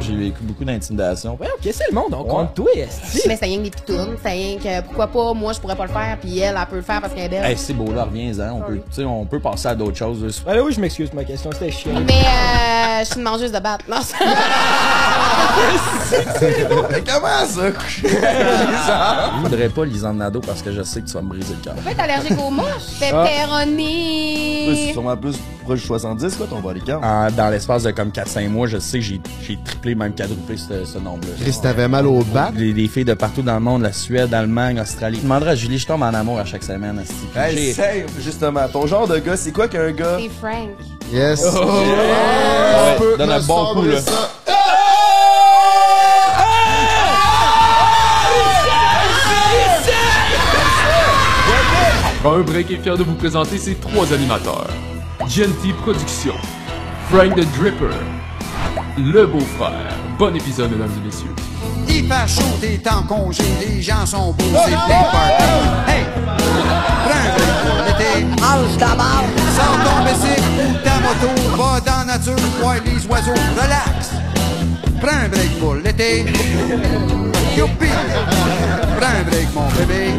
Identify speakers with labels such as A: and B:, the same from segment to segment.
A: J'ai vécu beaucoup d'intimidation.
B: Ouais, ok, c'est le monde, on compte toi, esti.
C: Mais c'est rien que des pitounes, c'est rien que pourquoi pas, moi je pourrais pas le faire, puis elle, elle peut le faire parce qu'elle est belle.
A: Hey, c'est beau, là, reviens-en. On peut, tu sais, on peut passer à d'autres choses. là.
B: Ouais, Ah, là, oui, je m'excuse pour ma question, c'était chiant.
C: Mais euh, je suis une mangeuse de batte. Non, c'est-
D: Mais comment ça?
A: Je voudrais pas Lisande Nado parce que je sais que tu vas me briser le cœur.
C: Pourquoi t'es allergique aux mouches? Pepperoni!
D: sûrement plus proche du 70, quoi, ton bodycount.
A: En- dans l'espace de comme 4-5 mois, je sais que j'ai j'ai triplé, même quadruplé ce, ce nombre-là.
D: Chris, t'avais mal au bat.
A: Des, des filles de partout dans le monde, la Suède, Allemagne, Australie. Je demanderais à Julie, je tombe en amour à chaque semaine. esti. Puis j'ai-
D: Hey, save, justement. Ton genre de gars, c'est quoi qu'un gars?
C: C'est Frank.
D: Yes.
A: Ouais,
D: Tu peux
A: donne
D: me
A: un bon
D: sabrer
A: coup, là.
D: ça.
E: Un Break est fier de vous présenter ses trois animateurs. Genty Productions, Frank the Dripper, Le Beau-Frère. Bon épisode, mesdames et messieurs.
F: Il fait chaud, t'es en congé, les gens sont beaux, c'est le party. Hey! Prends un break pour l'été. Mange ta balle. Sors ton bicycle ou ta moto. Va dans la nature, vois les oiseaux. Relax. Prends un break pour l'été. Youpi! Prends un break, mon bébé.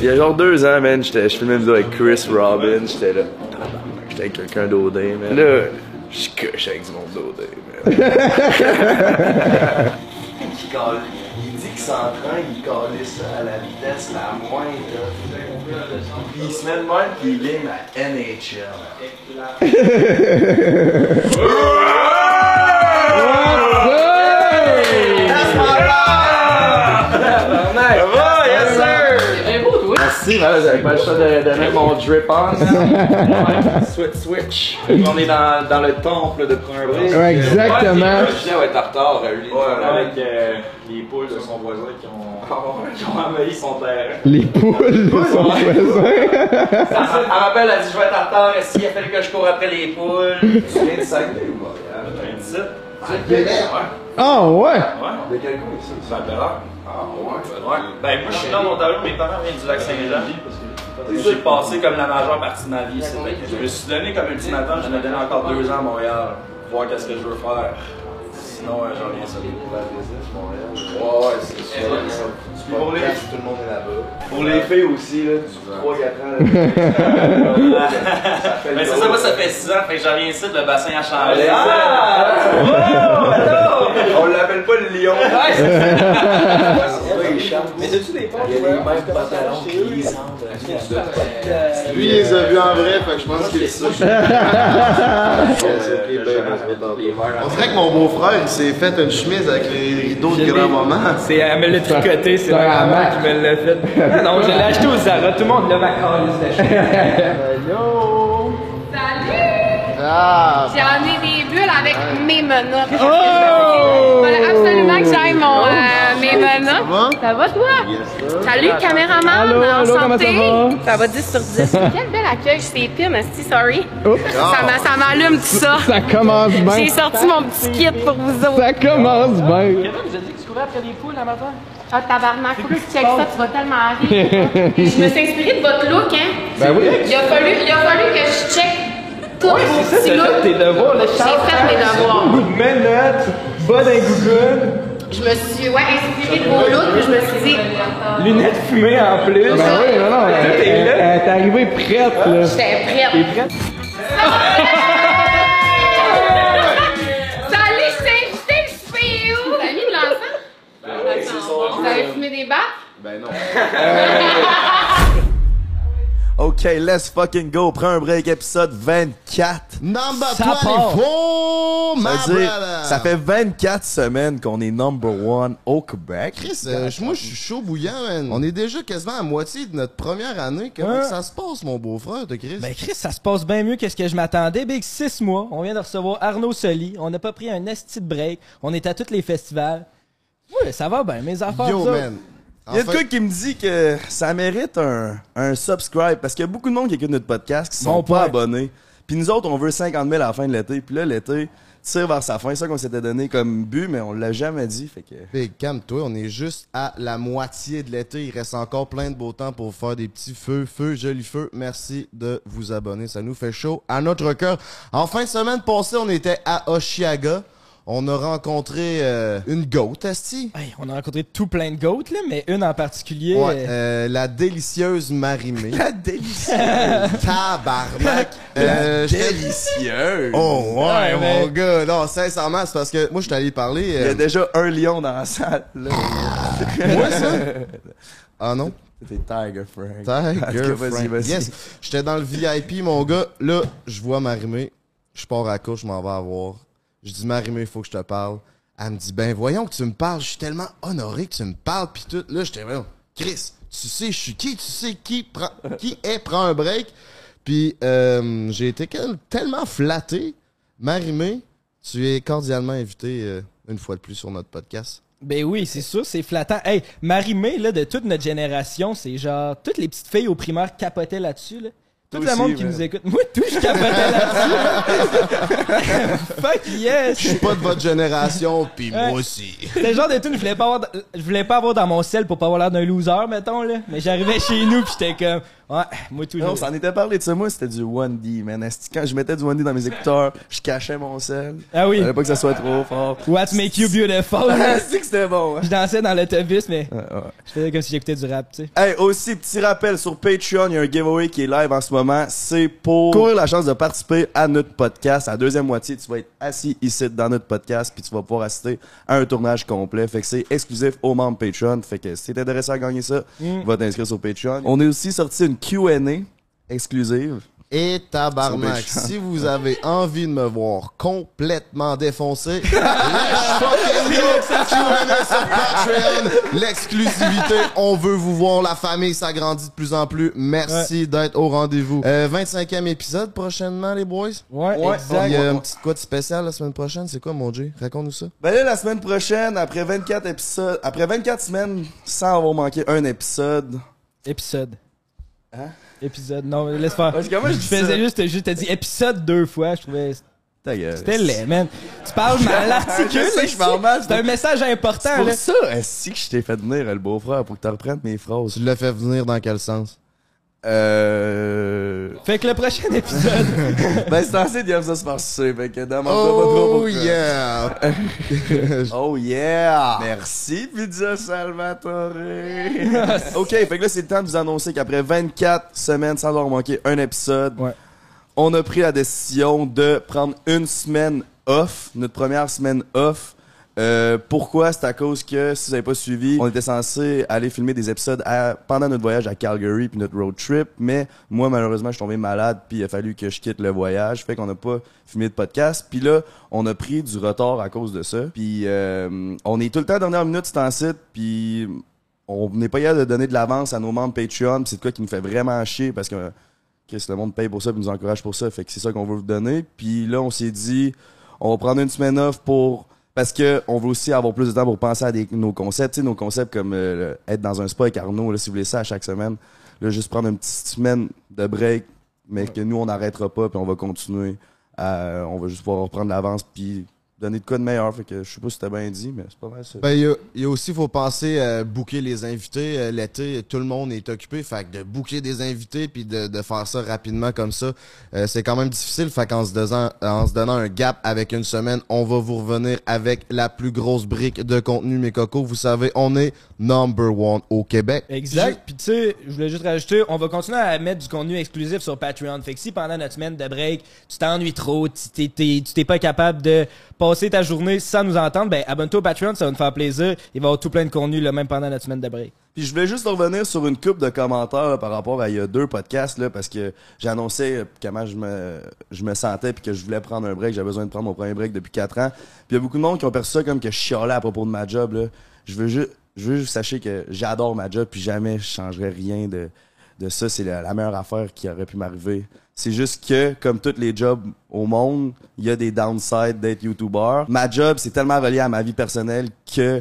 G: Il y a genre deux ans, man, j'étais- je filmais une vidéo avec Chris Robin, j'étais là, tabarnak, j'étais avec quelqu'un d'OD, man. Là, je coche avec du monde d'OD, man. il, cale- il dit qu'il s'entraîne, il calisse à la vitesse la moindre. Puis il se met de même, puis il aime à NHL. Ça va, yes sir! Merci, man, j'avais pas le choix de, de mettre mon drip on. man. Switch, switch. On est dans, dans le temple de Premier Brise.
H: Ouais, exactement.
G: Je disais, ouais, Tartare, lui, avec euh, les poules de son voisin qui ont, qui ont envahi son terrain.
H: Les poules de son voisin.
G: Elle m'appelle, elle dit Je vais à Tartare, est-ce qu'il a fallu que je cours après les poules Tu viens de Saguenay ou Montréal 27.
H: Ah ouais!
G: De quel coin ici C'est à Ah, ouais. ouais. Ben, moi, je suis dans Ontario, mes parents viennent du Lac-Saint-Jean. J'ai passé comme la majeure partie de ma vie. c'est vrai. Je me suis donné comme ultimatum, je me donné encore deux ans à Montréal, voir qu'est-ce que je veux faire. Sinon, euh, j'en reviens sur Montréal. Ouais, ouais, c'est sûr. C'est Pour les... Tout le monde est là-bas. Pour les filles aussi, là, tu 3-4 ans. Mais c'est ça, moi, ça fait 6 ans, fait que j'en viens ici, le bassin a changé.
D: Ah!
B: Ah!
G: On l'appelle pas le lion.
B: Mais t'as-tu des poches?
D: Lui, il les a vus en vrai, fait que je pense qu'il est ça. On dirait que mon beau-frère, il s'est fait une chemise avec les rideaux de grand-maman.
B: C'est, euh, elle me l'a tricoté, c'est ma maman qui me l'a fait. Non, je l'ai acheté au Zara, tout le monde l'a ma
C: Salut!
D: Ah,
C: J'ai amené des bulles avec mes menottes. Oh! Fallait absolument que j'aille
H: Oh!
C: mon, euh, mes menottes.
D: va?
C: Ça va toi? Salut, caméraman,
H: Allô,
C: en
H: allô, comment
C: santé.
H: ça
C: Ça va 10 sur 10. Quel bel accueil, je t'ai pire, mais si, sorry. Ça m'a- Ça m'allume tout ça.
H: Ça commence bien.
C: J'ai sorti mon petit kit pour vous autres.
H: Ça commence bien.
C: Ah, tabarnak, faut que tu checkes ça, tu vas tellement rire. je me suis inspirée de votre look, hein.
H: Ben oui.
C: Il a fallu, il a fallu que je check tous vos petits looks.
B: Tes devoirs, là,
C: J'ai fait mes devoirs.
B: menottes, bas d'un gougoune,
C: Je me suis ouais, inspirée de vos looks, puis je me suis dit,
B: lunettes fumées en plus.
H: Ben oui, non,
B: Ah,
H: non. elle- elle- elle est arrivée prête, là.
C: j'étais prête.
H: prête?
C: Salut, c'est c'est où? T'as mis de l'encens? Vous avez fumé des bacs?
D: Ok, let's fucking go. Prends un break, épisode 24. Number
B: Ça part.
D: 24,
I: my
D: ça veut dire,
I: brother.
D: Ça fait 24 semaines qu'on est number one au Québec.
I: Chris, euh, je- moi, je suis chaud bouillant, man. On est déjà quasiment à moitié de notre première année. Comment
B: Hein?
I: que ça se passe, mon beau-frère, de Chris?
B: Ben Chris, ça se passe bien mieux que ce que je m'attendais. Big, six mois, on vient de recevoir Arnaud Soli, on n'a pas pris un esti de break, on est à tous les festivals. Ouais, ça va bien, mes affaires.
I: Yo,
B: ça.
I: man.
D: Il y a
I: Enfin-
D: de quoi qui me dit que ça mérite un, un subscribe parce qu'il y a beaucoup de monde qui écoute notre podcast qui sont
B: Bon
D: pas
B: point.
D: abonnés. Puis nous autres, on veut 50 000 à la fin de l'été. Puis là, l'été tire vers sa fin. C'est ça qu'on s'était donné comme but, mais on l'a jamais dit. Fait que...
I: Big, calme-toi, on est juste à la moitié de l'été. Il reste encore plein de beau temps pour faire des petits feux, feux, jolis feux. Merci de vous abonner, ça nous fait chaud à notre cœur. En fin de semaine passée, on était à Oshiaga. on a rencontré euh, une goat, Asti.
B: Hey, on a rencontré tout plein de goats, là, mais une en particulier.
I: Ouais,
B: euh,
I: euh, la délicieuse Marimée.
D: La délicieuse.
I: Tabarnak! Euh, j'étais-
D: délicieuse.
I: Oh, ouais,
B: Ouais, mais-
I: mon gars! Non, sincèrement, c'est parce que moi, je suis allé y parler.
D: Il y
I: euh,
D: a déjà un lion dans la salle. Là.
I: Moi, ça? Ah non?
D: C'était Tiger Frank. En tout cas,
I: Tiger
D: vas-y,
I: Frank.
D: vas-y.
I: Yes. J'étais dans le VIP, mon gars. Là, je vois Marimé. Je pars à couche, je m'en vais à voir. Je dis, Marimé, il faut que je te parle. Elle me dit, ben voyons que tu me parles. Je suis tellement honoré que tu me parles. Puis tout, là, j'étais vraiment, Chris, tu sais, je suis qui? Tu sais qui, prend, qui est prend un break? Puis euh, j'ai été quel- tellement flatté. Marimé, tu es cordialement invité euh, une fois de plus sur notre podcast.
B: Ben oui, c'est sûr, c'est flattant. Hey, Marie-Mé, là, de toute notre génération, c'est genre, toutes les petites filles au primaire capotaient là-dessus, là. Tout
D: Toi
B: le monde
D: aussi,
B: qui
D: man.
B: nous écoute. Moi, tout, je capotais là-dessus. Fuck
I: Je
B: yes!
I: suis pas de votre génération, puis
B: Ouais.
I: moi aussi.
B: C'est le genre de tune, je voulais pas avoir, je voulais pas avoir dans mon sel pour pas avoir l'air d'un loser, mettons, là. Mais j'arrivais chez nous pis j'étais comme, ouais, moi tout.
D: Non, on s'en était parlé de ça. Moi, c'était du 1D, man. Asti, Quand je mettais du 1D dans mes écouteurs, je cachais mon sel.
B: Ah oui.
D: Fallait pas que ça soit trop fort.
B: What make you beautiful?
D: Asti que c'était bon. hein.
B: je dansais dans l'autobus, mais
D: Ouais, ouais.
B: je faisais comme si j'écoutais du rap, tu sais.
D: Hey, aussi, petit rappel, sur Patreon, il y a un giveaway qui est live en ce moment. C'est pour courir la chance de participer à notre podcast. À la deuxième moitié, tu vas être assis ici dans notre podcast, puis tu vas pouvoir assister à un tournage complet. Fait que c'est exclusif aux membres Patreon. Fait que si t'es intéressé à gagner ça,
B: Mm.
D: va t'inscrire sur Patreon. On est aussi sorti une Q&A exclusive.
I: Et tabarnak,
D: Sont méchants.
I: si vous avez envie de me voir complètement défoncé, let's fucking go! Q&A sur Patreon. l'exclusivité, on veut vous voir, la famille s'agrandit de plus en plus. Merci d'être au rendez-vous. Euh, 25e épisode prochainement, les boys.
B: Ouais,
I: Il y
B: exact.
I: a un petit quoi de spécial la semaine prochaine, c'est quoi mon Jay? Raconte-nous ça.
D: Ben là, la semaine prochaine, après 24 épisodes, après 24 semaines, sans avoir manqué un épisode.
B: Épisode.
D: Hein?
B: Épisode. Non, mais laisse faire.
D: Parce que moi, je
B: je
D: dis
B: faisais
D: ça.
B: juste, je t'ai dit épisode deux fois. Je trouvais.
D: Ta gueule. Ah,
B: C'était laid, man. Tu parles mal l'article.
D: Je sais que je parle mal,
B: C'est un message
D: C'est
B: important,
D: pour
B: là.
D: ça, est-ce que je t'ai fait venir, le beau-frère, pour que tu reprennes mes phrases?
I: Tu l'as fait venir dans quel sens?
D: Euh...
B: Fait que le prochain épisode.
D: ben, c'est censé dire ça se faire sucer, fait que demande pas trop
I: Oh
D: pourquoi.
I: yeah!
D: Oh yeah! Merci, Pizza Salvatore! ok, fait que là, c'est le temps de vous annoncer qu'après 24 semaines sans avoir manqué un épisode,
B: Ouais.
D: on a pris la décision de prendre une semaine off, notre première semaine off. Euh, pourquoi? C'est à cause que, si vous n'avez pas suivi, on était censé aller filmer des épisodes à- pendant notre voyage à Calgary puis notre road trip, mais moi, malheureusement, je suis tombé malade puis il a fallu que je quitte le voyage, fait qu'on n'a pas filmé de podcast. Puis là, on a pris du retard à cause de ça. Puis euh, on est tout le temps à la dernière minute, c'est en site, puis on n'est pas capable de donner de l'avance à nos membres Patreon, puis c'est de quoi qui nous fait vraiment chier parce que euh, Chris, le monde paye pour ça puis nous encourage pour ça. Fait que c'est ça qu'on veut vous donner. Puis là, on s'est dit, on va prendre une semaine off pour. Parce que on veut aussi avoir plus de temps pour penser à des- nos concepts. Tu sais, nos concepts comme euh, le- être dans un spa avec Arnaud, là, si vous voulez ça à chaque semaine. Là, juste prendre une petite semaine de break, mais que nous, on n'arrêtera pas puis on va continuer. à- on va juste pouvoir reprendre l'avance puis donner de quoi de meilleur. Fait que je sais pas si t'as bien dit, mais c'est pas mal ça.
I: Ben, il y a- il y, a aussi, faut penser à booker les invités. Euh, L'été, tout le monde est occupé. Fait que de booker des invités puis de, de faire ça rapidement comme ça, euh, c'est quand même difficile. Fait qu'en se, donnant- en se donnant un gap avec une semaine, on va vous revenir avec la plus grosse brique de contenu, mes cocos. Vous savez, on est number one au Québec.
B: Exact. Puis tu sais, je voulais juste rajouter, on va continuer à mettre du contenu exclusif sur Patreon. Fait que si pendant notre semaine de break, tu t'ennuies trop, tu t'es- t'es tu t'es pas capable de passer ta journée sans nous entendre, ben abonne-toi au Patreon, ça va nous faire plaisir. Il va y avoir tout plein de contenu, là, même pendant notre semaine de break.
D: Puis je voulais juste revenir sur une coupe de commentaires là, par rapport à il y a deux podcasts là, parce que j'ai annoncé euh, comment je me je me sentais puis que je voulais prendre un break, j'avais besoin de prendre mon premier break depuis quatre ans. Puis il y a beaucoup de monde qui ont perçu ça comme que je chialais à propos de ma job là. Je veux juste je veux juste que vous sachiez que j'adore ma job puis jamais je changerais rien de de ça, c'est la, la meilleure affaire qui aurait pu m'arriver. C'est juste que, comme tous les jobs au monde, il y a des downsides d'être YouTuber. Ma job, c'est tellement relié à ma vie personnelle que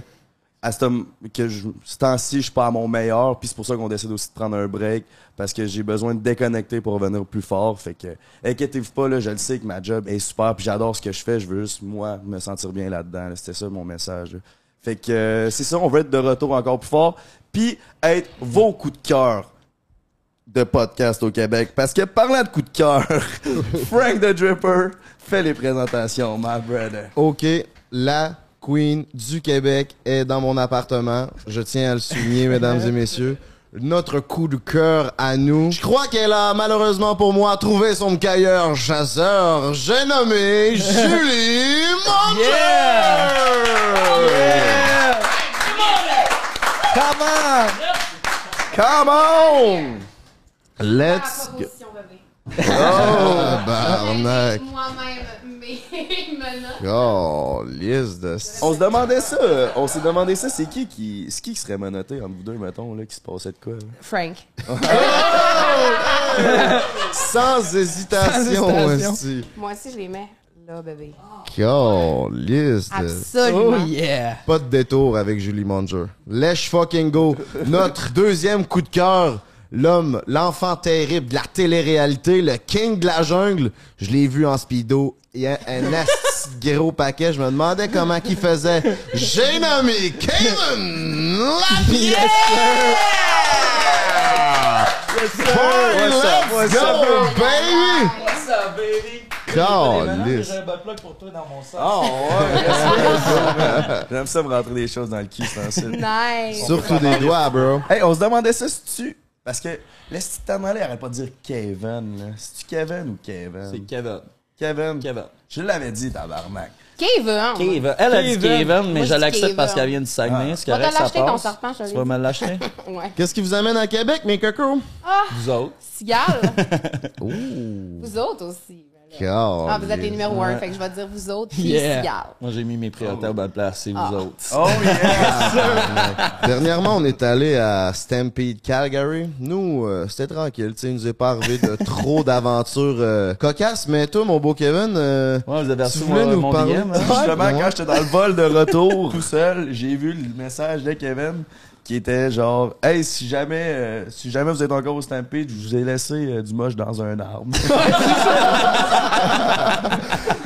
D: à ce, tom- que je, ce temps-ci, je suis pas à mon meilleur, puis c'est pour ça qu'on décide aussi de prendre un break, parce que j'ai besoin de déconnecter pour revenir plus fort. Fait que, inquiétez-vous pas, là, je le sais que ma job est super, puis j'adore ce que je fais, je veux juste, moi, me sentir bien là-dedans. là. C'était ça mon message. là. Fait que, euh, c'est ça, on veut être de retour encore plus fort, puis être vos coups de cœur de podcast au Québec, parce que parlant de coups de cœur, Frank the Dripper fait les présentations, my brother.
I: OK. la Queen du Québec est dans mon appartement. Je tiens à le souligner, mesdames et messieurs. Notre coup de cœur à nous. Je crois qu'elle a, malheureusement pour moi, trouvé son cailleur chasseur. J'ai nommé Julie Monger!
B: Come on!
D: Come on!
I: Let's go. Oh, barnac.
J: Moi-même, mes menottes.
I: Oh, liste de...
D: On se demandait ça. euh, On s'est demandé ça. C'est qui qui, c'est qui qui serait menotté entre vous deux, mettons, là, qui se passait de quoi? là?
J: Frank.
I: Sans hésitation,
B: Sans hésitation.
I: esti.
J: Moi aussi, je les mets là, bébé.
H: Euh,
I: Oh, liste de...
B: Oh
J: Absolument.
B: yeah!
I: Pas de détour avec Julie Monger. Let's fucking go. Notre deuxième coup de cœur. L'homme, l'enfant terrible de la télé-réalité, le king de la jungle. Je l'ai vu en speedo. Il y a un asti de gros paquet. Je me demandais comment qu'il faisait. J'ai nommé Kevin Lapierre! Boy, let's go, baby! Calisse.
K: J'ai un bot plug pour toi dans mon sac.
D: Ah ouais! J'aime ça me rentrer des choses dans le cul sans ça.
J: Nice.
I: Surtout des doigts, bro.
D: Hey, on se demandait ça si tu. Parce que laisse tu t'en aller, arrête pas de dire Kevin. là. C'est-tu Kevin ou Kevin?
G: C'est Kevin.
D: Kevin.
G: Kevin.
D: Je l'avais dit, tabarnak.
C: hein?
J: Kevin.
G: Kevin. Ah. Elle a dit
B: Kevin.
G: Kevin,
J: Moi,
G: mais je
J: je dis
G: l'accepte
J: Kevin.
G: parce qu'elle vient du Saguenay. C'est
J: Va te
G: correct, ça
J: l'acheter ton
G: passe.
J: serpent, je
G: Tu vas me l'acheter?
J: Ouais.
I: Qu'est-ce qui vous amène à Québec, mes cocos?
G: Vous autres?
J: Cigale. Vous autres aussi.
C: ben
J: Ah, vous êtes les numéro un, fait que je vais dire vous autres, puis Cigale.
G: Moi, j'ai mis mes priorités à bonne place, c'est
J: Ah.
G: vous autres.
D: Oh yeah!
I: Dernièrement, on est allé à Stampede Calgary. Nous, euh, c'était tranquille, tu sais, il nous est pas arrivé de trop d'aventures euh, cocasses, mais toi, mon beau Kevin, euh,
G: Ouais, vous avez reçu
I: tu voulais
G: mon,
I: nous
G: mon
I: parler?
G: DM, hein?
D: Justement,
I: Ouais.
D: quand j'étais dans le vol de retour tout seul, j'ai vu le message de Kevin qui était genre Hey, si jamais euh, si jamais vous êtes encore au Stampede, je vous ai laissé euh, du moche dans un arbre.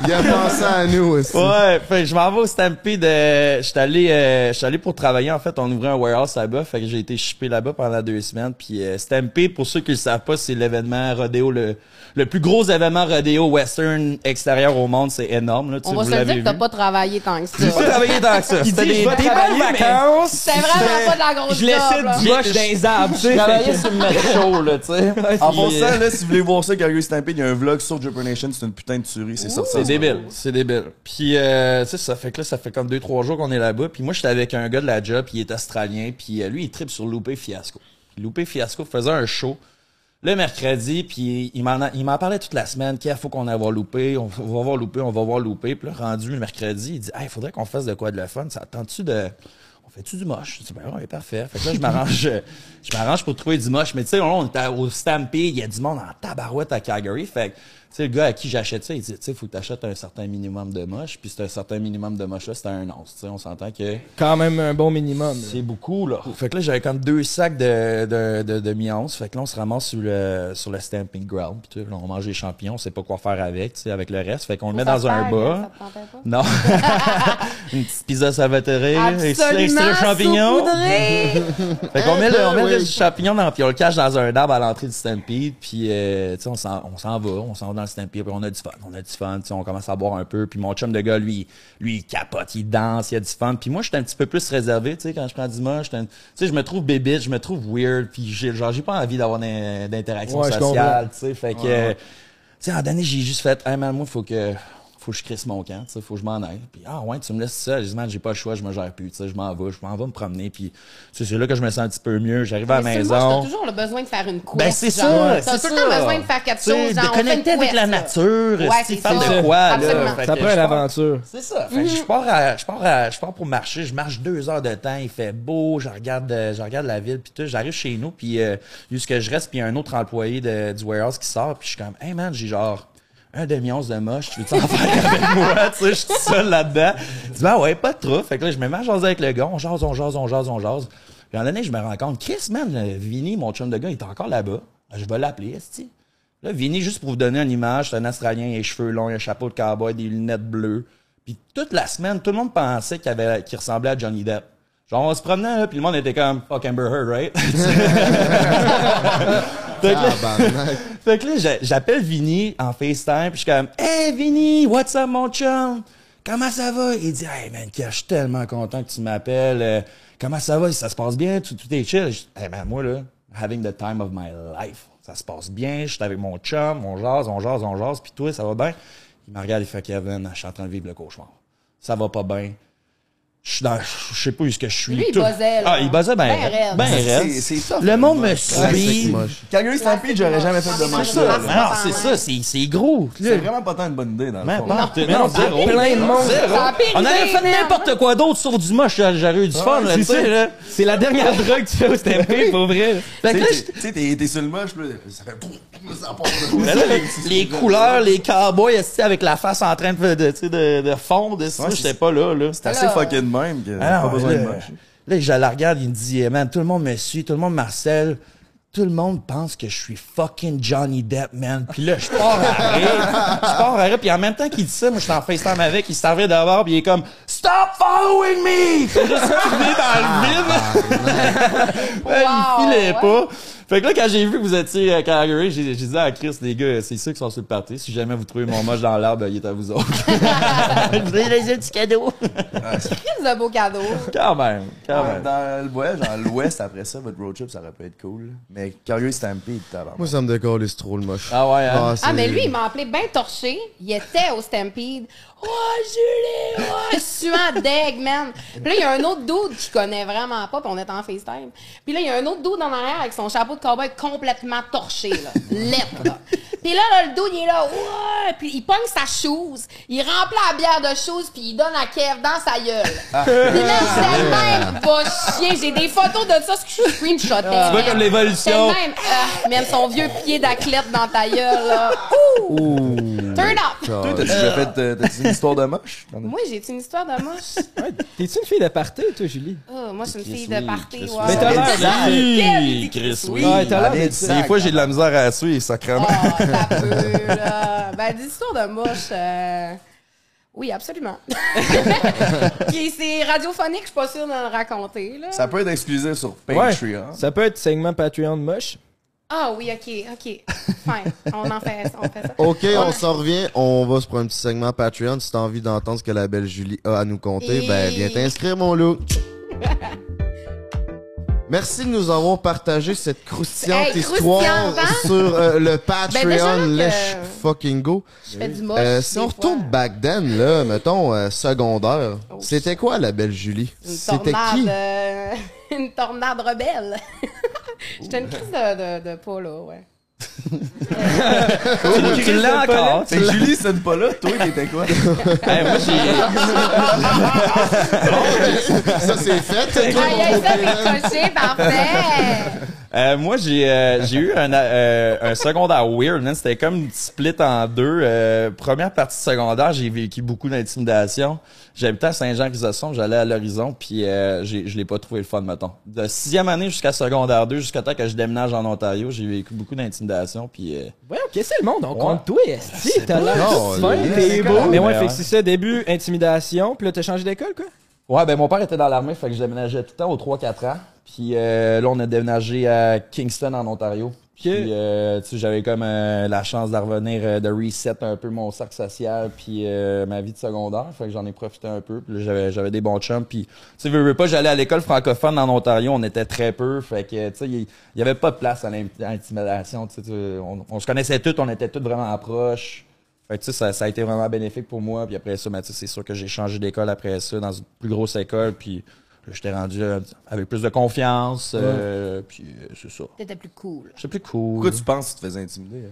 I: il a pensé à nous aussi.
G: Ouais, fait que je m'en vais au Stampede. Euh, j'étais allé, euh, j'étais allé pour travailler. En fait, on ouvrait un warehouse là-bas. Fait que j'ai été shippé là-bas pendant deux semaines. Puis euh, Stampede, pour ceux qui le savent pas, c'est l'événement rodéo, le, le plus gros événement rodéo western extérieur au monde. C'est énorme. Là, tu
J: On
G: sais,
J: va
G: vous
J: se le
G: l'avez
J: dire que t'as
G: vu.
J: pas travaillé tant que
G: J'ai pas
J: ça.
G: travaillé tant que ça. C'était
B: dit,
G: des,
B: je vais
G: des
B: travailler,
G: belles
B: mais-
G: vacances.
J: C'est vraiment pas de la grosse
B: Je laissais
J: job,
B: du
J: là.
B: moche dans les arbres, tu sais.
G: Je travaillais sur le mec show, là, tu sais.
D: en
G: Puis, euh,
D: passant, là, si vous voulez voir ça, Calgary Stampede, il y a un vlog sur Jupiter Nation, c'est une putain de tuerie, c'est sorti.
G: C'est
D: en ce moment.
G: débile, c'est débile. Puis euh, tu sais ça fait que là ça fait comme deux trois jours qu'on est là-bas. Puis moi j'étais avec un gars de la job, puis il est australien, puis euh, lui il tripe sur Loupé Fiasco. Puis Loupé Fiasco faisait un show le mercredi, puis il m'en a- il m'en parlait toute la semaine. Qu'il faut qu'on aille voir Loupé, on va voir Loupé, on va voir Loupé. Puis là rendu le mercredi, il dit ah il faudrait qu'on fasse de quoi de le fun. Ça tente-tu de on fait-tu du moche? Je dis, ben ouais, parfait. Fait que là, je m'arrange, euh, je m'arrange pour trouver du moche. Mais tu sais, on on était au Stampede, il y a du monde en tabarouette à Calgary. Fait que, tu sais, le gars à qui j'achète ça, il dit, tu sais, faut que t'achètes un certain minimum de moche. Puis c'est un certain minimum de moche-là, c'était un once. Tu sais, on s'entend que
B: Quand même un bon minimum. là.
G: c'est beaucoup, là. Fait que là, j'avais comme deux sacs de, de, de, de mi-once. Fait que là, on se ramasse sur le, sur le Stamping Ground. Puis tu sais, là, on mange les champignons, on sait pas quoi faire avec, tu sais, avec le reste. Fait qu'on le met dans un bas.
J: Ça te tentait pas?
G: Non. Une petite pizza salvatore, extrait, extrait champignon.
J: Absolument
G: Fait qu'on met, le, on met
I: ben
B: Eh,
G: le
I: oui.
G: champignon dans, puis on le cache dans un arbre à l'entrée du Stampede, puis euh, tu sais, on s'en, on s'en va, on s'en va dans le Stampede, puis on a du fun, on a du fun, tu sais, on commence à boire un peu, puis mon chum de gars, lui, lui, il capote, il danse, il a du fun, puis moi, j'étais un petit peu plus réservé, tu sais, quand je prends du moche, j'étais un- tu sais, je me trouve bébite, je me trouve weird, puis j'ai, genre, j'ai pas envie d'avoir d'in- d'interaction
B: Ouais, je
G: sociale, tu sais, fait que, euh, tu sais, en dernier, j'ai juste fait, hey man, moi, faut que, faut que je crisse mon camp, tu sais, faut que je m'en aille. Puis, ah ouais, tu me laisses seul. J'ai dit, man, j'ai pas le choix, je me gère plus, tu sais, je m'en vais, je m'en vais me promener. Puis, tu sais, c'est là que je me sens un petit peu mieux. J'arrive à la
J: Mais sur le moche, T'as
G: maison.
J: toujours le besoin de faire une couette.
G: Ben, c'est
J: genre.
G: ça,
J: T'as
G: c'est
J: tout le temps
G: ça.
J: besoin de faire quelque
G: Tu sais,
J: chose. genre,
G: de
J: on fait une
G: connecter avec
J: couette,
G: la
J: là.
G: nature,
J: Ouais,
G: est-ce
J: c'est
G: qu'il parle
J: ça.
G: de quoi, là?
J: Absolument.
G: Fait
B: Ça
G: que
B: prend
G: je
B: une
G: pars-
B: aventure.
G: C'est ça. Fait que je pars à, je pars à, je pars pour marcher. Je marche deux heures de temps. Il fait beau. Je regarde, euh, je regarde la ville. Puis tout. J'arrive chez nous. Puis euh, jusque je reste. Puis il y a un autre employé de, du warehouse qui sort. Puis je suis comme, hey man, j'ai genre un demi-once de moche. Tu veux t'en faire avec moi? Tu sais, je suis tout seul là-dedans. Je dis, ben ouais, pas trop. Fait que là, je me mets à jaser avec le gars. On jase, on jase, on jase, on jase. Puis en donné, je me rends compte, Chris, man, euh, Vinny, mon chum de gars, il est encore là-bas. Je vais l'appeler, esti. Là, Vinny, juste pour vous donner une image, c'est un Australien, il a les cheveux longs, il a un chapeau de cowboy, des lunettes bleues. Puis toute la semaine, tout le monde pensait qu'il avait, qu'il ressemblait à Johnny Depp. Genre, on se promenait, là, puis le monde était comme, fuck Amber Heard, right? Fait que là-
I: Tabarnak.
G: fait que là, j'a- j'appelle Vinny en FaceTime, puis je suis comme, Hey Vinny, what's up mon chum? Comment ça va? Il dit, hey man, Kev, je suis tellement content que tu m'appelles. Euh, comment ça va? Ça se passe bien? Tout, tout est chill? Je dis, hey man, moi là, having the time of my life. Ça se passe bien, je suis avec mon chum, on jase, on jase, on jase, puis toi, ça va bien? Il me regarde, il fait Kevin, je suis en train de vivre le cauchemar. Ça va pas bien. Je suis dans, je sais pas où est-ce que je suis.
C: Lui, il
G: Tout-
C: buzzait, là.
G: Ah, il buzzait ben,
C: Ben
G: raide.
C: raide.
G: ben raide.
D: C'est- c'est ça.
G: Le monde me
I: C'est
G: suit.
I: moche.
D: Calgary Stampede, j'aurais jamais fait de
C: C'est
D: moche.
C: ça.
G: Ça, mais Ah non, c'est ça, c'est c'est gros. là.
D: C'est vraiment pas tant une bonne idée, dans le
G: Mais
D: fond.
G: pas- non, zéro.
B: plein de monde.
C: Ça a pire
G: On avait
C: idée,
G: fait
C: merde.
G: n'importe quoi d'autre sauf du moche, j'aurais eu du fun, là, tu sais, là.
B: C'est la dernière drogue que tu fais au Stampede, pour vrai.
G: Fait que
D: Tu
G: là,
D: sais,
G: j'étais-
D: t'es- tu sais, t'es t'es sur le moche, là, ça fait... ça part.
G: Mais là, les- les couleurs, les cowboys, esti, avec la face en train de, de, tu sais, de, de fondre, esti,
D: Ouais,
G: moi, j'étais
D: c'est-
G: pas là, là.
D: C'est assez
C: Là.
D: fucking de même que
G: Ah non,
D: pas besoin
G: là,
D: de moche.
G: Là, je la regarde, il me dit, eh, man, tout le monde me suit, tout le monde Marcel, tout le monde pense que je suis fucking Johnny Depp, man. Puis là, je pars à rire. Je pars à rire. Puis en même temps qu'il dit ça, moi, je suis en FaceTime avec, il s'en vient d'abord, puis il est comme, Stop following me! Fait que là, ça, je vais dans le vide. Ben, il
C: Wow,
G: filait
C: ouais.
G: pas. Fait que là, quand j'ai vu que vous étiez à Calgary, j'ai j'ai dit à Chris, les gars, c'est ceux qui sont sur le party. Si jamais vous trouvez mon moche dans l'arbre, il est à vous autres. vous avez les yeux du cadeau.
C: Quel de beau cadeau.
G: Quand même, quand
D: Ouais,
G: même.
D: Dans le- ouais, genre l'ouest, après ça, votre road trip, ça aurait pu être cool. Mais Calgary Stampede, tabarnak.
I: Moi, ça me décolle, c'est trop le moche.
G: Ah ouais, hein?
I: c'est-
C: Ah, mais lui, il m'a appelé bien torché. Il était au Stampede. Oh, Julie! Oh, suant deg, man. Puis là, il y a un autre dude qui connaît vraiment pas, puis on est en FaceTime. Puis là, il y a un autre dude en arrière avec son chapeau de cowboy complètement torché, là. Lettre, là. Puis là, là, le dude, il est là. Ouais! Puis il pogne sa chose. Il remplit la bière de chose, puis il donne à Kev dans sa gueule.
B: Ah.
C: Puis là, c'est le même. Va chier. J'ai des photos de ça, ce que je screenshotais.
B: Tu vois comme l'évolution.
C: C'est le même,
B: euh,
C: ah, même son vieux pied d'athlète dans ta gueule, là. Ouh! Turn up!
D: Toi, t'as déjà fait euh, t'as-tu une histoire de moche? T'en as-
C: Moi, j'ai une histoire de moche.
B: T'es-tu une fille de party, toi, Julie?
C: Ah, moi, je suis une fille
G: oui,
C: de party.
G: Chris,
C: ouais.
B: Mais t'as l'air
C: Ah,
G: Oui,
C: quel-
G: Chris, oui.
B: Ouais, t'as l'air
D: Allez,
B: d'être
D: dis-
B: ça.
D: Des fois, j'ai de la misère à suivre,
C: Ah,
D: sacrément.
C: t'as peu, là. Ben, des histoires de moche. euh, Oui, absolument. Puis c'est radiophonique, je suis pas sûre de le raconter, là.
D: Ça peut être exclusif sur
B: Ouais.
D: Patreon.
B: Ça peut être segment Patreon de moche.
C: Ah oui, ok, ok. Fine. On en fait, on fait ça.
I: Ok, on s'en revient. On va se prendre un petit segment Patreon. Si t'as envie d'entendre ce que la belle Julie a à nous conter,
C: Et-
I: ben viens t'inscrire, mon loup. Merci de nous avoir partagé cette croustillante
C: Hey,
I: histoire
C: croustillante, hein?
I: sur euh, le
C: Ben, déjà,
I: Patreon.
C: là, que- Oh,
I: Lèche fucking go.
C: Je fais du moche.
I: Euh, si
C: des
I: on
C: fois. Oh,
I: retourne back then, là, mettons, euh, secondaire, c'était quoi la belle Julie?
C: Une
I: C'était
C: tornade,
I: qui?
C: euh, une tornade rebelle. J'étais une crise de, de, de pas, là, ouais.
G: Tu- Tu l'as encore. tu
D: Mais Julie, c'est pas là. Toi, t'étais quoi?
G: l'as. Hey, moi, j'ai-
I: Ça, c'est fait. c'est toi,
C: euh. Aïe,
I: mon
C: aïe, ça,
I: copain.
C: c'est coché, parfait!
G: euh, moi, j'ai euh, j'ai eu un, euh, un secondaire weird. man. C'était comme split en deux. Euh, première partie de secondaire, j'ai vécu beaucoup d'intimidation. J'habitais à Saint-Jean-Chrysostome, j'allais à l'horizon, puis euh, j'ai- je l'ai pas trouvé le fun, mettons. De sixième année jusqu'à secondaire 2, jusqu'à temps que je déménage en Ontario, j'ai vécu beaucoup d'intimidation, puis... euh,
B: Ouais, ok, c'est le monde, on compte toi, esti, t'as l'air tout
I: Non,
B: fin,
I: là,
B: t'es
I: c'est
B: beau.
G: correct.
B: Mais ouais,
G: Ben
B: fait
G: ouais.
B: que c'est ça, début, intimidation, puis là, t'as changé d'école, quoi?
G: Ouais, ben mon père était dans l'armée, fait que je déménageais tout le temps aux 3-4 ans. Puis euh, là, on a déménagé à Kingston, en Ontario. Puis,
B: Ok.
G: euh, tu sais, j'avais comme euh, la chance de revenir, euh, de reset un peu mon cercle social, puis euh, ma vie de secondaire. Fait que j'en ai profité un peu. Puis là, j'avais, j'avais des bons chums. Puis, tu sais, veux, veux pas, j'allais à l'école francophone en Ontario. On était très peu. Fait que, tu sais, il y avait pas de place à l'int- à l'intimidation. Tu sais, tu- on, on se connaissait tous. On était tous vraiment proches. Fait que, tu sais, ça, ça a été vraiment bénéfique pour moi. Puis après ça, ben, tu sais, c'est sûr que j'ai changé d'école après ça, dans une plus grosse école. Puis là, j'étais rendu euh, avec plus de confiance. euh, puis euh, c'est ça.
C: T'étais plus cool.
G: C'est plus cool.
D: Pourquoi tu penses que tu te faisais intimider? hein?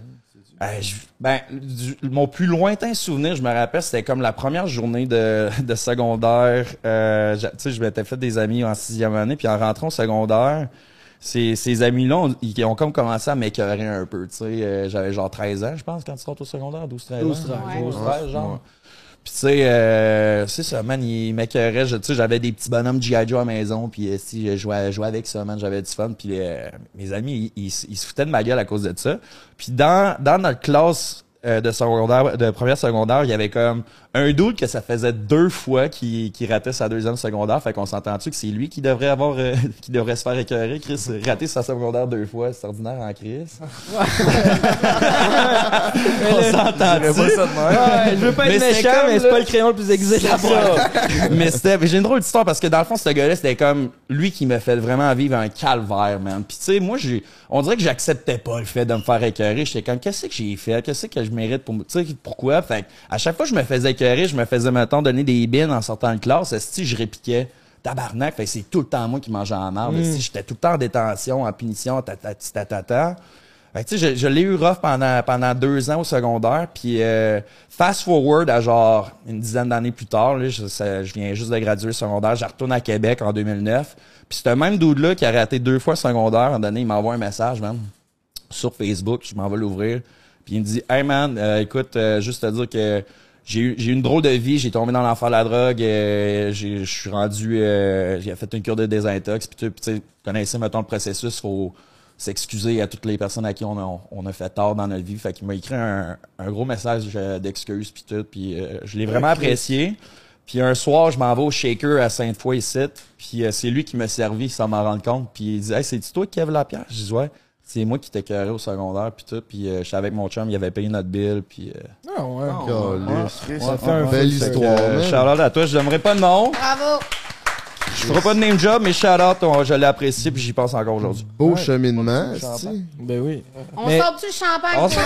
G: Ben, je- ben, du- mon plus lointain souvenir, je me rappelle, c'était comme la première journée de, de secondaire. Euh, j'a- tu sais, je m'étais fait des amis en sixième année, puis en rentrant au secondaire, ces, ces amis-là, ont, ils ont comme commencé à m'écœurer un peu. Tu sais, Euh, j'avais genre 13 ans, je pense, quand tu rentres au secondaire, 12, 13 ans. 12, 13,
C: ouais.
G: genre. Puis tu sais, euh, c'est ça, man, il m'écœurait. Je- Tu sais, j'avais des petits bonhommes G.I. Joe à la maison, puis euh, si je jouais, je jouais avec ça, man, j'avais du fun. Puis euh, mes amis, ils, ils se- ils se foutaient de ma gueule à cause de ça. Puis dans, dans notre classe euh, de secondaire, de première secondaire, il y avait comme un doute que ça faisait deux fois qu'il qu'il ratait sa deuxième secondaire. Fait qu'on s'entend-tu que c'est lui qui devrait avoir, euh, qui devrait se faire écœurer, Chris, rater sa secondaire deux fois. C'est ordinaire en Chris. On
D: Je dirais
G: s'entend-tu?
D: pas ça de même.
B: Ouais, je veux pas être
G: Mais c'était
B: méchant,
G: comme,
B: mais c'est
G: là-
B: pas le crayon le plus exilé à
G: Ça. mais c'était mais j'ai une drôle d'histoire parce que dans le fond ce gars-là c'était comme lui qui me fait vraiment vivre un calvaire man puis tu sais moi j'ai on dirait que j'acceptais pas le fait de me faire écœurer j'étais comme qu'est-ce que j'ai fait qu'est-ce que je mérite pour me- tu sais pourquoi fait que, à chaque fois que je me faisais écœurer je me faisais mettons donner des bines en sortant de classe si je répiquais tabarnak fait que c'est tout le temps moi qui mangeais en marde si j'étais tout le temps en détention en punition ta ta ta ta, ta, ta. Fait que, tu sais, je, je l'ai eu rough pendant, pendant deux ans au secondaire, puis euh, fast forward à genre une dizaine d'années plus tard, là, je, ça- je viens juste de graduer le secondaire, je retourne à Québec en 2009, puis c'est le même dude-là qui a raté deux fois le secondaire, en donné, il m'envoie un message, man, sur Facebook, je m'en vais l'ouvrir, puis il me dit « Hey man, euh, écoute, euh, juste te dire que j'ai eu, j'ai eu une drôle de vie, j'ai tombé dans l'enfer de la drogue, euh, j'ai- je suis rendu, euh, j'ai fait une cure de désintox, puis tu puis tu sais, vous connaissez, mettons, le processus, faut s'excuser à toutes les personnes à qui on a, on a fait tort dans notre vie. Fait qu'il m'a écrit un, un gros message euh, d'excuses puis tout, puis euh, je l'ai vraiment apprécié. Puis un soir, je m'en vais au Shaker à Sainte-Foy ici, puis euh, c'est lui qui m'a servi sans m'en rendre compte. Puis il dit « Hey, c'est-tu toi qui avais la pierre? » Je dis « Ouais. » C'est moi qui t'écœurais au secondaire puis tout, puis euh, j'étais avec mon chum, il avait payé notre bill, puis... euh,
B: Ça fait un
I: Belle
G: fait que,
I: histoire,
G: euh,
I: man.
G: shout-out à toi, je n'aimerais pas de nom,
C: Bravo!
G: je ferai pas de name job, mais shout-out, on- je l'ai apprécié puis j'y pense encore aujourd'hui.
I: Beau cheminement, esti.
B: Ben oui.
C: On
B: Mais-
C: sort-tu le champagne?
G: On
C: On,
G: se-
C: se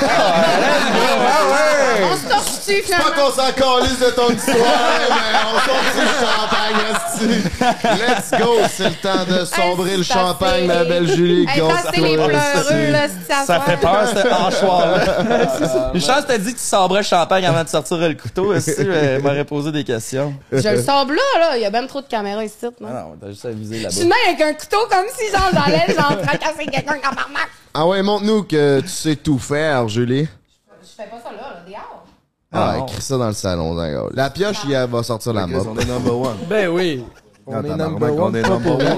C: torche-tu,
I: Pas
C: finalement?
I: qu'on s'en calisse de ton histoire, mais on sort du champagne, esti. Let's go, c'est le temps de sombrer
C: Hey,
I: le
C: c'est assez.
I: champagne, ma belle Julie.
C: Hey,
I: Grosse
C: passez les
I: toi,
C: pleureux,
I: esti.
C: là, si ça
G: Ça
C: se
G: fait
C: voit.
G: peur, ce hachoir-là. Une chance, t'as dit que tu sabrais le champagne avant de sortir le couteau. Si elle m'aurait posé des questions.
C: Je le sors là, là. Il y a même trop de caméras ici,
G: Ah
C: non?
G: non, t'as juste à viser
C: Je suis de
G: là-bas.
C: même avec un couteau comme si, genre, j'allais, genre, fracasser quelqu'un comme un
I: Ah ouais, montre-nous que tu sais tout faire, Julie.
C: Je fais pas ça là, là, dehors.
I: Ah,
G: Ah, non.
I: écris ça dans le salon, dingue. La pioche, il va sortir la mode.
D: On est number one.
B: Ben oui. On
I: Ah,
B: est
I: tabarnak,
B: number
I: on
B: one.
I: est
B: pas
I: number
B: pour
I: one.
B: rien.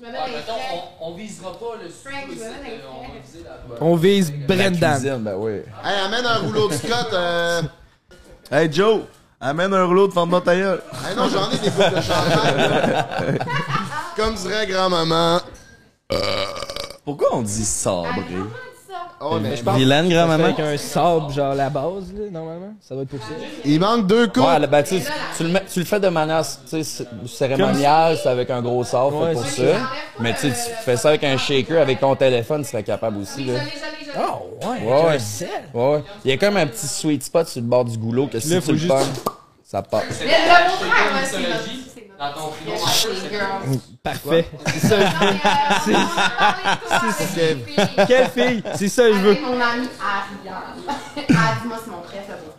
C: Je me mets les frais.
K: Ah, On visera pas le sou.
C: Frank, je me mets les frais.
B: On vise Brendan.
G: Cuisine, ben oui.
I: Hey, amène un rouleau de Scott. Euh...
D: Hey Joe, amène un rouleau de fente dans ta gueule.
I: Hey, non, j'en ai des boucles de champagne. Comme dirait grand-maman.
D: Pourquoi on dit sabrer?
I: Oh, mais je
G: Vilaine, grand-maman.
B: Avec un sable, genre la base, là, normalement. Ça doit être pour ça.
I: Il manque deux coups.
G: Ouais, ben, tu, sais, tu le mets- tu le fais de manière tu sais, cérémoniale, c'est avec un gros sort, fait
B: Ouais,
G: pour ça.
B: c'est
G: Mais tu sais, tu fais ça avec un shaker, avec ton téléphone, tu serais capable aussi. Là.
B: Ah ouais.
G: Ouais, ouais.
B: Un sel.
G: Ouais, ouais. Il y a comme un petit sweet spot sur le bord du goulot que si
B: Là,
G: tu
B: faut
G: le
B: juste-
G: pognes, ça part.
C: Mais le mon frère, ouais, c'est notre- c'est notre-
K: Dans ton frigo,
C: Les girls.
B: Parfait. C'est ça.
C: Non, mais, euh, on va parler de toi avec les filles.
B: Quelle fille? C'est ça, je veux.
C: Avec mon ami Ariane. Ah, dis-moi, c'est mon frère, ça, mon frère.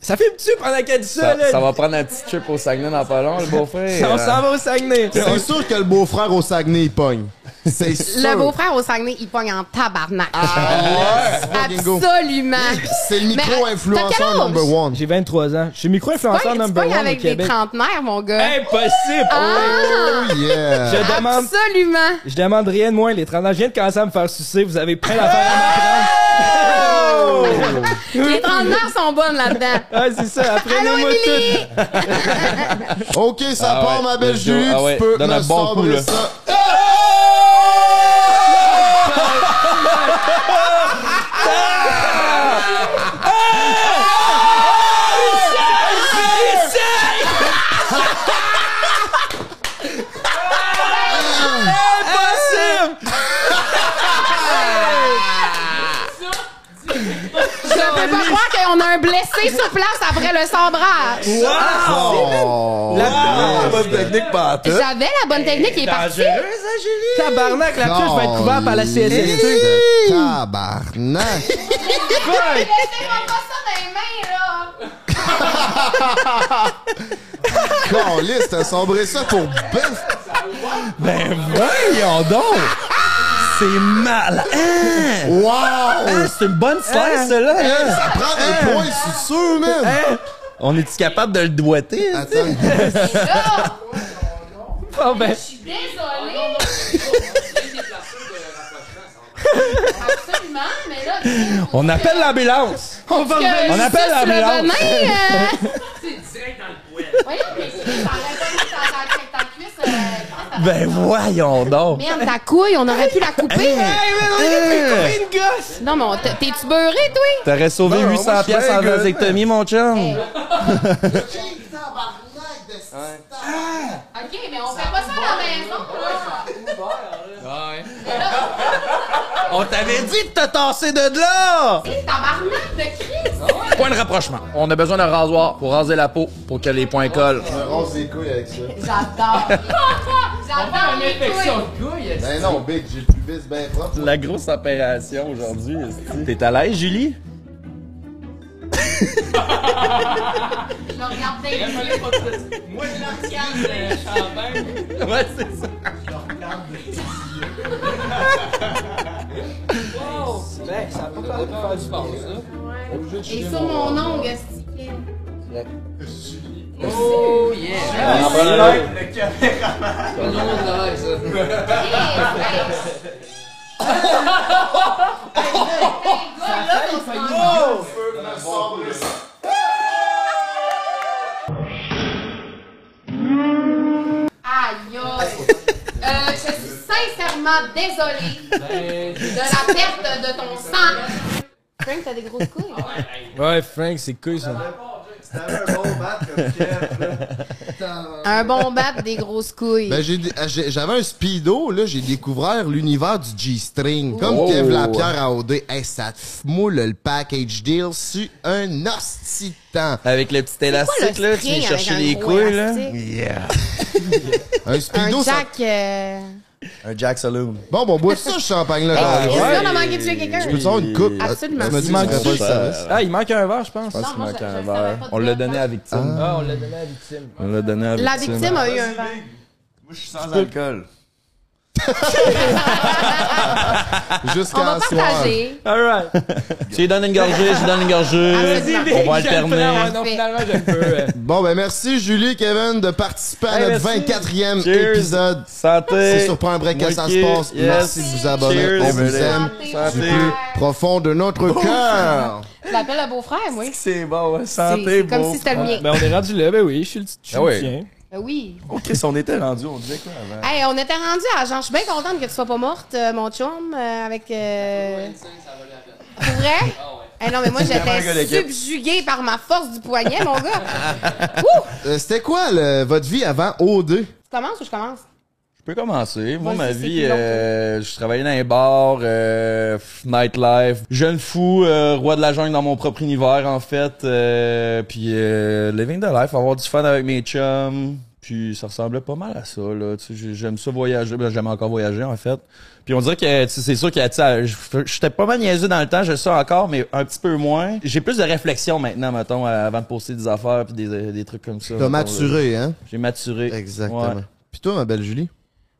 B: Ça fait dessus pendant qu'elle dit ça,
G: Ça,
B: là.
G: ça va hein. prendre un petit trip au Saguenay dans pas long, le beau-frère.
B: On s'en va au Saguenay.
I: C'est sûr que le beau-frère au Saguenay, il pogne. C'est sûr.
C: Le beau-frère au Saguenay, il pogne en tabarnak.
I: Ah, ouais. Fucking go.
C: Absolument.
I: C'est le
C: Mais, t'as quel
I: micro-influenceur
C: âge?
I: number one.
B: J'ai 23 ans. Je suis
C: Ouais,
B: micro-influenceur
C: tu
B: number
C: pognes
B: one au
C: avec des
B: Québec.
C: trentenaires, mon gars.
B: Impossible!
C: Ah,
I: Oh yeah.
B: Je demande,
C: absolument.
B: je demande rien de moins, les trentenaires. Je viens de commencer à me faire sucer, vous avez plein d'affaires à m'apprendre.
C: Les trentenaires sont bonnes là-dedans.
B: Ah, c'est ça,
C: Allô,
B: apprenez-moi tout.
C: Émilie!
I: Ok, ça
G: Ah
I: part,
G: ouais,
I: ma belle
G: let's go.
I: Julie.
G: Ah
I: Tu
G: ouais,
I: peux
G: donne
I: me
G: un bon coup,
I: sabrer
G: là.
I: ça.
C: Je peux pas croire qu'on a un blessé sur place après le sambrage. Ah!
I: Oh.
D: Ah, bonne technique pas tout.
C: J'avais la bonne technique, il est
G: Ah,
C: parti.
B: Tabarnak, la pioche va être couverte par la CSST.
I: Liste de Tabarnak.
C: Laissez-moi pas ça dans les mains, là.
I: Caliste, t'as sombré ça pour bœuf.
G: Ben voyons donc! C'est mal! Hein?
I: Wow.
G: Hein, c'est une bonne slice,
I: Hey,
G: là!
I: Ça prend des points, c'est sûr, man.
G: Hein? On est-tu capable de le doiter? hein?
I: Attends.
B: Oh, ben,
C: Désolée. Absolument, mais là,
G: On appelle l'ambulance!
B: on va
C: que
B: revenir.
G: ben, On appelle
C: ça, c'est le
G: l'ambulance.
C: venin, euh, Voyons, mais tu sais, ça aurait pas mis ta- ta- ta cuisse, euh, je pense que ça aurait-
G: Ben voyons donc.
C: Merde, ta couille, on aurait pu la couper. Non, mais on- t- t'es-tu beurré, toi?
G: T'aurais sauvé
D: Non,
G: 800
D: moi, je suis
G: pièces
D: bien
G: en
D: good,
G: vasectomie, mon chum.
C: Hey.
I: Tabarnak de
C: OK, mais on fait pas ça à la maison, là.
G: On t'avait dit de te tasser de là!
C: Hey, Tabarnak de Christ!
G: Point de rapprochement. On a besoin d'un rasoir pour raser la peau pour que les points collent.
I: On se les couilles avec ça.
C: J'adore. J'adore les couilles.
I: Ben non, Big, j'ai le pubis bien propre.
G: La grosse opération aujourd'hui. T'es à l'aise, Julie?
C: Je regarde des yeux. euh,
G: Ouais, c'est ça. Ben,
C: Et sur mon ongle, est-ce que tu fais? Hey, hey. Hey, gars, là, on se rend compte. Aïe, aïe. Euh, je suis sincèrement désolée de la perte de ton sang. Frank, t'as des grosses couilles.
B: Ouais, Frank, c'est cool ça.
I: T'avais un bon bat comme
C: Un bon bat, des grosses couilles.
I: Ben, j'ai des- j'ai- j'avais un speedo, là, j'ai découvert l'univers du G-string. Comme
G: Oh.
I: Kev Lapierre à OD, hey, ça te moule le package deal sur un hostie de temps.
G: Avec le petit élastique,
C: le
G: là, tu viens
C: string
G: chercher
C: avec un
G: les
C: gros
G: couilles, là.
C: élastique?
G: Yeah.
I: Un
C: un
I: speedo, ça...
C: jack. euh,
D: Un Jack Saloon.
I: Bon, bon, bois ça, ce
G: Ah,
I: champagne-là.
C: Est-ce
I: Charles.
C: qu'on a manqué de tuer quelqu'un?
I: Tu peux te avoir une coupe?
C: Absolument.
I: Tu m'as dit que tu
C: Manque
I: ferais pas le
G: ça.
I: service.
B: Ah, il manque un verre, je pense.
C: Non, moi, je- je savais pas de
G: On l'a
C: quoi.
G: donné à la victime.
B: Ah, on l'a donné à la victime.
G: On l'a donné à la
C: La
G: victime.
C: victime a eu un verre.
D: Moi, je suis sans
C: On
D: alcool.
C: va
I: hein. Jusqu'à ce soir.
C: partager.
B: Alright.
G: Tu lui donnes une gorgée, je lui donne une
D: Ah,
C: Absolument.
G: gorgée. On va alterner.
B: Non, finalement, je le peux. euh.
I: Bon, ben, merci, Julie, Kevin, de participer à
B: Hey,
I: notre
B: merci.
I: 24e
G: Cheers.
I: épisode.
G: Santé.
I: C'est sur Point Break que ça se
G: Moqué.
I: passe.
G: Yes.
I: Merci de vous abonner.
G: Cheers. Eh ben,
I: On vous aime
C: Santé.
I: du
G: Santé.
I: plus profond de notre
G: Oh.
I: cœur.
C: Tu l'appelles le beau-frère, moi. C'est
D: C'est bon, ouais. Santé,
C: c'est comme
D: beau.
C: si c'était le mien.
B: Ben, on est rendu là, ben oui, je suis le je suis
G: Ah oui.
B: le tien.
C: Ben oui.
D: Oh, Chris, on était rendu, on disait quoi avant?
C: Hey, on était rendu à Jean. Je suis bien contente que tu sois pas morte, euh, mon chum, euh, avec. Euh... Pour vrai?
D: Ah,
C: Hey, non, mais moi,
D: un gars
C: j'étais
D: d'équipe.
C: subjuguée par ma force du poignet, mon gars. Ouh!
I: Euh, C'était quoi le- votre vie avant O2?
C: Tu commences ou je commence?
G: Je peux commencer. Moi,
C: Vas-y,
G: ma
C: c'est
G: vie,
C: plus long,
G: euh, je travaillais dans les bars, euh, f- nightlife, jeune fou, euh, roi de la jungle dans mon propre univers, en fait. euh, puis euh, living the life, avoir du fun avec mes chums. Puis ça ressemblait pas mal à ça, là. Tu sais, j'ai- j'aime ça voyager. Ben, j'aime encore voyager, en fait. Puis on dirait que tu sais, c'est sûr que tu sais, je- j'étais pas mal niaiseux dans le temps, je le sais encore, mais un petit peu moins. J'ai plus de réflexion maintenant, mettons, avant de poster des affaires puis des, des trucs comme ça. mettons,
I: T'as
G: là.
I: maturé, hein?
G: J'ai maturé.
I: Exactement.
G: Ouais.
I: Puis toi, ma belle Julie?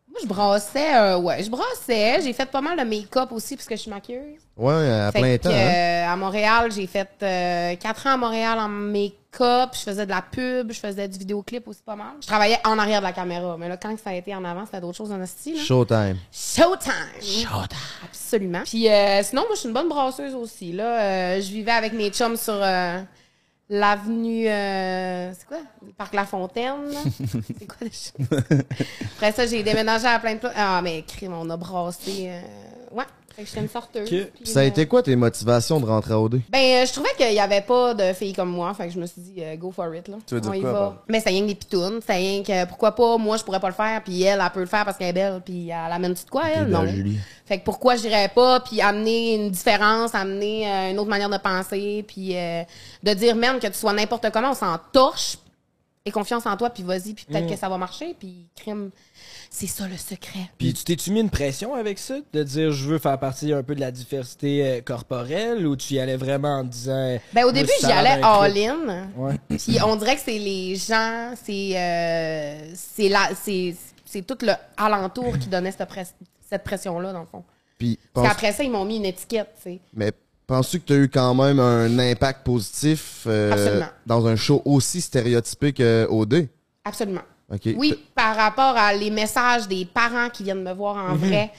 C: Moi, je brassais, euh, ouais, je brassais. J'ai fait pas mal de make-up aussi, parce que je suis maquilleuse.
I: Ouais, à
C: Fait
I: plein
C: que,
I: temps. hein?
C: euh, à Montréal, j'ai fait euh, quatre ans à Montréal en make-up. Je faisais de la pub, je faisais du vidéoclip aussi pas mal. Je travaillais en arrière de la caméra, mais là, quand ça a été en avant, c'était d'autres choses en style.
I: Showtime.
C: Showtime. Showtime. Absolument. Puis euh, sinon, moi, je suis une bonne brasseuse aussi. Là, Euh, je vivais avec mes chums sur euh, l'avenue, euh, c'est quoi, le parc La Fontaine. là? c'est quoi déjà? Après ça, j'ai déménagé à plein de places. Ah, mais crime, on a brassé. euh, Ouais. Fait que j'étais une sorteuse.
B: Ok.
C: Puis,
I: Puis ça a
C: euh,
I: été quoi tes motivations de rentrer à OD?
C: ben, euh, je trouvais qu'il n'y avait pas de filles comme moi. Fait que je me suis dit, euh, go for it, là.
D: Tu veux dire
C: On y
D: quoi,
C: va.
D: Paul?
C: Mais c'est rien que des pitounes. C'est rien que, euh, pourquoi pas, moi, je pourrais pas le faire. Puis elle, elle peut le faire parce qu'elle est belle. Puis elle amène-tu de quoi, elle? Non. Fait que pourquoi j'irais pas? Puis amener une différence, amener euh, une autre manière de penser. Puis euh, de dire même que tu sois n'importe comment, on s'en torche. Et confiance en toi, puis vas-y, puis
D: Mm.
C: peut-être que ça va marcher. Puis crime, c'est ça le secret.
B: Puis tu t'es-tu mis une pression avec ça? De dire je veux faire partie un peu de la diversité euh, corporelle ou tu y allais vraiment en disant. euh,
C: Ben, au
B: Moi,
C: début,
B: ça
C: j'y
B: a l'air
C: allais
B: d'un trip.
C: all-in.
B: Ouais.
C: Puis on dirait que c'est les gens, c'est euh, c'est la c'est c'est tout le alentour qui donnait cette, pres- cette pression là dans le fond.
I: Puis
C: Parce
I: pense-
C: qu'après ça ils m'ont mis une étiquette, tu sais.
I: mais penses-tu que t'as eu quand même un impact positif euh,
C: Absolument.
I: dans un show aussi stéréotypé que OD?
C: Absolument.
I: OK.
B: Mhm.
C: Oui, par rapport à les messages des parents qui viennent me voir en vrai.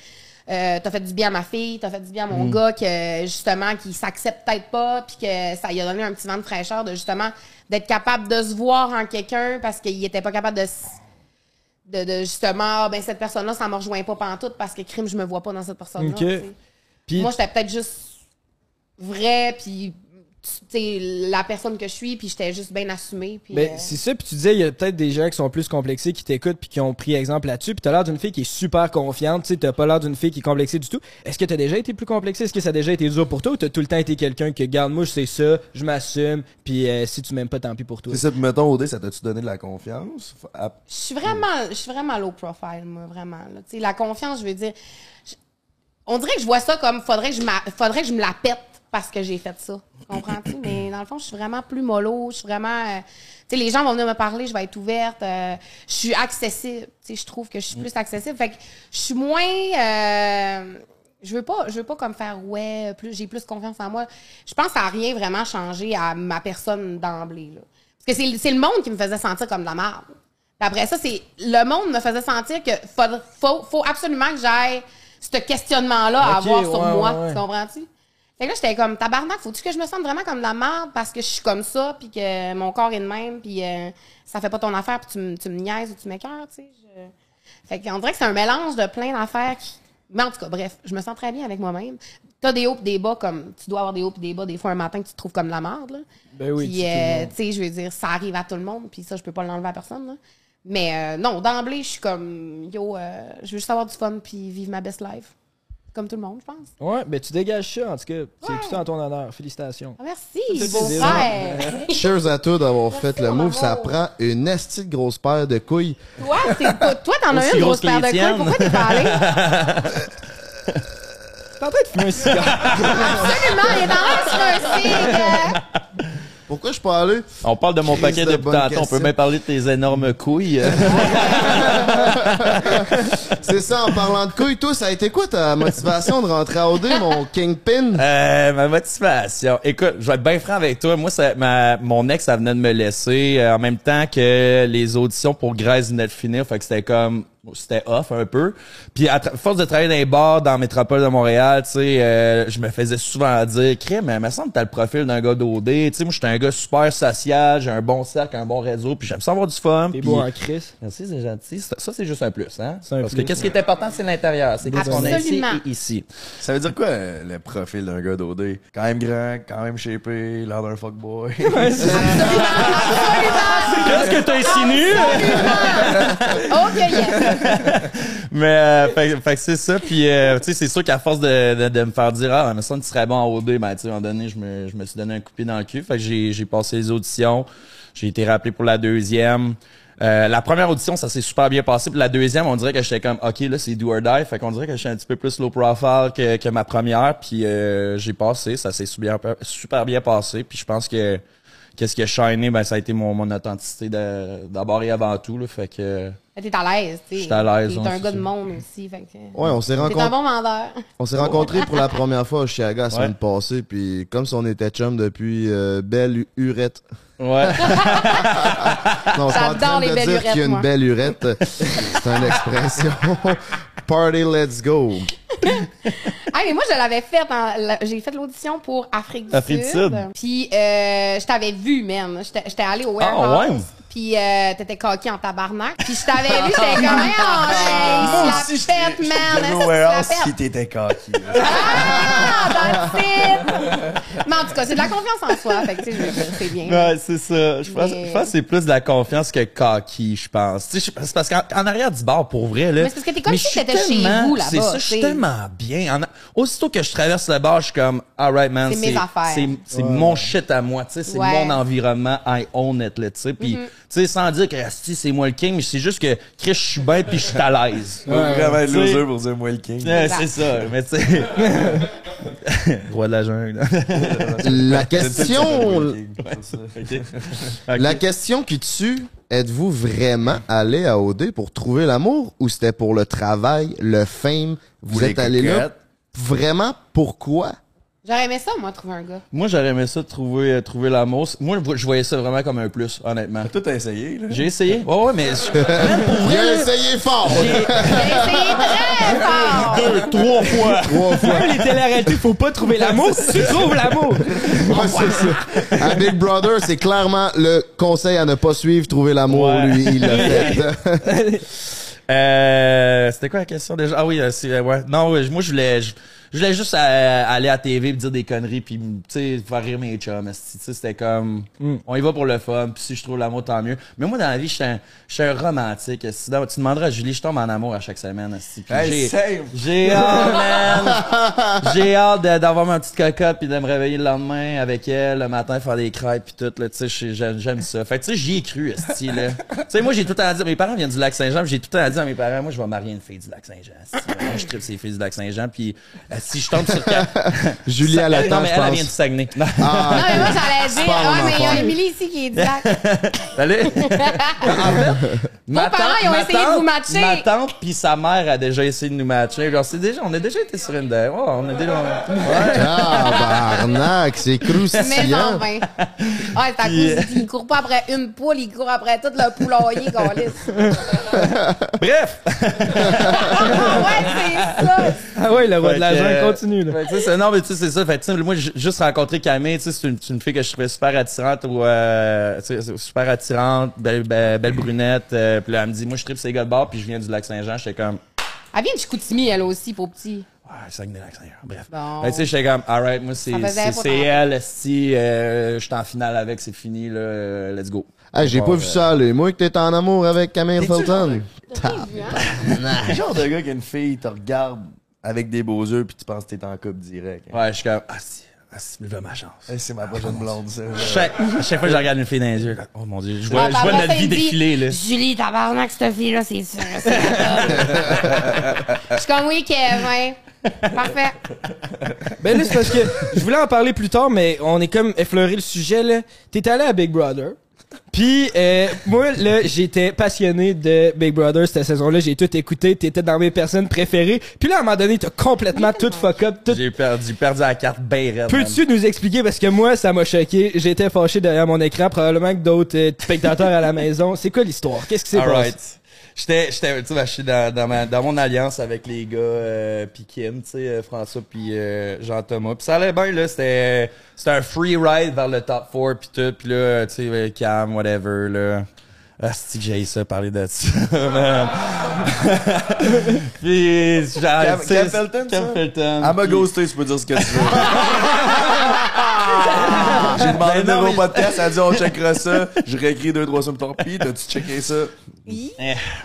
C: euh, t'as fait du bien à ma fille, t'as fait du bien à mon gars, que justement, qui s'accepte peut-être pas, puis que ça lui a donné un petit vent de fraîcheur de justement d'être capable de se voir en quelqu'un parce qu'il était pas capable de s- de, de justement, ah, ben cette personne-là, ça me rejoint pas pantoute parce que crime, je me vois pas dans cette personne-là.
B: Ok.
C: tu sais.
B: Puis-
C: Moi, j'étais peut-être juste vrai, puis tu sais, la personne que je suis, puis j'étais juste bien assumée. Puis,
B: Ben,
C: euh,
B: c'est ça, puis tu disais, il y a peut-être des gens qui sont plus complexés, qui t'écoutent, puis qui ont pris exemple là-dessus, puis t'as l'air d'une fille qui est super confiante, tu sais, t'as pas l'air d'une fille qui est complexée du tout. Est-ce que t'as déjà été plus complexée? Est-ce que ça a déjà été dur pour toi, ou t'as tout le temps été quelqu'un que, garde moi, je sais ça, je m'assume, puis euh, si tu m'aimes pas, tant pis pour toi.
D: C'est ça, puis mettons, Odé, ça t'a-tu donné de la confiance? F- à-
C: je suis vraiment, je suis vraiment low profile, moi, vraiment. là. Tu sais, la confiance, je veux dire, je- on dirait que je vois ça comme faudrait que je, m'a- faudrait que je me la pète parce que j'ai fait ça. Comprends-tu? Mais dans le fond, je suis vraiment plus mollo. Je suis vraiment. euh, tu sais, les gens vont venir me parler, je vais être ouverte. euh, je suis accessible. Tu sais, je trouve que je suis plus accessible. Fait que je suis moins. euh, je veux pas, je veux pas comme faire ouais, plus j'ai plus confiance en moi. Je pense que ça a rien vraiment changé à ma personne d'emblée là. Parce que c'est c'est le monde qui me faisait sentir comme de la merde. Puis Après ça, c'est le monde me faisait sentir que faut, faut, faut absolument que j'aille ce questionnement-là à
B: Ok,
C: avoir sur
B: ouais,
C: moi.
B: ouais, ouais.
C: Tu comprends-tu? Fait que là, j'étais comme tabarnak, faut-tu que je me sente vraiment comme de la merde parce que je suis comme ça, puis que mon corps est de même, puis euh, ça fait pas ton affaire, puis tu, me- tu me niaises ou tu m'écœures, tu sais. je- Fait qu'on dirait que c'est un mélange de plein d'affaires qui. Mais en tout cas, bref, je me sens très bien avec moi-même. T'as des hauts pis des bas, comme tu dois avoir des hauts pis des bas des fois un matin que tu te trouves comme de la merde, là.
B: Ben oui,
C: Puis,
B: tu- tout le
C: euh,
B: monde.
C: tu sais, je veux dire, ça arrive à tout le monde, puis ça, je peux pas l'enlever à personne, là. Mais euh, non, d'emblée, je suis comme, yo, euh, je veux juste avoir du fun, puis vivre ma best life. Comme tout le monde, je pense.
B: Ouais, ben tu dégages ça, en tout cas. C'est tout ça en ton honneur. Félicitations.
C: Ah, Merci,
B: fait
C: beau
B: plaisir.
C: frère.
I: Cheers à tous d'avoir fait le
C: mon
I: move. Ça
C: amour.
I: prend une esti de grosse paire de couilles.
C: toi, c'est- toi, toi, t'en as
G: Aussi
C: une
G: grosse
C: grosse
G: que
C: paire de
G: les
C: couilles. Pourquoi t'es pas allé?
B: T'es en train de fumer un cigare.
C: Absolument, il est en train de se faire un signe.
I: Pourquoi je suis pas allé?
G: On parle de mon
I: Crise
G: paquet
I: de
G: depuis
I: bonne
G: tantôt. On
I: question.
G: peut même parler de tes énormes couilles.
I: C'est ça, en parlant de couilles, toi, ça a été quoi ta motivation de rentrer à OD, mon kingpin?
G: Euh, ma motivation. Écoute, je vais être bien franc avec toi. Moi, ça, ma, mon ex, elle venait de me laisser euh, en même temps que les auditions pour Grèce venaient de finir. Fait que c'était comme, c'était off un peu. Puis à tra- force de travailler dans les bars, dans la métropole de Montréal, tu sais, euh, je me faisais souvent dire, crème, mais il me semble que t'as le profil d'un gars d'OD. Tu sais, moi, j'étais un gars super social, j'ai un bon cercle, un bon réseau, puis j'aime ça avoir du fun.
B: T'es
G: puis-
B: beau en Chris.
G: Merci, c'est gentil. Ça, ça, c'est juste un plus, hein?
B: un
G: Parce
B: plus.
G: que qu'est-ce qui est important, c'est l'intérieur. C'est qu'est-ce qu'on a ici
C: Absolument.
G: et ici.
D: Ça veut dire quoi, euh, le profil d'un gars d'OD? Quand même grand, quand même shapé, l'air d'un fuckboy.
G: Qu'est-ce que t'insinues?
C: OK, yes.
G: Mais euh, fait, fait que c'est ça. Puis euh, tu sais, c'est sûr qu'à force de, de, de me faire dire ah, mais ça, tu serais bon en OD, ben tu sais, à un moment donné, je me, je me suis donné un coup de pied dans le cul. Fait que j'ai, j'ai passé les auditions. J'ai été rappelé pour la deuxième. Euh, la première audition, ça s'est super bien passé. Puis la deuxième, on dirait que j'étais comme OK, là, c'est do or die. Fait qu'on dirait que je suis un petit peu plus low profile que, que ma première. Puis euh, j'ai passé. Ça s'est super, super bien passé. Puis je pense que qu'est-ce qui a shiné, ben ça a été mon, mon authenticité de- d'abord et avant tout. Là, fait que.
C: T'es à l'aise, tu sais.
G: J'étais à l'aise,
C: T'es
G: ouais,
C: un
G: c'est
C: gars de
G: ça.
C: monde aussi, fait que...
I: Ouais, on s'est
C: T'es un
I: rencontrés.
C: bon vendeur.
I: On s'est rencontrés pour la première fois au Chiaga la semaine
G: Ouais.
I: passée, puis comme si on était chum depuis euh, belle u- urette.
G: Ouais.
I: Non, je suis en
C: J'adore
I: train
C: les
I: de
C: belles
I: dire qu'il y a
C: urettes,
I: une
C: moi.
I: belle urette. C'est une expression. Party, let's go.
C: Ah, mais moi, je l'avais fait. en- la- J'ai fait l'audition pour Afrique du
G: Afrique du
C: Sud.
G: Sud.
C: Puis, euh, je t'avais vu, man. J'étais j'étais allée au
G: Ah,
C: warehouse.
G: ouais.
C: Puis, euh, t'étais coquille en tabarnak. Puis, je t'avais vu, j'étais comme, hey, oh, hey, il se la pète, man. Est-ce que tu te la pètes?
D: oh, si t'étais cocky.
C: Ah, that's it. Mais en tout cas, c'est de la confiance en soi. Fait que, tu sais, je veux dire, c'est bien.
G: Ouais, c'est ça. Je pense,
C: Mais-
G: je pense que c'est plus de la confiance que cocky, je pense. Tu sais, je- c'est parce qu'en en arrière du bar, pour vrai, là.
C: Mais c'est parce que t'es comme
G: mais
C: si
G: je suis
C: t'étais chez
G: tellement-
C: vous, là-bas,
G: C'est ça, je
C: tu sais.
G: suis tellement bien. En a- aussitôt que je traverse le bar, je suis comme, alright, man.
C: C'est mes affaires.
G: C'est, c'est mon shit à moi, tu sais. C'est
C: Ouais. Mm-hmm.
G: mon environnement. I own it, là, tu sais. Puis, tu sais, sans dire que, asti, c'est moi le king, mais c'est juste que, Chris, je suis bien puis je suis à l'aise.
D: Vraiment être
G: Tu sais-
D: loser pour dire moi le king.
G: Ouais, c'est ça, mais tu sais. Roi de la jungle.
I: La
D: Moi,
I: question,
D: le king.
I: la question qui tue, êtes-vous vraiment allé à OD pour trouver l'amour ou c'était pour le travail, le fame? Vous
D: Les
I: êtes allé là
D: coquettes.
I: vraiment pourquoi?
C: J'aurais aimé ça, moi, trouver un gars.
G: Moi, j'aurais aimé ça de trouver, euh, trouver l'amour. Moi, je voyais ça vraiment comme un plus, honnêtement.
D: Tout a essayé, là.
G: J'ai essayé. Ouais, ouais, mais
I: Il a essayé fort!
C: J'ai essayé très fort!
G: trois fois.
I: Trois fois.
B: Même les télé-réalités, faut pas trouver l'amour, tu trouves l'amour.
G: Ben,
I: Ouais, c'est ça. À Big Brother, c'est clairement le conseil à ne pas suivre, trouver l'amour,
G: Ouais.
I: lui, il l'a fait.
G: Euh, c'était quoi la question déjà? Ah oui, euh, c'est, euh, ouais. Non, ouais, moi, je voulais, je, je voulais juste euh, aller à la TV pis dire des conneries puis tu sais, faire rire mes chums. esti. Tu sais, c'était comme, on y va pour le fun puis si je trouve l'amour, tant mieux. Mais moi, dans la vie, je suis un, je suis un romantique. esti. Donc, tu demanderas à Julie, je tombe en amour à chaque semaine. esti. Puis
D: Hey,
G: j'ai-
D: same.
G: j'ai hâte, man. J'ai hâte de- d'avoir ma petite cocotte puis de me réveiller le lendemain avec elle, le matin, faire des crêpes puis tout. là, Tu sais, j'ai- j'aime j'aime ça. Fait que, tu sais, j'y ai cru, esti, là. Tu sais, moi, j'ai tout le temps à dire. Mes parents viennent du Lac-Saint-Jean, puis j'ai tout le temps à dire à mes parents, moi, je vais marier une fille du Lac-Saint-Jean. esti. Moi, Je tripe ces filles du Lac-Saint-Jean, puis euh, si je tombe sur...
I: Julie à
G: elle,
I: la
G: non,
I: table,
G: mais
I: je
G: elle, elle vient du
I: pense.
G: Saguenay. Non.
C: Non, mais moi, j'allais dire,
I: parles,
C: ouais, mais il y a
I: enfant.
C: Émilie ici qui est exact.
G: Allez. en fait, ma
C: parents, ils ont
G: ma
C: essayé de vous matcher.
G: Ma tante puis sa mère a déjà essayé de nous matcher. Genre, c'est déjà, on a déjà été sur une date. Ouais, on a déjà. Ouais.
I: Ah, barnac, c'est
C: Mais non,
I: croustillant.
C: ben. Ouais, c'est à cause qu'il court pas après une poule, il court après tout le poulailler qu'on laisse.
G: Bref.
C: Ah ouais, c'est ça.
B: Ah ouais, le roi de la
G: Fait que,
B: jungle
G: euh,
B: continue, là.
G: fait que, tu sais, c'est- non, mais tu sais, c'est ça. Fait que, tu sais, moi, j'ai juste rencontré Camille, tu sais, c'est une, c'est une fille que je trouvais super attirante ou, euh, tu sais, super attirante, belle, belle, belle brunette. euh, puis là, elle me dit, moi, je tripe ces gars de bar, puis je viens du Lac-Saint-Jean. J'étais comme,
C: Elle vient de Chicoutimi, elle aussi, pour petit.
G: Ah, Saguenay-Lac-Saint-Jean. Bref.
C: Bon.
G: Fait que, tu sais, j'étais comme, alright, moi, c'est,
C: Ça faisait
G: c'est, c'est
C: pas tant.
G: elle, si, euh, je suis en finale avec, c'est fini, là, euh, let's go.
I: Ah, j'ai pas vu ça, lui. Moi, que t'es en amour avec Camille Fulton.
D: Le genre de gars qui a une fille, te regarde avec des beaux yeux, puis tu penses que t'es en couple direct. hein.
G: Ouais, je suis comme, ah, si, ah, si, je veux ma chance.
D: Hey, c'est ma prochaine blonde, ça.
G: Chaque, à chaque fois que je regarde une fille dans les yeux, là, oh mon dieu, je vois,
C: Ah,
G: je
C: bah,
G: vois
C: après
G: notre
C: ça,
G: vie
C: il dit,
G: défiler, là.
C: Julie, tabarnak, cette fille-là, c'est sûr. c'est la top. Je suis comme oui, Kevin. Parfait.
B: Ben là, c'est parce que je voulais en parler plus tard, mais on est comme effleuré le sujet, là. T'es allé à Big Brother. Puis, euh, moi, là, j'étais passionné de Big Brother cette saison-là. J'ai tout écouté. T'étais dans mes personnes préférées. Puis là, à un moment donné, t'as complètement tout fuck up, tout
G: J'ai perdu, perdu la carte bien raide, man.
B: Peux-tu nous expliquer parce que moi ça m'a choqué, j'étais fâché derrière mon écran, probablement que d'autres euh, spectateurs à la maison. C'est quoi l'histoire Qu'est-ce qui s'est passé
G: Alright. J'étais, j'étais, tu sais, ben, j'étais dans, dans, ma, dans mon alliance avec les gars euh, pis Kim, tu sais, euh, François puis euh, Jean-Thomas. Puis ça allait bien, là, c'était, c'était un free ride vers le top 4 pis tout. Pis là, tu sais, euh, Cam, whatever, là. Ah, c'est que j'ai ça parler de ça, man. Pis, genre,
D: Cam-
G: tu sais,
D: Cam Felton,
G: Cam
D: ça?
G: Felton.
D: À me ghoster, tu peux dire ce que tu veux. J'ai demandé
G: Ben non, mais
D: de vos
G: je-
D: podcasts, elle a dit on checkera ça. Je réécris deux, trois semaines plus tard. Puis, t'as-tu checké ça?
G: Eh,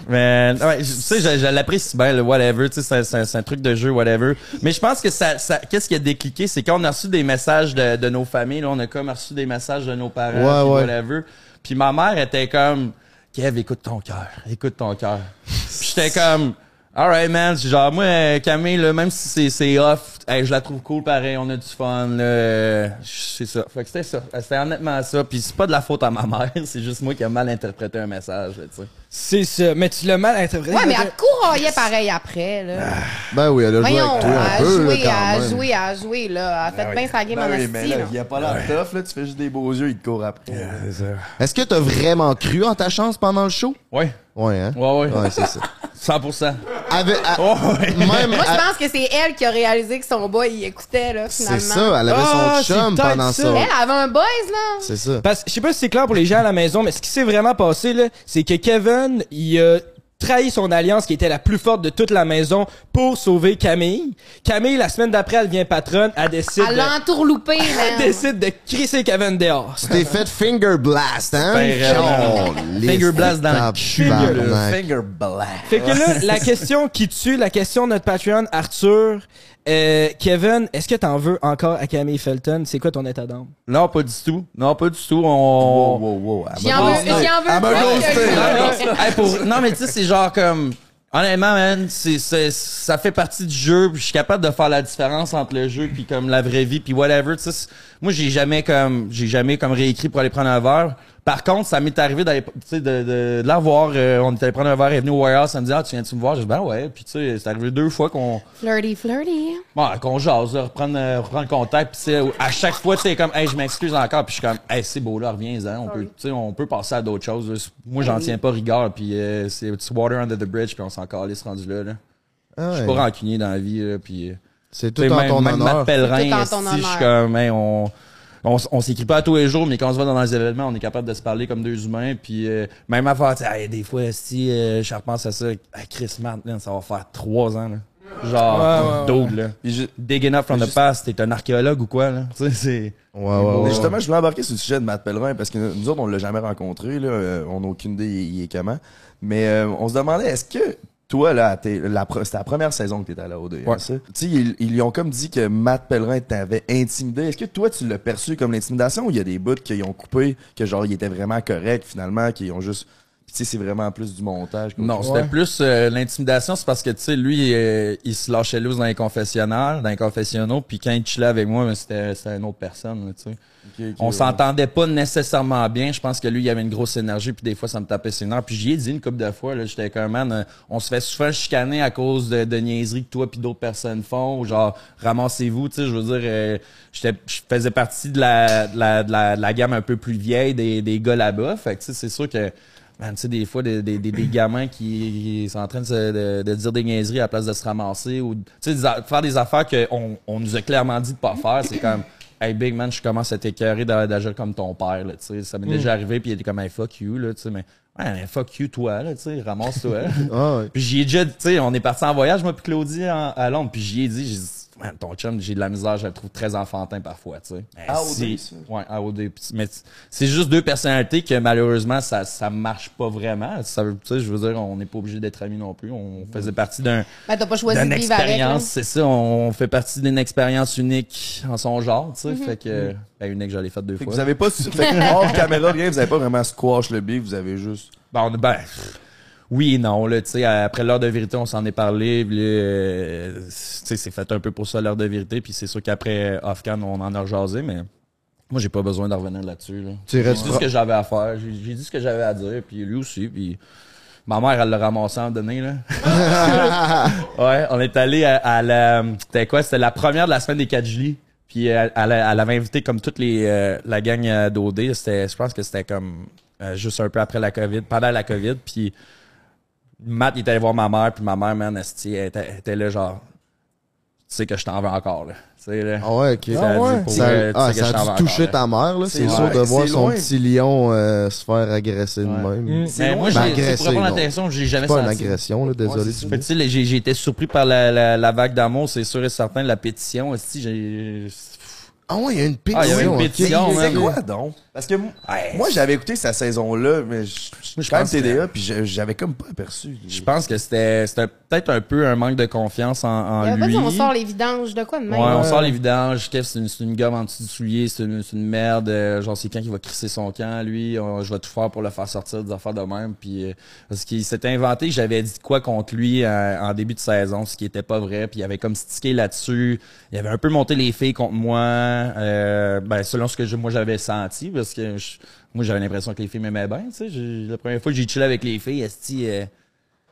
G: Man, ouais, je- tu sais, je, je l'apprécie bien, le whatever, tu sais, c'est un- c'est un, c'est un truc de jeu, whatever. Mais je pense que ça, ça qu'est-ce qui a décliqué, c'est quand on a reçu des messages de, de nos familles, là, on a comme reçu des messages de nos parents,
I: Ouais,
G: puis
I: ouais.
G: whatever. Puis ma mère était comme, Kev, écoute ton cœur, écoute ton cœur. Puis j'étais comme, alright man, C'est genre moi, euh, Camille, là, même si c'est, c'est off, hey, je la trouve cool pareil, on a du fun, là, euh, c'est ça. Fait que c'était ça, c'était honnêtement ça. Puis c'est pas de la faute à ma mère, c'est juste moi qui ai mal interprété un message, là, tu sais.
B: C'est ça, mais tu l'as mal interprété.
C: Ouais, mais elle couraillait pareil après, là.
I: Ben oui, elle a joué
C: Voyons,
I: avec toi
C: elle
I: un
C: a
I: peu, là,
C: joué, elle
I: quand
C: a
I: même.
C: joué, elle a joué, là. Elle a fait bien sa game en
D: Ben oui, mais
C: esti,
D: là,
C: Eh, là.
D: il y a pas l'air tough, là. Tu fais juste des beaux yeux, il te court après.
I: Est-ce que t'as vraiment cru en ta chance pendant le show?
G: Ouais.
I: Ouais, hein?
G: Ouais, ouais.
I: Ouais, c'est ça.
G: 100%.
I: Avec, à- même,
C: Moi,
I: à-
C: je pense que c'est elle qui a réalisé que son boy, il écoutait, là,
I: Ah. c'est
C: finalement.
I: ça, elle avait
B: Ah,
I: son chum
B: c'est peut-être
I: pendant
B: ça.
I: ça.
C: Elle avait un boys, là.
I: C'est ça.
B: Parce que je sais pas si c'est clair pour les gens à la maison, mais ce qui s'est vraiment passé là, c'est que Kevin, il a trahi son alliance qui était la plus forte de toute la maison pour sauver Camille. Camille, la semaine d'après, elle devient patronne, elle décide,
C: Elle
B: de,
C: l'a entourloupé,
B: elle
C: man.
B: décide de crisser Kevin dehors.
I: T'es fait finger blast, hein?
G: Ben,
I: Oh,
G: Finger blast dans le cul,
I: tabarnak.
D: Finger black.
B: Fait que là, la question qui tue, la question de notre Patreon, Arthur, euh, Kevin, est-ce que t'en veux encore à Camille Felton? C'est quoi ton état d'âme?
G: Non, pas du tout. Non, pas du tout. On.
D: wow, wow. elle
C: J'y
D: m'a-
C: en veux,
G: Ah, non.
C: j'y en
D: Elle
C: veux
D: m'a
C: plus que
D: ghosté.
C: lui.
G: Hey, pour- Non, mais tu sais, c'est genre comme. Honnêtement, man, c'est, c'est- ça fait partie du jeu. puis Je suis capable de faire la différence entre le jeu puis comme la vraie vie puis whatever. Tu sais, c'est- moi, j'ai jamais comme, j'ai jamais comme réécrit pour aller prendre un verre. Par contre, ça m'est arrivé d'aller, tu sais, de, de, de la voir. euh, on était allé prendre un verre, elle est venue au warehouse, elle me dit, ah, tu viens-tu me voir? Je dis, ben ouais. Puis, tu sais, c'est arrivé deux fois qu'on,
C: Flirty, flirty.
G: bon, qu'on jase, là, reprendre, euh, reprendre contact. Puis, tu sais, à chaque fois, tu sais, comme, hey, je m'excuse encore. Puis, je suis comme, hey, c'est beau, là, reviens-en. On peut, tu sais, on peut passer à d'autres choses. là. Moi, j'en tiens pas rigueur. Puis, euh, c'est it's water under the bridge. Puis, on s'en calisse rendu là, là.
I: Ah
G: Je suis
I: ouais.
G: pas rancunier dans la vie, là. Puis, euh,
I: C'est tout
G: T'sais,
I: en
G: même-
I: ton
G: même
I: honneur.
G: Matt Pellerin,
C: Tout en
G: esti,
C: ton
G: je suis
C: honneur.
G: comme, hey, on, on, s- on s'écrit pas à tous les jours, mais quand on se voit dans les événements, on est capable de se parler comme deux humains. Puis euh, même affaire, tu sais, hey, des fois, si euh, je repense à ça, à Chris Martin, ça va faire trois ans, là. Genre,
B: Ouais, ouais, ouais.
G: d'autre, là. Digging up from the past, t'es un archéologue ou quoi, là? Tu sais, c'est...
I: Ouais, ouais,
D: Mais
I: ouais.
D: justement, je voulais embarquer sur le sujet de Matt Pellerin parce que nous autres, on l'a jamais rencontré. Là, Euh, on n'a aucune idée, il il est comment. Mais euh, on se demandait, est-ce que toi, là, t'es- la, pre- c'était la première saison que tu étais à la O2. hein,
G: Ouais.
D: ça? Tu sais, ils, ils lui ont comme dit que Matt Pellerin t'avait intimidé. Est-ce que toi, tu l'as perçu comme l'intimidation ou il y a des bouts qu'ils ont coupés, que genre, il était vraiment correct finalement, qu'ils ont juste. Puis, tu sais, c'est vraiment plus du montage. qu'autre
G: Non,
D: chose.
G: c'était plus euh, l'intimidation, c'est parce que tu sais lui euh, il se lâchait loose dans les confessionnals, dans les confessionnaux, puis quand il chillait avec moi, mais c'était c'était une autre personne, là, tu sais.
D: ok,
G: on
D: ouais.
G: s'entendait pas nécessairement bien, je pense que lui il avait une grosse énergie puis des fois ça me tapait ses nerfs, puis j'y ai dit une couple de fois là, j'étais comme man, euh, on se fait souvent chicaner à cause de, de niaiseries que toi puis d'autres personnes font, ou genre ramassez-vous, tu sais, je veux dire euh, j'étais je faisais partie de la, de la de la de la gamme un peu plus vieille des des gars là-bas, fait que tu sais c'est sûr que Man, tu sais, des fois, des, des, des, des gamins qui, qui sont en train de, se- de, de dire des niaiseries à la place de se ramasser ou tu sais, des a- faire des affaires qu'on on nous a clairement dit de pas faire, c'est comme Hey Big Man, je commence à t'écœurer d'a- d'agir comme ton père. Là, tu sais. ça m'est déjà arrivé, puis il était comme Hey fuck you, là, tu sais, mais ouais, mais fuck you toi, là, tu sais, ramasse-toi.
I: Ah, ouais.
G: Puis j'y ai déjà, tu sais, on est parti en voyage, moi puis Claudie en- à Londres, puis j'y ai dit, j'ai dit, Man, ton chum, j'ai de la misère, je le trouve très enfantin parfois, tu sais. Mais
D: AOD,
G: c'est-
D: ça.
G: Ouais, AOD. Puis tu- Mais tu- c'est juste deux personnalités que malheureusement, ça, ça marche pas vraiment. Ça veut- tu sais, je veux dire, on n'est pas obligé d'être amis non plus. On faisait partie d'un,
C: Ben, t'as pas choisi
G: d'une
C: de vivre avec. hein. là.
G: expérience, c'est ça. On fait partie d'une expérience unique en son genre, tu
C: Mm-hmm.
G: sais. Fait que, ben, unique, je l'ai faite deux
D: Fait que
G: fois.
D: vous avez pas. su- fait que hors caméra, rien, vous avez pas vraiment squash le beef, vous avez juste.
G: Ben, on- ben, pff, oui et non, là, tu sais, après l'heure de vérité, on s'en est parlé, puis, euh, tu sais, c'est fait un peu pour ça, l'heure de vérité, puis c'est sûr qu'après euh, Off-Can, on en a rejasé, mais moi, j'ai pas besoin d'en revenir là-dessus, là.
I: Tu
G: J'ai
I: irais
G: dit
I: du
G: ce
I: pro-
G: que j'avais à faire, j'ai j'ai dit ce que j'avais à dire, puis lui aussi, puis ma mère, elle l'a ramassé en donné, là. ouais, on est allé à, à la, c'était quoi, c'était la première de la semaine des 4 juillet. Puis elle, elle- elle avait invité comme toute les euh, la gang euh, d'OD, c'était je pense que c'était comme euh, juste un peu après la Covid, pendant la Covid, puis Matt il est allé voir ma mère, puis ma mère man, esti, elle était, elle était là genre tu sais que je t'en veux encore là. Tu sais là.
I: Ah ouais, ok.
G: Ça a dit pour euh,
I: Ça,
G: vrai, tu
I: ah,
G: sais que
I: ça
G: je t'en
I: a
G: veux
I: dû toucher
G: encore, là.
I: ta mère, là. C'est
D: C'est
I: sûr
D: loin.
I: de voir
D: C'est
I: son
D: loin.
I: petit lion euh, se faire agresser de même.
G: Mais moi j'ai
I: Ben,
G: c'est
I: agresser,
G: pour répondre à
I: non.
G: ta question, j'ai
I: C'est
G: jamais
I: pas une
G: senti
I: agression, là, désolé.
D: c'est
I: tu
G: Fait que, tu sais, les- j'ai j'ai été surpris par la, la, la vague d'amour, c'est sûr et certain. La pétition aussi, j'ai...
I: Ah ouais, il y a une pétition.
G: Ah, il y avait une
I: ok.
G: pétition,
D: Mais
G: man.
D: C'est quoi donc? Parce que moi,
G: Ouais.
D: moi, j'avais écouté sa saison-là, mais je je
G: Moi, je
D: suis quand même
G: pense que-
D: TDA, puis je- j'avais comme pas aperçu.
G: Je pense que c'était c'était peut-être un peu un manque de confiance en, en
C: Il avait pas
G: lui.
C: dit Euh, on sort les vidanges de quoi de même.
G: Ouais, on sort les vidanges. Kev, c'est une, c'est une gomme en dessous du soulier, c'est une, c'est une merde. euh, genre, c'est quand qui va crisser son camp, lui. on- je vais tout faire pour le faire sortir des affaires de même. Puis, euh, parce qu'il s'était inventé que j'avais dit quoi contre lui euh, en début de saison, ce qui était pas vrai. Puis, il avait comme stické là-dessus. Il avait un peu monté les filles contre moi. euh, ben, selon ce que je- moi j'avais senti, parce que je- moi j'avais l'impression que les filles m'aimaient bien. Tu sais, J'ai- la première fois que j'ai chillé avec les filles, esti. euh,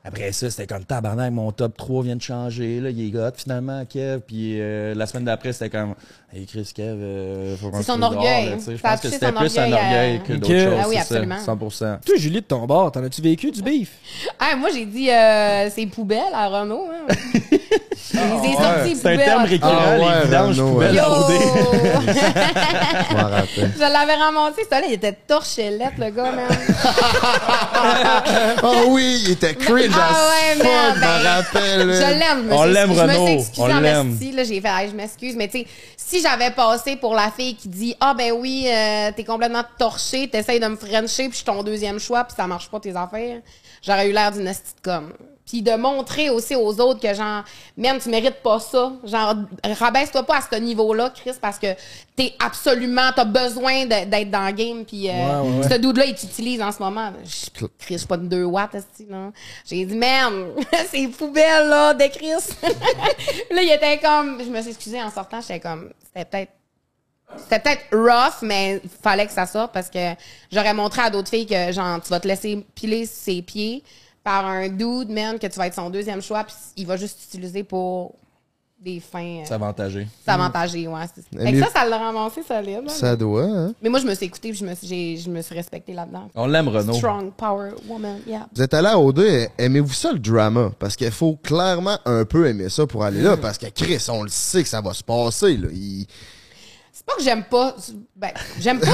G: après ça, c'était comme tabarnak, mon top 3 vient de changer, là, il est hot finalement, Kev. Puis euh, la semaine d'après, c'était comme, hey Chris, Kev, euh, faut qu'on
C: C'est
G: se
C: son
G: trouve dehors,
C: orgueil.
G: là, tu sais. Je
C: Ça a
G: pense que
C: touché
G: c'était
C: son
G: plus un
C: orgueil à-
G: orgueil que
B: Ok.
G: d'autres choses.
C: Ah oui,
G: c'est ça,
C: absolument.
G: 100%.
B: Toi, Julie, de ton bord, t'en as-tu vécu du beef?
C: Ah, moi, j'ai dit euh, c'est poubelle à Renault. Hein. Je les ai sortis
G: C'est un terme
C: poubelle.
G: récurrent,
I: Ah ouais,
G: les vidanges
I: Renaud,
G: poubelles à OD.
C: Yo!
I: Je m'en rappelle.
C: Je l'avais remonté, ça là, il était torchelette, le gars, man.
I: Ah oui, il était cringe
C: Ah
I: as
C: ouais,
I: fuck,
C: merde,
I: je m'en
C: ben,
I: rappelle.
C: Je
I: là.
C: l'aime. je me
G: On
C: suis-
G: l'aime,
C: je me suis
G: Renaud.
C: excusée
G: On
C: en
G: l'aime.
C: merci, là, j'ai fait, Hey, je m'excuse, mais tu sais, si j'avais passé pour la fille qui dit, ah ben oui, euh, t'es complètement torché, t'essayes de me frencher, puis je suis ton deuxième choix, puis ça marche pas tes affaires, j'aurais eu l'air d'une hostie de com. Puis de montrer aussi aux autres que genre, man, tu mérites pas ça. Genre, rabaisse-toi pas à ce niveau-là, Chris, parce que t'es absolument, t'as besoin de- d'être dans le game. Puis euh,
B: Ouais, ouais, ouais.
C: ce dude-là, il t'utilise en ce moment. Je Chris, je suis pas de 2 watts, esti, non. J'ai dit, man, c'est poubelle, là, de Chris. là, il était comme, je me suis excusée en sortant, j'étais comme, c'était peut-être C'était peut-être rough, mais fallait que ça sorte parce que j'aurais montré à d'autres filles que, genre, tu vas te laisser piler ses pieds par un dude, man, que tu vas être son deuxième choix, puis il va juste t'utiliser pour des fins
G: C'est avantagé.
C: avantagées, ouais. c'est-
I: Mais
C: Fait que
I: mieux-
C: ça, ça l'a ramassé solide. là.
I: Ça doit, hein?
C: Mais moi, je me suis écoutée, puis je me suis, j'ai- je me suis respectée là-dedans.
B: Oh,
G: On l'aime, Renaud.
C: Strong power woman, yeah.
I: Vous êtes allé à O2, aimez-vous ça le drama? Parce qu'il faut clairement un peu aimer ça pour aller là, parce que Chris, on le sait que ça va se passer, là. Il-
C: C'est pas que j'aime pas. Ben, j'aime pas.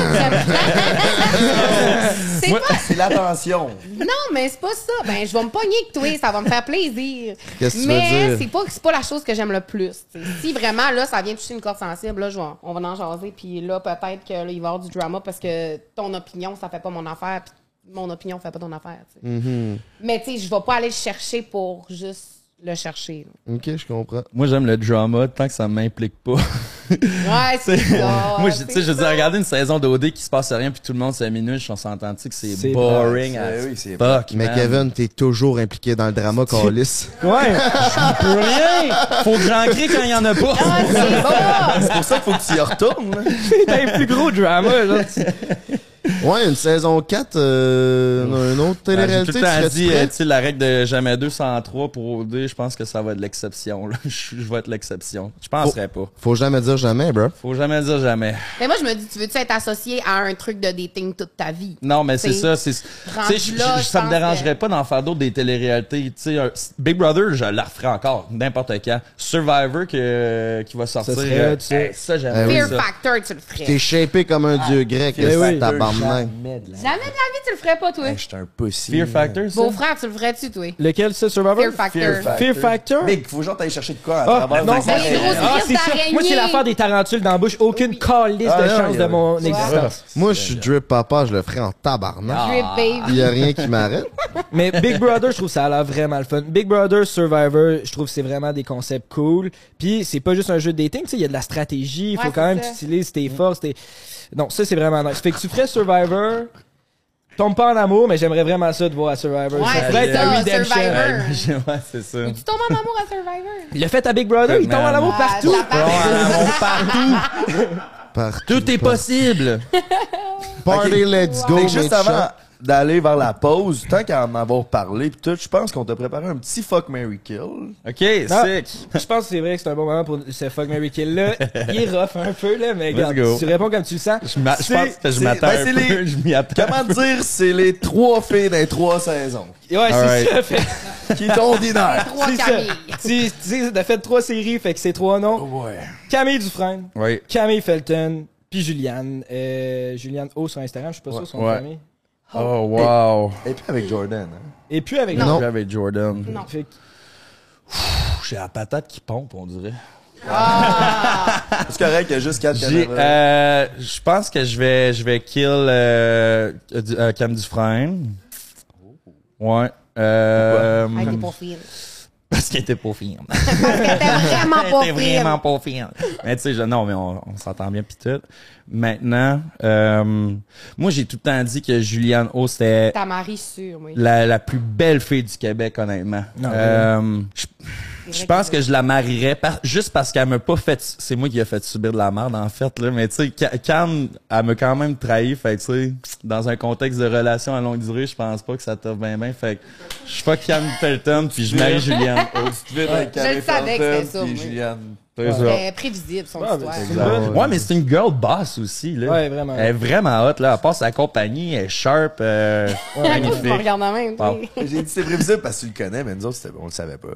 C: j'aime- c'est pas.
D: C'est l'attention.
C: Non, mais c'est pas ça. Ben, je vais me pogner que toi, ça va me faire plaisir.
I: Qu'est-ce que tu veux
C: mais
I: dire?
C: c'est pas, c'est pas la chose que j'aime le plus. t'sais. Si vraiment, là, ça vient toucher une corde sensible, là, je vais- on va en jaser. Puis là, peut-être qu'il va y avoir du drama parce que ton opinion, ça fait pas mon affaire. Puis mon opinion fait pas ton affaire. t'sais. Mais tu sais, je vais pas aller le chercher pour juste le chercher. là.
I: Ok, je comprends.
G: Moi, j'aime le drama tant que ça m'implique pas.
C: Ouais, c'est ça.
G: Moi, je- tu sais,
C: c'est
G: je veux dire, regarder une saison d'OD qui se passe rien puis tout le monde se minute, on s'entend que c'est
B: C'est
G: boring
D: vrai,
G: as
D: Eh oui, c'est
G: fuck,
I: Mais
G: man.
I: Kevin, t'es toujours impliqué dans le drama, Carlis.
B: Ouais, je peux rien.
G: Faut que j'en crie quand il y en a pas.
C: Ah, c'est ça.
D: C'est pour ça qu'il faut que tu y retournes. là.
B: C'est un plus gros drama, là.
I: Ouais, une saison 4, euh, un autre
G: Ah, J'ai
I: télé-réalité.
G: tout le
I: tu
G: temps
I: serais-tu
G: dit,
I: prêt?
G: euh, tu sais, la règle de jamais 203 pour OD, je pense que ça va être l'exception. là. Je je vais être l'exception. Je penserais pas.
I: eh, Faut jamais dire jamais, bro.
G: Faut jamais dire jamais.
C: Mais moi, je me dis, tu veux-tu être associé à un truc de dating toute ta vie?
G: Non, mais c'est
C: T'sais,
G: ça. C'est, tu
C: rendu
G: sais, je- je-
C: là, je
G: ça me
C: pense
G: dérangerait
C: que-
G: pas d'en faire d'autres des téléréalités. Tu sais, un- Big Brother, je la referais encore, n'importe quand. Survivor que- qui va sortir.
B: serait,
G: euh,
B: tu sais.
G: hey, ça, j'aime
I: Eh oui.
G: bien
C: Fear
G: ça.
C: Factor, tu le ferais.
I: T'es shapé comme un dieu grec,
D: Fear
I: là,
D: Factor,
I: tabarnak.
C: Ah, eh Jamais de la vie, tu le ferais pas, toi.
D: Hey, J'étais un peu si.
G: Fear Factor, ça?
C: Beau frère, tu le ferais-tu, toi?
B: Lequel, ça, Survivor?
C: Fear Factor.
D: Factor.
B: Fear Factor?
D: Mais il faut genre t'ailles chercher de quoi à
B: Ah,
D: travers
B: non,
D: les
C: c'est les grosses
B: Ah,
C: griffes
B: c'est ça.
C: d'araignée.
B: Moi, c'est l'affaire des tarentules dans la bouche. Aucune calisse
D: Ah,
B: de
D: non,
B: chance
D: il y a-
B: de mon
C: Ouais.
B: existence.
I: Moi, je suis drip papa, je le ferai en tabarnak.
G: Ah,
C: Drip
I: Il
C: baby.
I: y a rien qui m'arrête.
B: Mais Big Brother, je trouve ça a l'air vraiment le fun. Big Brother, Survivor, je trouve que c'est vraiment des concepts cool. Puis c'est pas juste un jeu de dating, tu sais, il y a de la stratégie, il faut
C: Ouais,
B: quand
C: c'est
B: même que tu
C: ça.
B: utilises tes forces. Tes... Non, ça c'est vraiment nice. Fait que tu ferais Survivor, tombe pas en amour, mais j'aimerais vraiment ça de voir à Survivor.
C: Ouais,
B: ça
C: c'est
B: pourrait être
C: ça,
B: un redemption.
C: Survivor.
G: ouais, c'est ça.
C: Tu tombes en amour à Survivor?
B: Le fait à Big Brother, il tombe en amour
C: Ah,
B: partout.
C: la part-
I: Partout.
G: Tout est possible.
I: Party, let's go,
D: Fait que
I: mes
D: juste
I: chums.
D: avant d'aller vers la pause, tant qu'à en avoir parlé pis tout, je pense qu'on t'a préparé un petit fuck Mary Kill.
G: OK,
B: Ah,
G: sick.
B: je pense que c'est vrai que c'est un bon moment pour ce fuck Mary Kill là. Il est rough un peu là, mais
G: Let's
B: regarde,
G: go.
B: tu réponds comme tu le sens.
G: Je, m'a- je
D: C'est-
G: pense que je
D: c'est-
G: m'attends
D: ben, c'est
G: un peu.
D: les-
G: Je m'y attends.
D: Comment dire, c'est les trois filles des trois saisons
B: Ouais,
G: Alright.
B: c'est ça. Fait
D: qui t'ont d'ordinaire.
C: Trois
B: C'est ça.
C: Camille.
B: Tu tu sais, t'as fait trois séries, fait que c'est trois
G: Oh
B: noms.
D: Ouais.
B: Camille Dufresne,
G: Oui.
B: Camille Felton, puis Juliane. Euh, Juliane O sur Instagram, je suis pas sûr son
G: Ouais.
B: famille.
G: Oh, wow.
D: Et puis avec Jordan. Hein.
B: Et puis avec
G: Je suis avec Jordan.
C: Non.
B: Fait que-
G: Pff, J'ai la patate qui pompe, on dirait.
D: C'est correct, il y a juste quatre
G: J'ai,
D: caméras.
G: euh, je pense que je vais, je vais kill euh, du- euh, Cam Dufresne. Ouais. Euh,
C: Ah, t'es pas fine.
G: parce qu'elle était pas fine.
C: T'es vraiment
G: Elle
C: pas
G: était vraiment
C: fine.
G: pas fine. Mais tu sais, je- non, mais on, on s'entend bien pis tout. Maintenant, euh, moi j'ai tout le temps dit que Julianne O c'était
C: Ta Marie sûre, oui.
G: la, la plus belle fille du Québec, honnêtement.
B: Non,
G: Euh, je- je
C: vrai
G: pense
C: que-
G: que je la marierais par- juste parce qu'elle m'a pas fait. C'est moi qui ai fait subir de la merde en fait là, mais tu sais, Ca- Cam, elle m'a quand même trahi. Fait que, tu sais, dans un contexte de relation à longue durée, je pense pas que ça t'offre bien bien. Fait que je fuck Cam Pelton puis je marie Julianne.
D: Oh, tu devais avec
C: Je le
D: Camille
C: savais que
D: Felton
C: c'était ça,
D: puis
C: moi.
D: Juliane.
G: C'est ça.
C: C'est prévisible, son
B: Ah, ben,
C: histoire.
B: c'est
C: Ouais,
B: une bonne-
G: Ouais, mais c'est une girl boss aussi là.
B: Ouais, vraiment.
G: Elle est vraiment hot là. Elle passe sa compagnie, elle est sharp, euh,
C: tu me
G: magnifique.
C: regardes de même,
G: Wow.
C: t'sais.
D: J'ai dit c'est prévisible parce que tu le connais, mais nous autres, c'était- on le savait pas.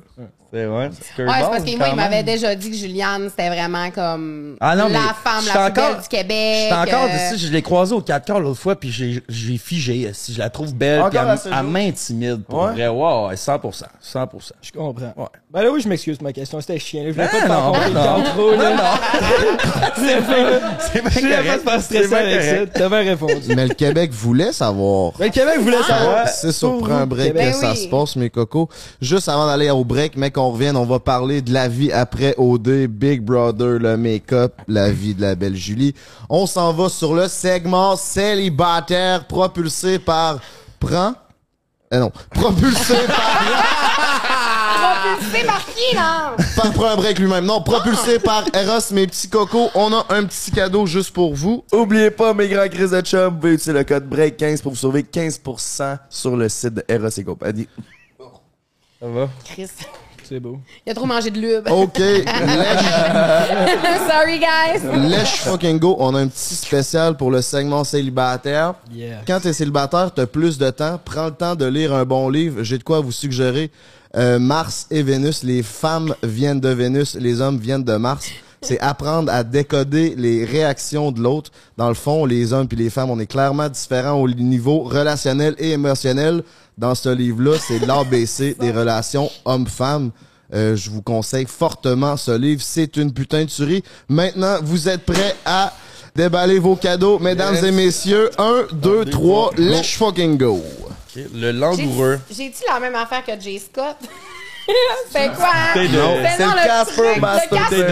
G: C'est ouais. c'est girl
C: Ouais, c'est
G: boss,
C: parce que moi,
G: quand
C: il m'avait
G: même.
C: déjà dit que Juliane, c'était vraiment comme
G: Ah non, mais
C: la femme
G: j'étais
C: la plus
G: encore-
C: belle du Québec.
G: J'étais encore
C: euh,
G: d'ici, je l'ai croisée au 4 quarts l'autre fois, puis j'ai j'ai figé. Si je la trouve belle, puis
D: Encore à ce
G: elle, elle
D: jour?
G: m'intimide pour
D: Ouais?
G: vrai. Wow, ouais, 100%. 100%.
B: Je comprends.
G: Ouais.
B: Ben là oui, je m'excuse pour ma question, c'était chiant. là. Je voulais
G: Ah,
B: pas te faire
G: non,
B: parler
G: non.
B: tant trop là. C'est pas-
G: C'est bien
B: Je voulais pas te
G: correct.
B: faire
G: C'est
B: stresser
G: bien
B: avec ça.
G: correct. Ben,
B: T'as bien répondu. Ah!
I: Mais le Québec voulait savoir.
B: Mais le Québec voulait savoir.
I: C'est sur Prends un break
C: Ben
I: que ça
C: oui.
I: se passe, mes cocos. Juste avant d'aller au break, mec, on revienne, on va parler de la vie après OD, Big Brother, le make-up, la vie de la belle Julie. On s'en va sur le segment célibataire propulsé par Prends. Eh non, propulsé par
C: C'est marqué, là!
I: Par prend un break lui-même. Non, propulsé par Eros, mes petits cocos. On a un petit cadeau juste pour vous.
D: Oubliez pas, mes grands crises de chum, vous pouvez utiliser le code BREAK15 pour vous sauver 15% sur le site de Eros et compagnie.
B: Ça va.
C: Chris,
B: C'est beau.
C: il a trop mangé de
G: Oh.
C: lube.
I: OK, lèche,
C: Sorry, guys!
I: lèche fucking go. On a un petit spécial pour le segment célibataire.
B: Yeah.
I: Quand t'es célibataire, t'as plus de temps. Prends le temps de lire un bon livre. J'ai de quoi vous suggérer. Euh, Mars et Vénus. Les femmes viennent de Vénus, les hommes viennent de Mars. C'est apprendre à décoder les réactions de l'autre. Dans le fond, les hommes puis les femmes, on est clairement différents au niveau relationnel et émotionnel. Dans ce livre-là, c'est l'ABC des relations hommes-femmes. Euh, je vous conseille fortement ce livre. C'est une putain de tuerie. Maintenant, vous êtes prêts à déballer vos cadeaux, mesdames et messieurs. Un, deux, trois, let's fucking go.
G: Ok, Le
C: J'ai-
G: langoureux.
C: J'ai-tu la même affaire que Jay Scott? c'est quoi? hein? C'est
D: C'est
C: non,
D: le
C: le-
D: Casper
C: le
D: Master.
C: Casper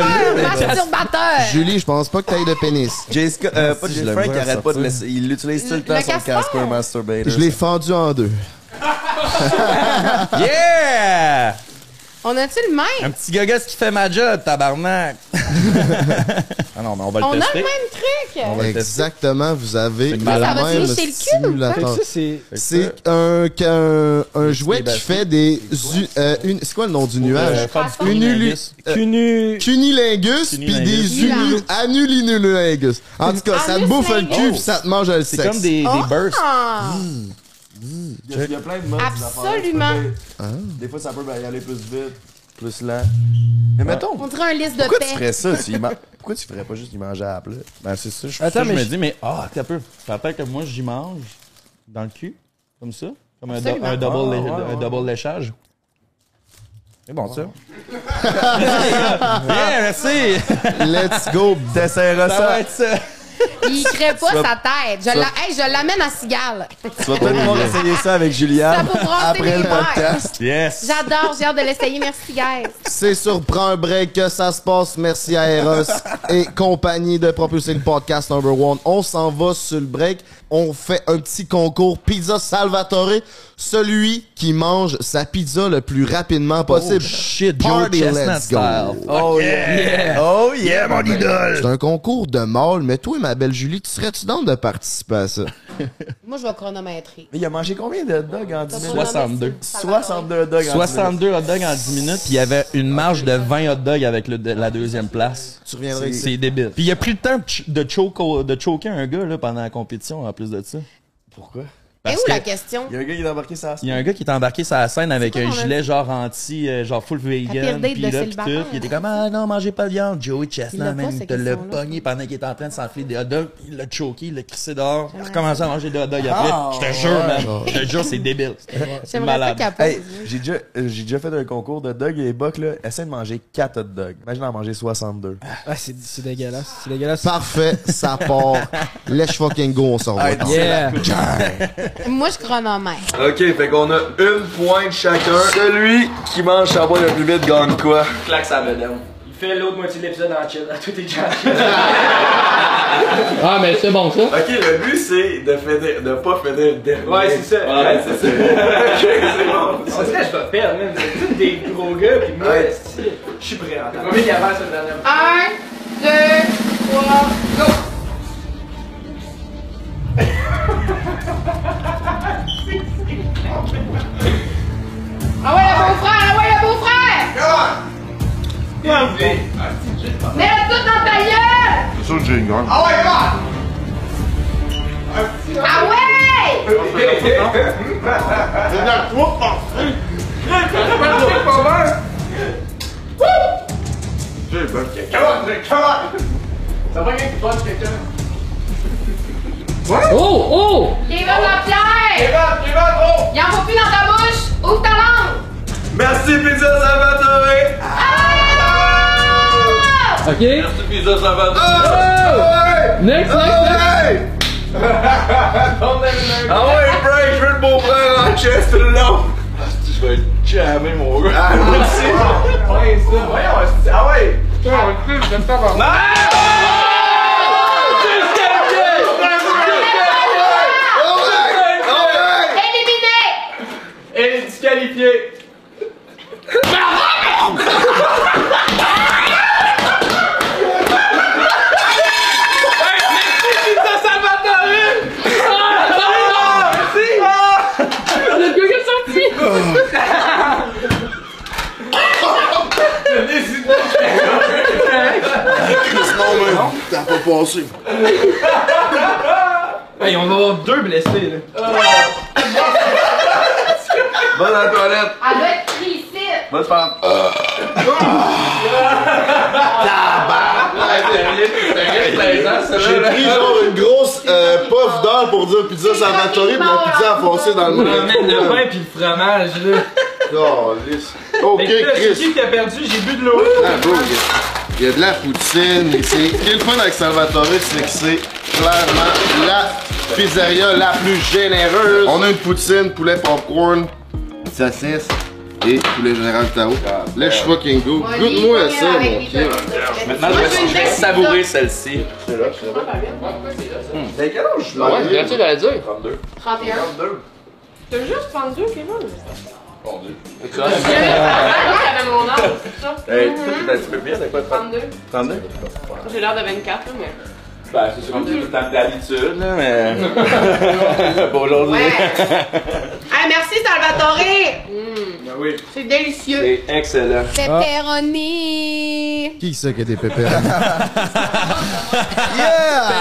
C: masturbateur!
I: Julie, je pense pas que t'ailles de pénis.
D: Jay Scott, euh, pas
G: si,
D: Jay
G: je
D: Frank,
G: l'aime
D: il
G: bien
D: arrête pas de
G: sortir.
D: laisser. Il l'utilise tout le
C: Le
D: temps, son
C: Casper.
D: Casper Masturbator.
I: Je l'ai fendu en deux.
G: Yeah!
C: On a-tu le
G: Un
C: même?
G: petit gogos qui fait ma job, tabarnak. ah non, mais on va le
C: On a le
G: tester.
C: même truc!
G: va
I: Exactement, vous avez
G: que
I: le
G: ça
C: va se
I: même
C: lécher le cul ou pas?
B: Fait que
I: simulateur.
B: ça, c'est.
I: C'est un, qu'un- un jouet qui
G: débattu.
I: fait des... u- euh, une- C'est quoi le nom du nuage?
G: Euh, faire du
C: Une
G: cunilingus.
B: Cunu.
I: Cunilingus puis
G: Cunilingus.
I: des uni- anulinulingus. En tout cas, ça te bouffe le cul puis ça te mange le
G: C'est
I: sexe.
G: comme des, des bursts.
C: Ah!
D: Il y a plein de modes.
C: Absolument!
D: Des fois, ça peut y aller plus vite, plus lent. Mais mettons,
C: On dirait un liste de
D: pourquoi tu
C: paix.
D: ferais ça? Tu y man- Pourquoi tu ferais pas juste y manger à la plate? Ben, c'est ça, je
G: Attends,
B: Attends,
G: je
B: mais
G: me
B: je-
G: dis, mais ah, t'as peu. Fait peut-être que moi, j'y mange dans le cul, comme ça, comme un, do-
C: Absolument.
G: un double,
D: Ah,
G: lé-
D: ouais,
G: un
D: ouais.
G: double léchage. C'est bon, ça. yeah, merci.
I: Let's go.
D: t'essaieras
G: Ça va
D: ça.
G: être ça.
C: Il crée pas
D: vas-
C: sa tête. Je la- hey, je l'amène à Cigale.
D: Tu vas peut-être pouvoir essayer ça avec
C: Ça
D: Juliane
C: va brasser
D: Ah, après
C: les
D: le podcast.
C: verres.
G: Yes.
C: J'adore, j'ai hâte de l'essayer. Merci, guys.
I: C'est sur Prends un break que ça se passe. Merci à Eros et compagnie de propulser le podcast number one. On s'en va sur le break. On fait un petit concours Pizza Salvatore. Celui qui mange sa pizza le plus rapidement possible.
G: Oh, shit, Joe
I: Party,
G: Chestnut
I: let's go.
G: style.
D: Oh yeah! Oh yeah, mon idole!
I: C'est un concours de mâle, mais toi, ma belle Julie, tu serais-tu dans de participer à ça?
C: Moi, je vais chronométrer.
D: Il a mangé combien de dogs en 10 minutes?
G: 62.
D: 62 dogs en 10 minutes.
G: 62 hot dogs en 10 minutes, puis il y avait une marge de 20 hot dogs avec le- de- la deuxième place.
I: Tu reviendrais
G: C'est
I: ici.
G: c'est débile. Puis il a pris le temps de ch- de, choco- de choker un gars là, pendant la compétition en plus de ça.
D: Pourquoi?
C: Et
G: Parce
C: où la
G: que-
C: question?
D: Il y a un gars qui est embarqué ça.
G: Il y a un gars qui est embarqué sur la scène avec
C: C'est quoi
G: un
C: ton
G: gilet genre anti, euh, genre full
C: La pire
G: vegan,
C: date
G: puis
C: de
G: là, puis tout.
C: célibataire.
G: Puis Il était comme ah non, mangez pas de viande. Joey
C: Il l'a
G: Chestnut,
C: pas,
G: man,
C: ces
G: il te l'a
C: questions-là.
G: pogné pendant qu'il était en train de s'enfiler des hot dogs. Il l'a choqué, il l'a crissé dehors. Il a recommencé à manger des hot dogs après.
I: Ah,
G: Je te jure, man. Je te jure, c'est débile. C'est
C: J'aimerais pas
G: malade.
C: qu'elle pose.
D: Hey, j'ai déjà, euh, j'ai déjà fait un concours de dogs et bucks, là. Essaye de manger 4 hot dogs. Imagine en manger 62.
B: Ah, c'est c'est dégueulasse. C'est dégueulasse.
I: Parfait, ça part. Let's fucking go, on s'en va.
D: Hey,
B: Yeah.
C: Moi, je chronomètre.
D: Ok, fait qu'on a une pointe chacun. Celui qui mange sa boîte le plus vite gagne quoi?
K: Claque sa bedaine. Il fait l'autre moitié de l'épisode en chill. Tout est chill.
H: Ah, mais c'est bon, ça.
D: Ok, le but c'est de finir, de pas finir le dernier.
K: Ouais, c'est ça.
D: Ouais, c'est ça. ok, c'est bon.
K: On dirait que je vais perdre, même. C'est tous des gros gars, pis moi,
D: Ouais.
K: esti, je suis prêt à Combien qu'il avance cette dernière
C: Un, deux, trois, go! Ah ouais, le beau-frère! Ah ouais, le beau-frère! Mets-la toute dans ta gueule!
D: C'est sûr que j'ai une gagne.
C: Ah ouais!
H: Oh, oh!
C: Il va dans la pierre! Il en faut plus dans ta bouche! Ouvre ta langue!
D: Merci Pizza Salvatore!
C: Ah!
H: OK.
D: Merci Pizza Salvatore!
H: Next, next, next.
D: Hey! ah ouais, Frank, je veux le beau frère en chest tout le long! Je vais jammer mon gars! Ah, moi aussi! Ouais, ça! Voyons, c'est- ah ouais!
C: Éliminé!
K: Et disqualifié.
I: ça a pas passé.
B: Hey, on va avoir deux blessés, là.
D: Va dans la toilette.
J: Elle doit être tricite.
D: Va te faire.
I: J'ai pris genre une grosse euh, puff d'or pour dire pizza ça va tourner, puis la pizza a foncé dans le
B: On
I: mur.
K: Euh,
B: amène Ah,
K: oh,
B: le pain pis le fromage, là.
I: Oh, lisse. Ok,
B: Fait que là, c'est
I: Chris.
B: qui qui a perdu? J'ai bu de l'eau.
I: Ah, bro, il y a- il y, a de la poutine. Et c'est qui est le fun avec Salvatore, c'est que c'est clairement la pizzeria la plus généreuse. On a une poutine, poulet popcorn, saucisse et poulet général Tao. Let's fucking go. Goûte-moi à ça, mon kid.
G: Maintenant, Ah, je vais- je vais savourer celle-ci.
D: T'as quel âge, là?
H: Ouais, gratuit dans la dure.
C: 31. T'as juste 32, c'est bon. J'avais mon âge, c'est ça.
D: Hey, tu t'es un petit peu bien, t'as quoi?
C: 32.
D: 32?
C: J'ai l'air de 24, là, mais.
D: Ben, c'est comme tout d'habitude, là, mais. Bon, aujourd'hui.
C: Ouais. Ah, merci, Salvatore!
D: Ben
C: oui. C'est délicieux.
D: C'est excellent.
C: Pepperoni!
I: Qui c'est qui a des pépères? yeah!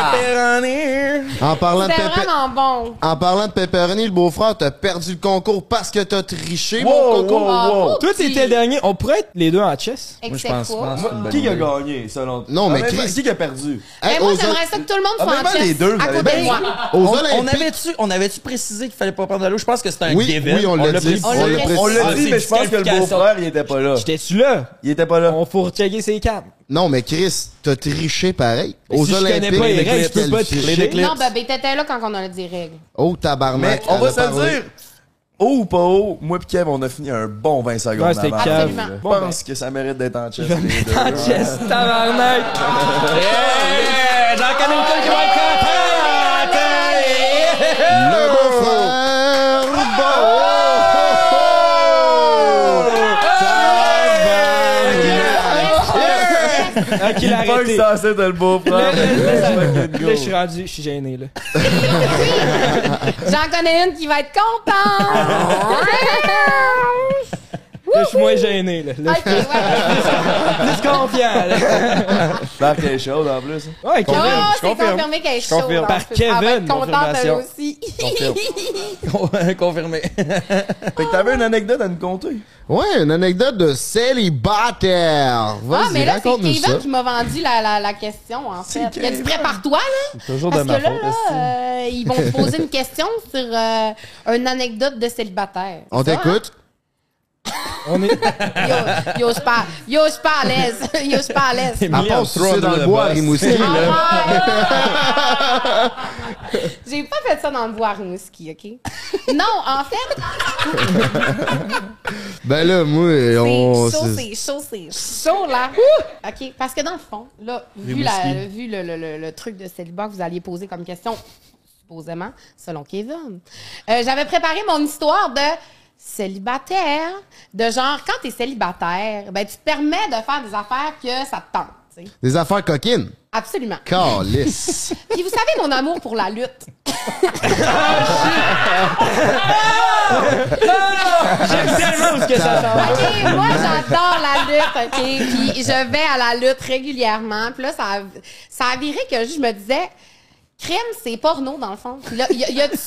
I: En
D: Ah.
I: parlant de
C: C'était
I: pépères.
C: vraiment bon.
I: En parlant de pepperoni, le beau-frère, t'as perdu le concours parce que t'as triché, mon
D: Wow,
I: coco.
D: wow.
C: Bravo,
B: Toi,
C: petit.
B: t'étais le dernier. On pourrait être les deux en chess.
G: Moi, je
C: Except
G: pense, je
C: quoi?
G: pense que c'est une bonne
D: Qui a
G: idée.
D: gagné, selon toi?
I: Non, mais
D: Ah,
I: Chris-
D: Qui qui a perdu?
C: Mais
I: Hey,
C: Eh, moi,
I: aux
C: j'aimerais
I: Olymp-
C: ça que tout le monde
D: Ah,
C: soit en
D: ben, ben, les
C: chess
D: deux, vous
C: à
D: allez
C: côté de
D: bien.
C: moi.
I: Aux
G: On,
I: Olympiques.
G: on avait-tu on avait-tu précisé qu'il fallait pas prendre de l'eau? Je pense que c'était un
I: Oui,
G: given.
I: oui, on l'a dit.
G: précisé.
I: On l'a précisé.
D: On l'a
G: Ah,
D: dit,
G: c'est
D: mais je pense que le
G: disqualification.
D: beau-frère, il était pas
I: Euh.
D: là.
B: J'étais-tu là?
D: Il était pas là.
B: On faut rechecker ses cartes.
I: Ah, Non, mais Chris, t'as triché pareil.
B: Mais
I: aux
B: si je connais
I: Olympiques,
B: pas les
I: t'es
B: règles, je peux pas
I: qualifié.
B: tricher. Les
C: Non, ben, ben, t'étais là quand on a dit règles.
I: Oh, tabarnak.
D: Mais on
I: elle
D: va
I: a
D: se le
I: parlé.
D: dire, haut ou pas haut, moi pis Kev, on a fini un bon 20 secondes
B: Ouais, c'était
D: avant.
B: cave.
C: Absolument.
D: Je
B: Bon, ben.
D: pense que ça mérite d'être en chess. les deux.
B: Chess, tabarnak! Ah, J'en connais autant qui va être
G: Ah,
B: content.
I: Le beau-frère!
B: Ah, qu'il a
D: Pas que
B: arrêté.
D: ça, c'est de le beau-frère.
B: Là, je suis rendu, je suis gêné, là.
C: J'en connais une qui va être contente!
B: Là, je suis moins gêné, là. Là,
C: ok, ouais.
B: je suis confiant, là.
D: Marc est chaude en plus.
B: Ouais, Kevin,
C: Ah,
B: je
C: c'est
B: confirme.
C: confirmé qu'elle est
B: Je confirme.
C: chaude. en
B: Par
C: plus. Elle va être
B: Kevin,
C: contente, elle
B: confirmation.
C: aussi.
G: Confirmé.
D: Fait que t'avais une anecdote à nous conter.
G: Eh.
I: Ouais, une anecdote de célibataire. Vas-y,
C: Ah, mais là, c'est
I: raconte-nous ça.
C: Kevin qui m'a vendu la, la, la question, en fait. Il a dit prépare-toi, là.
B: Toujours
C: Parce que là, là, euh, ils vont te poser une question sur euh, une anecdote de célibataire.
I: On
C: Ça,
I: t'écoute?
B: On est...
C: hein? Yo, yo, je suis pas, yo, je suis pas à l'aise. Yo, je suis pas à l'aise.
I: À part si c'est dans le bois à Rimouski,
C: Ah
I: là.
C: ouais! J'ai pas fait ça dans le bois à Rimouski, OK? Non, en fait,
I: Ben là, moi, on...
C: c'est chaud,
I: Oh, c'est-
C: c'est chaud, c'est chaud, là. OK, parce que dans le fond, là, vu, la- vu le, le- le- le truc de célibat que vous alliez poser comme question, supposément, selon Kevin, euh, j'avais préparé mon histoire de célibataire, de genre, quand t'es célibataire, ben, tu te permets de faire des affaires que ça te tente, tu sais.
I: Des affaires coquines.
C: Absolument.
I: Calice.
C: Puis vous savez mon amour pour la lutte.
B: J'aime tellement où ce que ça change.
C: OK, moi, j'adore la lutte, OK? Puis je vais à la lutte régulièrement. Puis là, ça a, ça a viré que je me disais, crème, c'est porno, dans le fond. Puis là, y, a- y a-tu...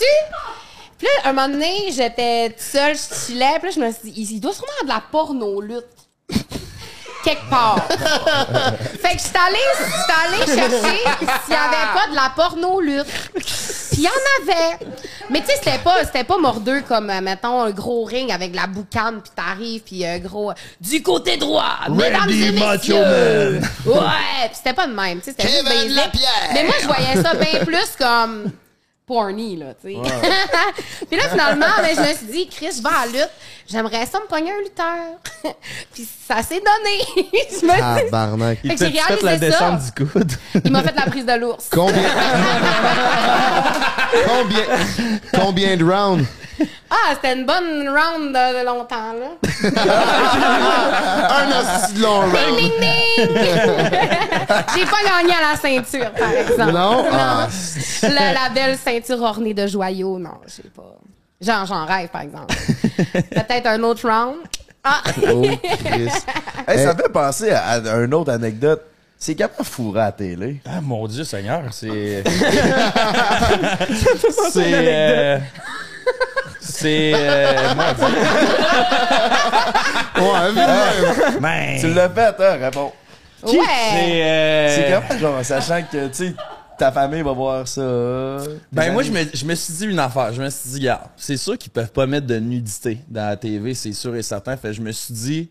C: Puis là, un moment donné, j'étais toute seule, je chillais. Puis là, je me suis dit, il doit sûrement avoir de la porno-lutte. Quelque part. fait que je suis allée, je suis allée chercher s'il n'y avait pas de la porno-lutte. Puis il y en avait. Mais tu sais, c'était pas, c'était pas mordeux comme, euh, mettons, un gros ring avec de la boucane, puis t'arrives, puis euh, gros... euh, Du côté droit, mesdames et
I: Macho
C: messieurs! Ouais! Puis c'était pas de même, tu sais, c'était juste
I: Kevin
C: basic.
I: Lapierre.
C: Mais moi, je voyais ça bien plus comme porny, là, tu sais. puis là, finalement, ben, je me suis dit, Chris, je vais à la lutte. J'aimerais ça me pogner un lutteur. puis ça s'est donné. je me
I: Ah,
C: suis
I: Tabarnak.
C: Fait que j'ai réalisé ça.
G: du coude.
C: Il m'a fait la prise de l'ours.
I: Combien? combien? Combien de rounds?
C: Ah, c'était une bonne round de, de longtemps, là.
I: Un hostie de long
C: Ding,
I: round.
C: ding, ding! J'ai pas gagné à la ceinture, par exemple.
I: Non? Ah,
C: La, la belle ceinture ornée de joyaux, non, je sais pas. Genre, j'en rêve, par exemple. Peut-être un autre round. Ah!
I: oh, Chris.
D: Hey, ça me fait penser à, à une autre anecdote C'est capable de fourrer à la télé.
G: Ah, mon Dieu Seigneur, c'est...
B: une
G: c'est... euh, C'est... euh, moi,
I: Ouais, mais-
G: ben,
D: Tu l'as fait, hein, réponds.
C: Ouais.
G: c'est, euh,
D: C'est capable, genre, en sachant que, tu sais, ta famille va voir ça.
G: Ben moi je me, je me suis dit une affaire, je me suis dit regarde, c'est sûr qu'ils peuvent pas mettre de nudité dans la TV, c'est sûr et certain. Fait que je me suis dit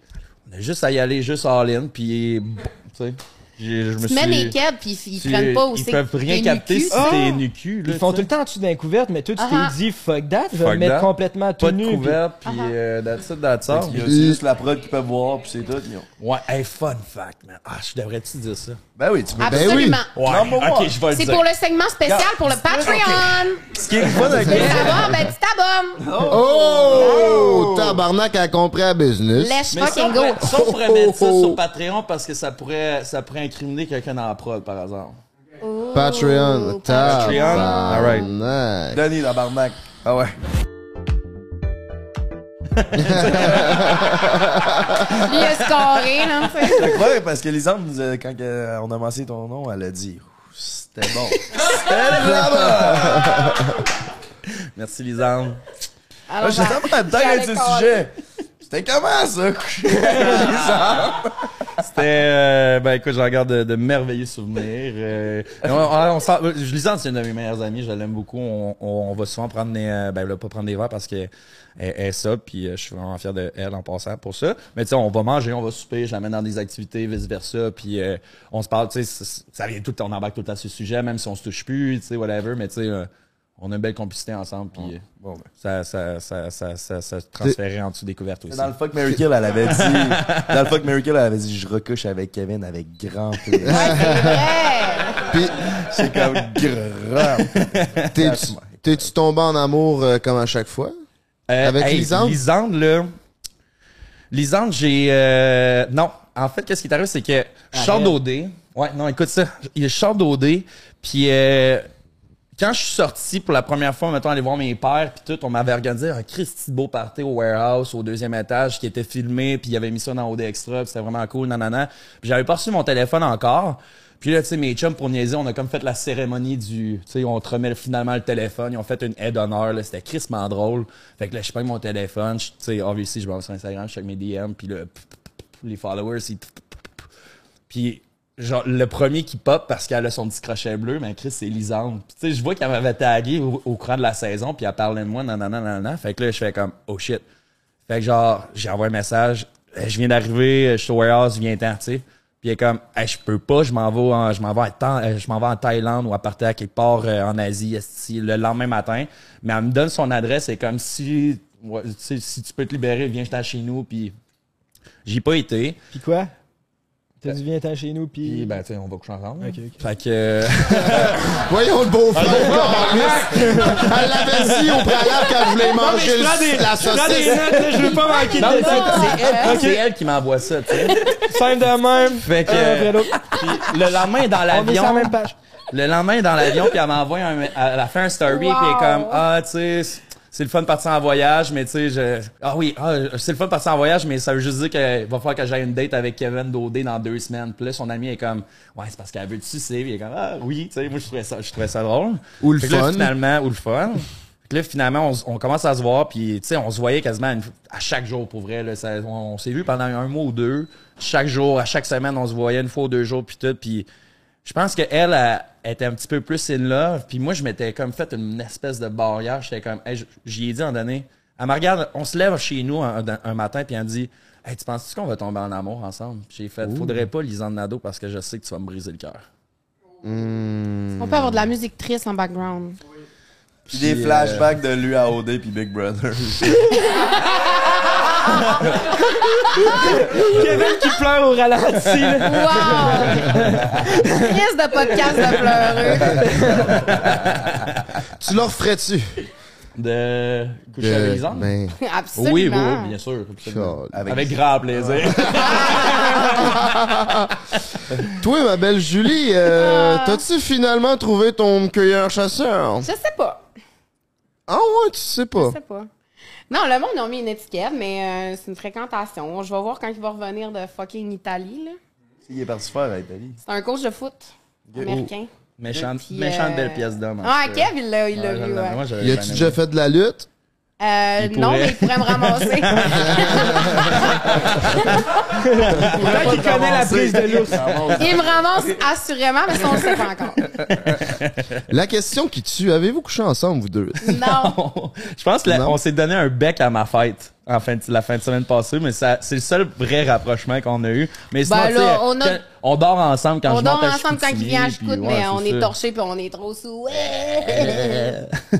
G: on a juste à y aller juste en ligne puis bon, tu sais, j'ai- je me
C: Tu
G: suis
C: mets des câbles, puis ils- ils prennent pas aussi.
G: ils peuvent rien capter si t'es nu cul là,
B: Ils font
G: tu
B: tout le temps en dessous d'un couverte, mais toi, tu
C: Ah ah.
B: t'es dit fuck that, je vais
G: Fuck
B: me mettre
G: that.
B: complètement
G: sais.
B: tout
G: pas de
B: nu.
G: couvert puis euh, that's it, that's all.
D: C'est juste la prod qu'ils peuvent voir, puis c'est tout. ils ont-
G: Ouais, hey, fun fact man. Ah, je devrais-tu dire ça
D: Ben oui, tu
G: Ah,
D: peux.
I: Ben oui.
C: Absolument.
G: Ouais,
D: Number
G: OK,
D: one.
G: je vais le
C: C'est
G: dire.
C: pour le segment spécial pour le Patreon.
D: Ce qui est le fun avec
C: Tu veux savoir, ben, tu t'abonnes.
I: Oh! Tabarnak a compris la business.
C: Let's
G: Mais ça,
C: fucking
G: on
C: go.
G: pourrait- ça, on pourrait mettre ça sur Patreon parce que ça pourrait, ça pourrait incriminer quelqu'un dans la prod, par exemple.
I: Patreon. Patreon.
G: All right.
D: Denis, la barnaque. Ah ouais.
C: Lui, il a scoré, là. tu sais.
D: Ouais, parce que Lisande, nous a- quand que- euh, on a mentionné ton nom, elle a dit Ouh, c'était bon. c'était là-bas.
G: Merci, Lisanne.
C: Alors,
D: J'étais
C: ben,
D: pas la dingue avec
C: j'allais
D: ce
C: scorer.
D: sujet. C'était comment ça?
G: C'était, euh, ben écoute, j'en garde de, de merveilleux souvenirs. Euh, et on, on, on s'en- euh, Lisanne, c'est une de mes meilleures amies, je l'aime beaucoup. On, on, on va souvent prendre des, euh, ben là, pas prendre des verres parce qu'elle elle est ça, puis euh, je suis vraiment fier de elle en passant pour ça. Mais tu sais, on va manger, on va souper, je l'amène dans des activités, vice versa, puis euh, on se parle, tu sais, c- c- ça vient tout, le temps, on embarque tout le temps sur ce sujet, même si on se touche plus, tu sais, whatever. Mais tu sais, euh, on a une belle complicité ensemble, puis euh, bon, ben, ça, ça, ça, ça, ça, ça se transférait en dessous des couvertes aussi.
D: Dans le fuck Mary Kill, elle avait dit. Dans le fuck Mary Kill, elle avait dit Je recouche avec Kevin avec grand plaisir.
C: Ouais.
I: Puis,
D: C'est comme grand.
I: t'es-tu- t'es-tu tombé en amour euh, comme à chaque fois?
G: Euh,
I: Avec Lisande?
G: Lisande, là. Lisande, j'ai. euh, Non. En fait, qu'est-ce qui t'arrive, c'est que je sors d'OD. Ouais, non, écoute ça. Je sors d'OD. Puis euh, quand je suis sorti pour la première fois, mettons, aller voir mes pères, puis tout, on m'avait organisé un Christy de beau party au warehouse, au deuxième étage, qui était filmé, puis il avait mis ça dans OD Extra, puis c'était vraiment cool, nanana. Puis j'avais pas reçu mon téléphone encore. Puis là, tu sais, mes chums, pour niaiser, on a comme fait la cérémonie du... Tu sais, on te remet finalement le téléphone. Ils ont fait une aide d'honneur, là. C'était crissement drôle. Fait que là, je prends mon téléphone. je- Tu sais, obviously, je me rends sur Instagram, je check mes DM. Puis là, p- p- p- les followers, ils... p- p- p- Puis, genre, le premier qui pop, parce qu'elle a son petit crochet bleu, mais Chris, c'est Lisande. Puis, tu sais, je vois qu'elle m'avait tagué au, au courant de la saison, puis elle parlait de moi, nanana, nanana. Fait que là, je fais comme, oh shit. Fait que genre, j'ai envoyé un message, Euh, je viens d'arriver, euh, je suis au warehouse, viens t'en, tu sais. Puis elle est comme, hey, je peux pas, je m'en vais, en, je m'en vais, en Thaï- euh, je m'en vais en Thaïlande ou à partir à quelque part euh, en Asie esti, le lendemain matin. Mais elle me donne son adresse, et comme si, ouais, tu sais, si tu peux te libérer, viens j'étais chez nous. Puis j'ai pas été.
B: Puis quoi?
G: Euh,
B: T'as dit viens t'en chez nous, puis...
G: Puis ben, tu sais, on va coucher ensemble.
B: Ok, ok.
G: Fait que euh,
I: Voyons le beau frère. Elle l'avait dit au préalable qu'elle voulait manger
B: prends des-
I: le- la
B: je prends des
I: saucisse.
B: notes, là, je veux pas manquer de
G: Non, non,
B: détails.
G: c'est elle, c'est elle qui m'envoie ça, tu sais.
B: Simple de même.
G: Fait que
B: Un après
G: euh,
B: l'autre.
G: puis le lendemain dans
B: On est sur la
G: l'avion,
B: même page.
G: Le lendemain, dans l'avion, puis elle m'envoie un, elle a fait un story, puis elle est comme, ah, tu sais, c'est le fun de partir en voyage, mais tu sais, je, ah oui, ah, c'est le fun de partir en voyage, mais ça veut juste dire qu'il va falloir que j'aille une date avec Kevin Dodé dans deux semaines. Puis là, son ami est comme, ouais, c'est parce qu'elle veut te sucer, puis il est comme, ah oui, tu sais, moi, je trouvais ça, je trouvais ça drôle.
I: Ou le
G: Fait que là,
I: fun.
G: finalement, ou le fun. Fait que là, finalement, on, s- on commence à se voir, puis tu sais, on se voyait quasiment une- à chaque jour, pour vrai. Là, Ça- on on s'est vu pendant un mois ou deux. Chaque jour, à chaque semaine, on se voyait une fois ou deux jours, puis tout. Puis je pense qu'elle, elle, elle était un petit peu plus in love. Puis moi, je m'étais comme fait une espèce de barrière. J'étais comme, hey, j- j'y ai dit en donné. Elle me regarde, on se lève chez nous un, un- un matin, puis elle me dit, hey, tu penses-tu qu'on va tomber en amour ensemble? Puis J'ai fait, faudrait pas, Lisanne Nadeau, parce que je sais que tu vas me briser le cœur.
C: bah, On peut avoir de la musique triste en background.
D: Puis euh, des flashbacks de lui à OD puis Big Brother.
B: Kevin qui pleure au ralenti, là.
C: Wow! Triste de podcast de pleureux.
I: Tu leur ferais-tu?
G: De coucher avec
I: Euh,
G: Lisanne?
I: ben,
C: Absolument.
G: Oui, oui, oui, bien sûr. absolument.
I: God.
D: Ah.
G: Avec, grand plaisir.
C: Ah.
I: Toi, ma belle Julie, euh, t'as-tu finalement trouvé ton cueilleur-chasseur?
C: Je sais pas.
I: Ah ouais, tu sais pas.
C: Je sais pas. Non, le monde a mis une étiquette, mais euh, c'est une fréquentation. Je vais voir quand il va revenir de fucking Italie, là.
D: Il est parti faire
G: hein,
D: à Italie.
C: C'est un coach de foot
G: Oh.
C: américain.
G: Méchante,
C: Puis,
G: méchante
C: euh,
G: belle pièce d'homme. en
C: Ah,
G: tout cas.
C: Kev, il l'a il l'a
G: Ouais,
C: vu,
G: j'aime bien.
C: ouais.
G: Moi, j'avais
I: Y
G: bien
I: a-tu
G: aimé.
I: déjà fait de la lutte?
C: Euh,
G: Il
C: non,
G: pourrait.
C: mais il pourrait me ramasser.
B: Tant qu'il connaît la prise de l'ours.
C: il me ramasse assurément, mais ça, on le sait pas encore.
I: La question qui tue, avez-vous couché ensemble, vous deux?
C: Non.
G: Je pense que la-
I: Non.
G: on s'est donné un bec à ma fête en fin de- la fin de semaine passée, mais ça, c'est le seul vrai rapprochement qu'on a eu. Mais sinon,
C: Ben
G: tu sais,
C: là, on a-
G: quand- on dort ensemble quand
C: on
G: je
C: dort
G: monte à
C: ensemble quand il vient à
G: Chicoutimi,
C: Chicoute,
G: puis ouais,
C: mais on
G: c'est
C: est
G: ça.
C: torché puis on est trop sous. Ouais.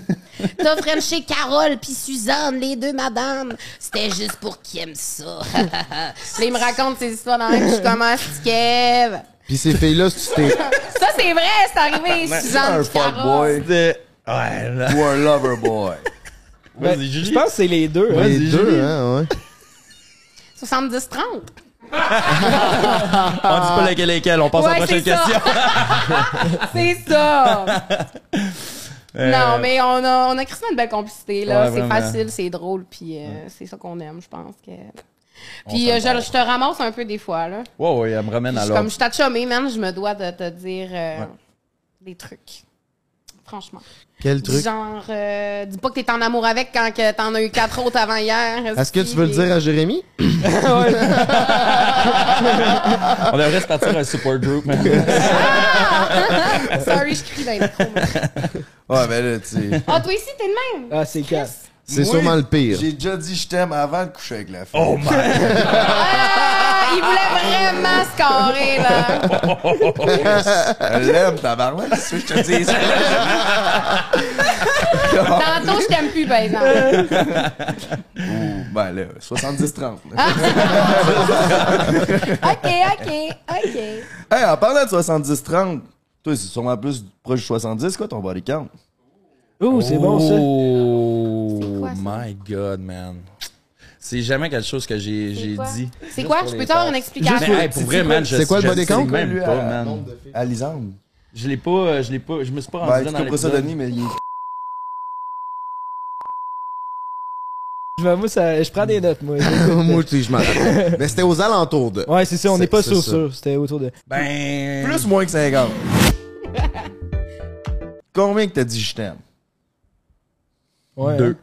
C: T'as Frenché Carole puis Suzanne, les deux madames. C'était juste pour qui aime ça. Là, il me raconte ces histoires dans la même, je suis comme Ah, c'est Kev.
I: Puis ces filles-là, si tu t'es.
C: Ça, c'est vrai, c'est arrivé, Suzanne
D: Un
C: puis Carole.
D: fuckboy
G: De- Ouais, là.
D: ou un loverboy.
B: Ben,
G: Vas-y, Julie.
B: Je pense que c'est les deux. hein.
I: Les deux, hein, ouais.
C: 70-30.
G: On dit pas lequel est lequel, on passe à la
C: Ouais,
G: prochaine
C: c'est ça.
G: question.
C: C'est ça.
I: Euh,
G: Euh,
C: Non, mais on a, on a crissement une belle complicité, là.
G: Ouais,
C: c'est
G: vraiment.
C: facile, c'est drôle, puis euh, c'est ça qu'on aime, je pense. que. Puis euh, je, je te ramasse un peu des fois, là.
G: Ouais, ouais, elle me ramène
C: Je
G: à
C: suis
G: l'ordre.
C: comme je t'ai chômé, man, je me dois de te dire euh, des trucs. Franchement.
I: Quel truc?
C: Genre, euh, dis pas que t'es en amour avec quand que t'en as eu quatre autres avant hier.
I: Est-ce que tu veux le dire à Jérémy?
G: On devrait se partir un support group, man.
C: Sorry, je crie dans les micros. mais-
D: Ouais, ben là, tu sais.
C: Ah, toi ici, t'es de même.
B: Ah, c'est quatre.
I: C'est
D: Moi,
I: sûrement le pire.
D: J'ai déjà dit je t'aime avant de coucher avec la fille.
G: Oh my.
C: Ah, il voulait vraiment se carrer, là.
D: Elle Euh, l'aime, tabarnak. C'est ce que je te dis.
C: Tantôt, je t'aime plus, ben non.
D: Ouh, ben là, 70-30. là.
C: OK, OK, OK.
D: Hey, en parlant de 70-30, toi, c'est sûrement plus proche de 70, quoi, ton body count?
B: Ouh, c'est bon ça.
G: Oh
C: quoi, ça?
G: my god, man. C'est jamais quelque chose que j'ai j'ai
C: quoi? Ah,
G: dit.
C: C'est quoi? Je peux t'avoir une
G: Mais
C: explication?
G: hey, pour vrai, man, je
I: c'est quoi le
G: je
I: body
G: sais
I: count?
G: même
D: Lui, euh,
G: pas,
D: à-
G: man.
D: À Lisande.
G: Je l'ai pas, euh, je l'ai pas, je me suis pas rendu
D: Ben,
G: là
D: tu
G: dans
D: comprends ça,
G: l'épisode.
D: Denis, mais il est
B: Je vais- moi, ça- je prends des notes, moi.
I: Moi, tu sais, je m'en rappelle. Mais c'était aux alentours de.
B: Ouais, c'est ça, on
I: C'est-
B: n'est pas
I: c'est
B: sûr
I: ça.
B: sûr. C'était autour de.
G: Ben.
D: plus moins que 50. Combien que t'as dit je t'aime?
B: Ouais. hein.
G: Deux.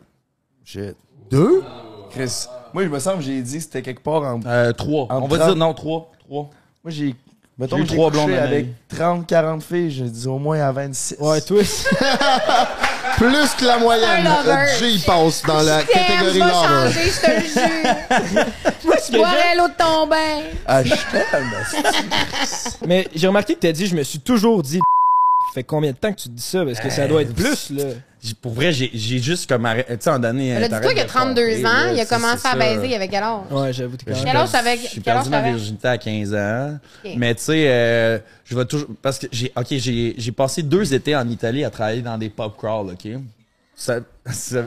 D: Shit.
I: Deux?
D: Chris, moi, je me semble que j'ai dit c'était quelque part en...
G: Euh, trois.
D: En
G: On va
D: trente.
G: dire non, trois. Trois.
D: Moi, j'ai... Mettons
G: J'ai eu
D: que j'ai
G: trois
D: couché
G: blondes à ma vie.
D: avec 30-40 filles, j'ai dit au moins à 26.
B: Ouais, toi.
I: Plus que la moyenne.
C: Un lover.
I: Le Jay, il passe dans la
C: Je t'aime, je
I: catégorie
C: vais
I: lover.
C: changer, je te le jure. Je boirais l'eau de ton bain.
B: Eh,
D: Ah, je t'aime!
B: Mais j'ai remarqué que t'as dit, je me suis toujours dit. Fait combien de temps que tu te dis ça? Parce que ça
G: Euh,
B: doit être plus, là.
G: J'ai- Pour vrai, j'ai j'ai juste comme arrêt- Tu sais, en donné.
C: Là, dis-toi qu'il a 32 ans, il a commencé à baiser avec quel âge?
B: Ouais, j'avoue, t'es quand
C: Quel
B: même.
C: âge t'avais?
G: J'ai
C: Quel âge
G: perdu ma
C: t'avais?
G: virginité à 15 ans.
C: Ok.
G: Mais tu sais, euh, je vais toujours. Parce que j'ai. OK, j'ai j'ai passé deux étés en Italie à travailler dans des pub crawls, OK? Ça, ça-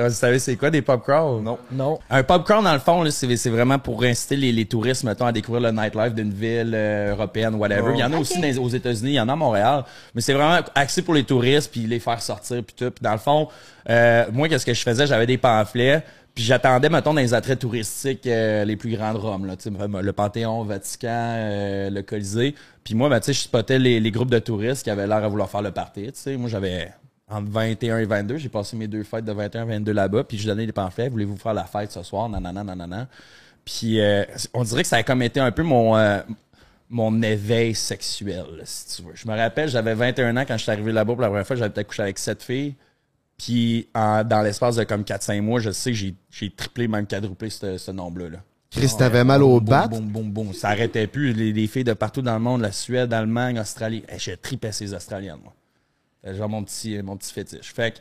G: vous savez, c'est quoi des pub crawls? Non.
B: Non.
G: Un pub crawl, dans le fond, là, c'est c'est vraiment pour inciter les, les touristes, mettons, à découvrir le nightlife d'une ville euh, européenne, whatever. Il y en a aussi dans les- aux États-Unis, il y en a à Montréal, mais c'est vraiment axé pour les touristes, puis les faire sortir, puis tout. Puis dans le fond, euh, moi, qu'est-ce que je faisais? J'avais des pamphlets, puis j'attendais, mettons, dans les attraits touristiques euh, les plus grands de Rome, là, tu sais, le Panthéon, Vatican, euh, le Colisée. Puis moi, ben, tu sais, je spottais les, les groupes de touristes qui avaient l'air à vouloir faire le party, tu sais. Moi, j'avais entre 21 et 22. J'ai passé mes deux fêtes de 21 et 22 là-bas. Puis je donnais des pamphlets. Voulez-vous faire la fête ce soir? Nanana, nanana. Puis euh, on dirait que ça a comme été un peu mon, euh, mon éveil sexuel, là, si tu veux. Je me rappelle, j'avais 21 ans quand je suis arrivé là-bas pour la première fois. J'avais peut-être couché avec sept filles. Puis en- dans l'espace de comme 4-5 mois, je sais que j'ai- j'ai triplé, même quadruplé ce, ce nombre-là. là.
I: Chris, t'avais mal au
G: Boum,
I: bat.
G: Boum, boum, boum. Ça arrêtait plus. Les, les filles de partout dans le monde, la Suède, Allemagne, Australie. Hey, je tripais ces Australiennes, moi. C'était genre mon petit, euh, mon petit fétiche. Fait que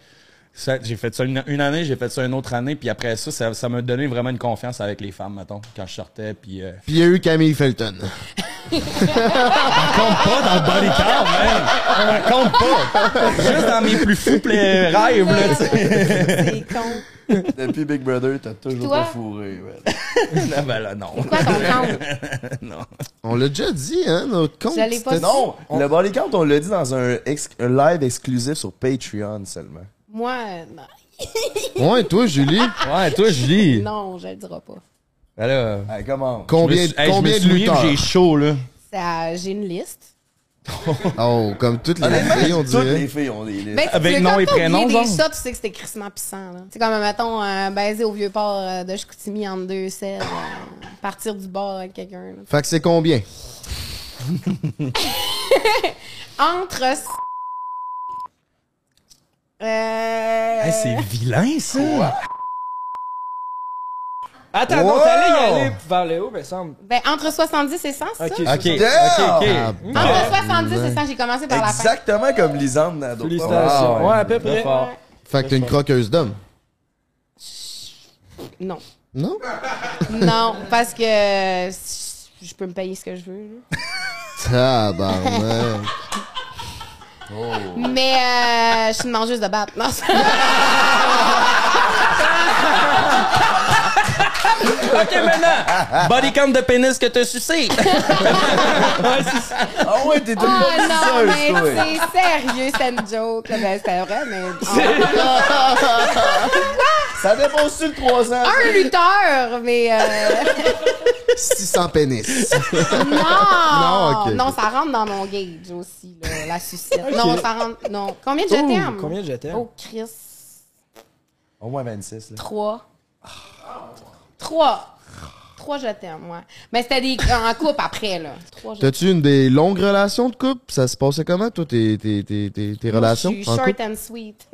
G: ça, j'ai fait ça une, une année, j'ai fait ça une autre année, puis après ça, ça, ça m'a donné vraiment une confiance avec les femmes, mettons, quand je sortais, puis... euh,
I: Puis il y a eu Camille Felton.
G: compte pas dans le body count, man! Ça hein? compte pas! Juste dans mes plus fous pla- rêves, là, tu sais.
C: C'est con.
D: Depuis Big Brother, t'as toujours
C: Toi?
D: pas fourré. ouais.
G: Non, ben là, non.
C: Quoi ton compte?
I: On l'a déjà dit, hein, notre compte.
C: J'allais pas
I: c'était-
C: dire.
D: Non, le body count, on l'a dit dans un, ex- un live exclusif sur Patreon seulement.
C: Moi, euh, non.
I: Ouais, toi, Julie.
C: Ah.
G: Ouais, toi, Julie.
C: non, je le dirai pas.
G: Ben là...
D: Hey, comment?
I: Combien,
G: je me suis- hey, je me
I: combien de
G: souviens que
I: lutteurs?
G: J'ai chaud, là.
C: ça- j'ai une liste.
I: Oh, comme toutes les
D: Honnêtement,
I: filles, on
D: toutes les
I: dirait.
D: filles ont des listes.
C: Ben,
B: Avec
C: tu peux
B: nom
C: comme
B: et
C: pas
B: prénom,
C: oublier des
B: genre?
C: chats, tu sais que c'était crissement pissant. là. C'est comme, mettons, euh, baiser au vieux port euh, de Chicoutimi entre deux selles, euh, partir du bord avec quelqu'un. là.
I: Fait que c'est combien?
C: Entre... s- Euh...
G: Hey, c'est vilain, ça!
B: Attends, non,
I: Wow!
B: t'allais y aller vers le haut, mais semble.
C: Ben, entre 70 et 100, c'est
B: Ok,
C: ça?
B: ça,
G: Ok.
B: ça. ok,
I: Ah,
B: ok.
C: Entre
B: Ok.
C: 70 et 100, j'ai commencé par la fin.
D: Exactement comme Lisande Nadeau.
B: Félicitations.
G: Wow.
B: ouais, à peu près.
G: fort.
I: Fait que t'es une croqueuse d'homme.
C: Non.
I: Non?
C: Non, parce que euh, je peux me payer ce que je veux. là.
I: Tabarnak.
C: Mais euh, je suis une mangeuse de battre. Non, c'est-
G: Ok, maintenant! Body count de pénis que t'as sucé!
D: Ah ouais, t'es une
C: Oh non,
D: bonne
C: mais
D: pisseuse, toi.
C: c'est sérieux, c'est une joke. là. Ben, c'était vrai, mais.
D: Ça dépasse-tu le 300?
C: Un lutteur, mais. euh,
I: 600 pénis.
C: Non!
I: Non, ok.
C: Non, ça rentre dans mon gauge aussi, là, la sucette. Non, ça rentre. Non. Combien de je
B: Ouh,
C: t'aime?
B: Oh, Combien de j'étais?
C: Oh, Chris.
D: Au moins 26. Là.
C: 3. 3. 3 je t'aime, ouais. Mais c'était des... en couple après, là. 3 je t'aime.
I: T'as-tu une des longues relations de couple? Ça se passait comment, toi, tes, tes, tes, tes, tes relations?
C: Je suis
I: en
C: short
I: couple?
C: and sweet.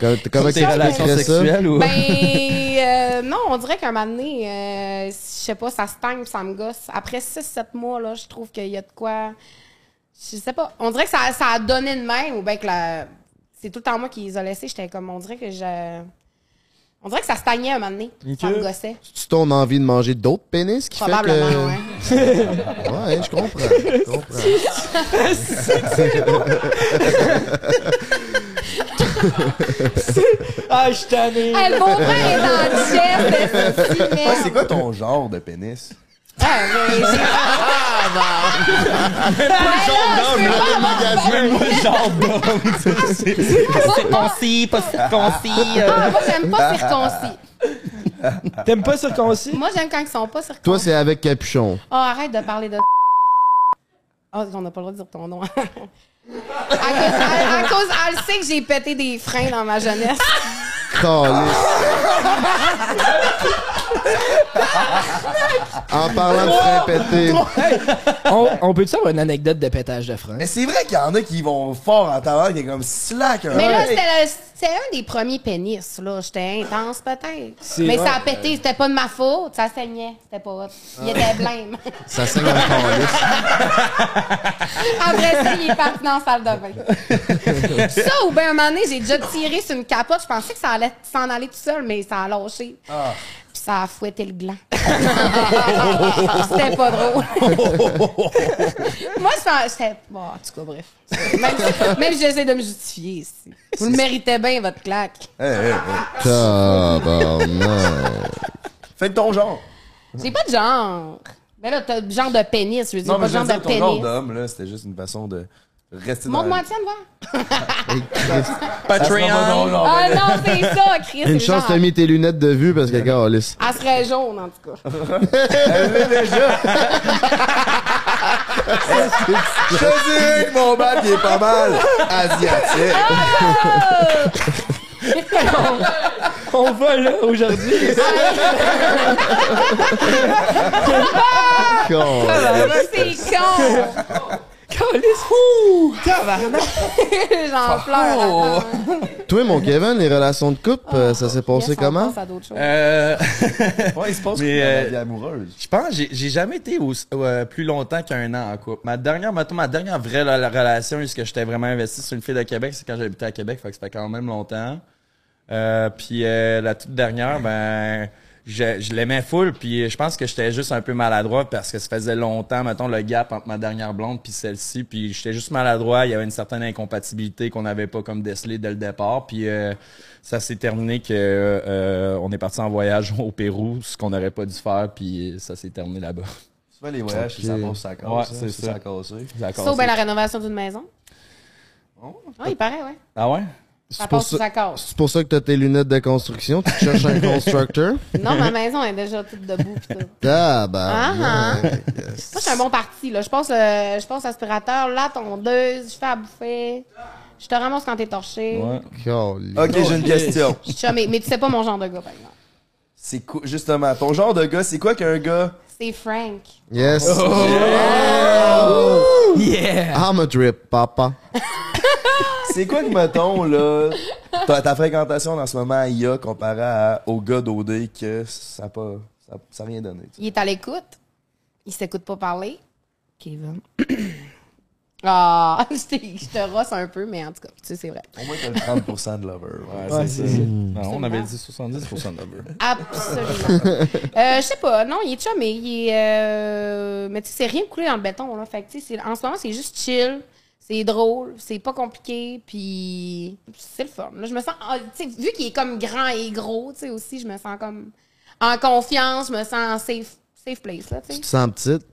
I: Comment- Comment
G: Tes relations
I: t'expliquerais ça?
G: sexuelles ou.
C: ben, euh, non, on dirait qu'un moment donné, euh, je sais pas, ça se tangue, ça me gosse. Après 6-7 mois, là, je trouve qu'il y a de quoi. Je sais pas. On dirait que ça, ça a donné de même, ou bien que la... c'est tout le temps moi qui les a laissés. J'étais comme, on dirait que je. On dirait que ça se tagnait un moment donné. Ça
B: Ok.
C: me gossait.
I: C'est ton envie de manger d'autres pénis qui fait
C: Probablement,
I: que...
C: ouais.
I: Ouais, hein, je comprends. Je comprends.
B: Ah, je t'avais.
C: Hey, le beau-frère est dans le chef, c'est si
D: Ouais,
C: merde.
D: c'est quoi ton genre de pénis?
C: Ah, mais j'ai- Ben là,
G: genre d'homme, tu sais.
C: je peux pas-
G: Concis, pas si concis.
C: Ah, Moi, j'aime pas circoncis.
B: T'aimes pas circoncis?
C: Moi, j'aime quand ils sont pas circoncis.
I: Toi, c'est avec capuchon.
C: Oh, arrête de parler de. Oh, on n'a pas le droit de dire ton nom. à, cause, à- à cause- elle sait que j'ai pété des freins dans ma jeunesse.
I: Calisse. en parlant de freins pétés.
B: On, on peut-tu avoir une anecdote de pétage de frein?
D: Mais c'est vrai qu'il y en a qui vont fort en tabac, qui est comme slack. hein.
C: Mais là,
D: Ouais.
C: c'était le- c'était un des premiers pénis. là. J'étais intense, peut-être.
B: C'est-
C: Mais ça a
B: ouais.
C: pété. C'était pas de ma faute. Ça saignait. C'était pas hot. Il était blême.
I: Ça saigne en calisse.
C: Après ça, il est parti dans la salle de bain. ça, ou bien un moment donné, j'ai déjà tiré sur une capote. Je pensais que ça allait s'en aller tout seul, mais ça a lâché. Puis ça a fouetté le gland. C'était pas drôle. Moi, je pense- j'étais... Bon, en tout cas, bref. Même, même si j'essaie de me justifier ici. Vous le méritez bien, votre claque.
D: Hey, hey, hey.
I: Tabarnak.
D: Fait que ton genre.
C: J'ai pas de genre. Mais là, t'as le genre de pénis. Je veux dire,
D: Non,
C: pas
D: mais
C: de
D: je veux
C: genre de
D: dire, ton euh, genre
C: pénis.
D: d'homme, là, c'était juste une façon de rester dans
C: Montre-moi
D: la...
C: tiens, voir.
D: Ça sera pas ton genre,
C: Ah
D: mais-
C: non, c'est ça, Chris. c'est le
I: Une chance,
C: genre.
I: t'as mis tes lunettes de vue parce que, calisse.
C: Elle serait jaune, en tout
D: Ah,
C: cas.
D: Je te dirais que mon bat, il est pas mal asiatique.
B: On va là aujourd'hui.
I: Calisse.
C: C'est con!
B: Calice.
C: J'en
D: Ah, oh.
C: pleure. attends. hein.
I: Toi, mon Kevin, les relations de couple, euh, ça s'est passé
C: Yes, on
I: comment?
C: passe à d'autres choses.
G: Euh,
D: Ouais, il se passe
G: Mais,
D: que dans la
G: euh,
D: vie amoureuse.
G: Je pense que j'ai- j'ai jamais été aussi- euh, plus longtemps qu'un an en couple. Ma dernière, mettons, ma dernière vraie la- la relation, est-ce que j'étais vraiment investi sur une fille de Québec, c'est quand j'habitais à Québec, fait que ça fait quand même longtemps. Euh, puis euh, la toute dernière, ben, je, je l'aimais full, puis je pense que j'étais juste un peu maladroit parce que ça faisait longtemps, mettons, le gap entre ma dernière blonde puis celle-ci, puis j'étais juste maladroit, il y avait une certaine incompatibilité qu'on n'avait pas comme décelé dès le départ, puis euh, ça s'est terminé que euh, euh, on est parti en voyage au Pérou, ce qu'on n'aurait pas dû faire, puis ça s'est terminé là-bas.
D: Souvent, les voyages, c'est ça passe, ça casse.
G: Ouais,
D: hein,
G: c'est
D: ça.
G: ça.
D: Ça casse.
G: D'accord.
C: ben,
D: Oh.
C: Sauf bien la rénovation d'une maison. Ah, il paraît, ouais.
G: Ah ouais?
C: Ça
I: C'est pour
C: passe ou
I: ça,
C: ça casse.
I: c'est pour ça que t'as tes lunettes de construction. Tu cherches un constructeur.
C: Non, ma maison est déjà toute debout. Pis tout.
I: Ah,
C: Ah, ah.
I: bah.
C: Moi, je suis un bon parti. Là. Je passe, euh, je passe aspirateur, la tondeuse, je fais à bouffer. Je te ramasse quand t'es torché.
D: Ok, j'ai une question.
C: Je suis chumée. Mais tu sais pas mon genre de gars, par exemple.
D: C'est quoi, justement, ton genre de gars, c'est quoi qu'un gars.
C: C'est Frank.
I: Yes.
G: Oh.
B: Yeah!
I: I'm a drip, papa.
D: C'est quoi que, mettons, là, ta, ta fréquentation en ce moment à IA comparée à- au gars d'OD que ça a pas. Ça, ça a rien donné. tu sais.
C: Il est à l'écoute. Il s'écoute pas parler. Kevin. Ah, je, t'ai- je te rosse un peu, mais en tout cas, tu sais, c'est vrai.
D: Au moins, t'as le 30% de lover. Ouais,
G: Ouais,
D: c'est
G: c'est
D: ça.
G: ça. Non, on avait dit 70% de lover.
C: Absolument. Euh, je sais pas, non, il est chumé. Il est, euh, Mais tu sais, c'est rien coulé dans le béton. Là. Fait que, tu sais, c'est- en ce moment, c'est juste chill. C'est drôle, c'est pas compliqué, puis c'est le fun. Là, je me sens, ah, tu sais, vu qu'il est comme grand et gros, tu sais aussi, je me sens comme en confiance, je me sens en safe, safe place là, tu sais.
I: Tu te sens petite?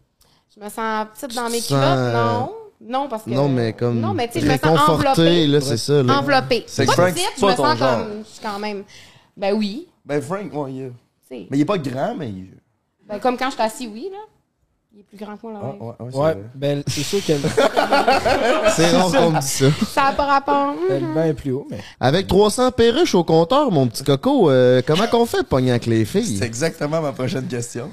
C: Je me sens petite dans
I: te
C: mes
I: sens,
C: culottes,
I: euh,
C: non, non parce que
I: Non, mais comme.
C: non, mais tu sais, je me sens
I: réconfortée,
C: enveloppée,
I: là, c'est ça, là.
C: enveloppée.
D: C'est
C: pas
D: Frank,
C: petite,
D: c'est
C: je me
D: pas ton
C: sens
D: genre.
C: comme, je suis quand même, ben oui,
D: Ben, Frank, ouais, il est-
C: tu sais.
D: Mais il est pas grand, mais il.
C: Ben, comme quand je suis assis, oui, là. Il est plus grand que moi, là.
D: Ah, Ouais, ouais, ouais, c'est
B: Ouais,
D: vrai.
B: ben, c'est sûr que le,
I: C'est rare qu'on me dise ça.
C: Ça a pas rapport. hum.
B: le vent est plus haut, mais.
I: Avec 300 perruches au compteur, mon petit coco, euh, comment qu'on fait de pogner avec les
D: C'est
I: filles?
D: exactement ma prochaine question.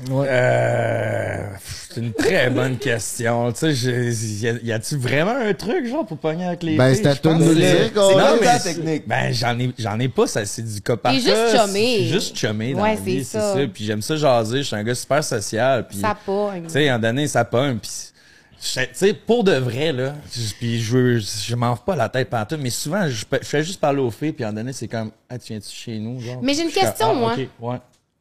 G: Euh, c'est une très bonne question. Tu sais, j'ai- y a- y a-tu vraiment un truc, genre, pour pogner avec les
I: Ben,
G: filles?
I: c'est à
G: Je
I: toi de
G: pense
I: nous
G: que-
I: le dire,
D: C'est
I: qu'on-
G: Non,
D: quoi
G: mais
D: ta
G: c'est-
D: technique?
G: Ben, j'en ai, j'en ai pas, ça, c'est du cas par
C: T'es
G: cas.
C: juste chumé.
G: Je suis Juste chumé dans
C: Ouais,
G: la
C: c'est
G: vie, c'est
C: ça.
G: ça. Puis j'aime ça jaser, je suis un gars super social. Puis,
C: Ça hein. pogne.
G: Tu sais, en donné, ça pogne. Puis, je- tu sais, pour de vrai, là, je- puis je, je m'en fous pas la tête pantoute, mais souvent, je, je fais juste parler aux filles, puis en donné, c'est comme, ah, tu viens-tu chez nous? Genre?
C: Mais j'ai une
G: Je suis comme,
C: question,
G: Ah,
C: moi.
G: ok, ouais.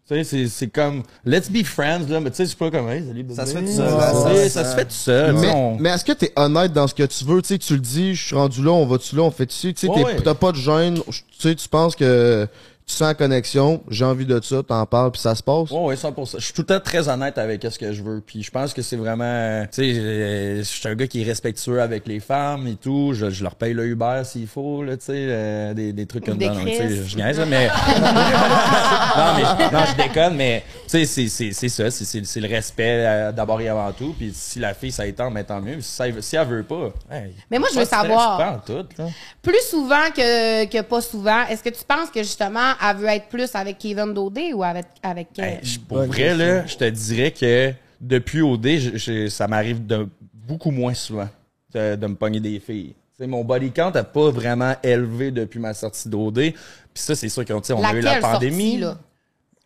G: Tu sais, c'est- c'est comme, let's be friends, là, mais tu sais, c'est pas comme, hey, salut,
D: Ça
G: bébé.
D: se fait tout seul.
G: Ouais,
D: Ça se fait
G: ouais, Ça se fait tout seul. tu sais,
I: Mais,
G: on-
I: mais est-ce que t'es honnête dans ce que tu veux? Tu sais, tu le dis, je suis rendu là, on va-tu là, on fait tu sais,
G: Ouais,
I: t'es-
G: ouais.
I: t'as pas de gêne, je- tu sais, tu penses que tu sens la connexion, j'ai envie de ça, t'en parles, puis ça se passe.
G: Oui, oui, 100%. Je suis tout le temps très honnête avec ce que je veux. Puis je pense que c'est vraiment... euh, Tu sais, euh, je suis un gars qui est respectueux avec les femmes et tout. Je, je leur paye le Uber s'il faut, là, tu sais, euh, des, des trucs comme
C: Des
G: ça. Non, tu sais,
C: crises.
G: Je niaise, là, mais... non, mais... Non, je déconne, mais... Tu sais, c'est- c'est c'est ça. c'est- C'est c'est le respect euh, d'abord et avant tout. Puis si la fille, ça étend, mais tant mieux. Si, ça- si elle veut pas... hey,
C: Mais moi, je
G: pas
C: veux
G: de stress,
C: savoir.
G: pas en tout, là.
C: Plus souvent que, que pas souvent, est-ce que tu penses que justement, elle veut être plus avec Kevin Dodé ou avec. avec euh,
G: Hey, Ben, je- pour vrai, là, je te dirais que depuis OD, je- je- ça m'arrive de beaucoup moins souvent de, de me pogner des filles. Tu sais, mon body count n'a pas vraiment élevé depuis ma sortie d'OD. Puis ça, c'est sûr qu'on tu sais, on a eu la
C: laquelle
G: pandémie.
C: sortie, là?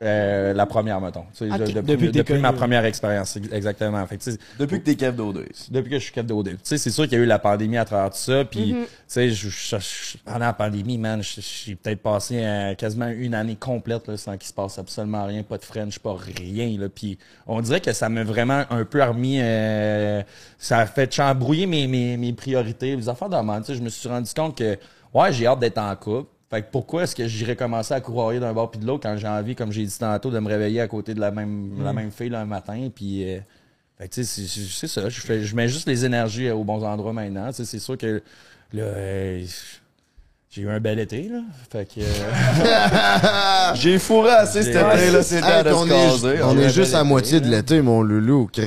G: Euh, la première, mettons. Tu sais,
C: Ok.
G: de- depuis
B: Depuis que t'es
G: depuis ma
B: connu.
G: première expérience, ex- exactement. Fait que, tu sais,
D: Depuis que t'es cave d'OD.
G: depuis que je suis cap d'OD. Tu sais, c'est sûr qu'il y a eu la pandémie à travers tout ça. Puis, tu sais, je- je- je- pendant la pandémie, man, je- je- j'ai peut-être passé euh, quasiment une année complète là, sans qu'il se passe absolument rien, pas de French, pas rien. Là. Puis, on dirait que ça m'a vraiment un peu remis. euh, ça a fait chambrouiller mes, mes, mes priorités, les affaires de même. Tu sais, je me suis rendu compte que, ouais, j'ai hâte d'être en couple. Fait que pourquoi est-ce que j'irais commencer à courroyer d'un bord puis de l'autre quand j'ai envie, comme j'ai dit tantôt, de me réveiller à côté de la même, la même fille là, un matin, puis euh, fait que, tu sais, c'est- c'est c'est ça. Je, fais, je mets juste les énergies euh, aux bons endroits maintenant. Tu sais, c'est sûr que là, euh, j'ai eu un bel été, là. Fait que. euh,
D: J'ai fourré assez cet
G: Ouais.
D: été, là, c'est le
I: Hey,
D: temps de
I: on
D: se
I: est,
D: caser.
I: on
D: On
I: est
D: est-
I: juste à moitié de l'été, mon loulou, Chris.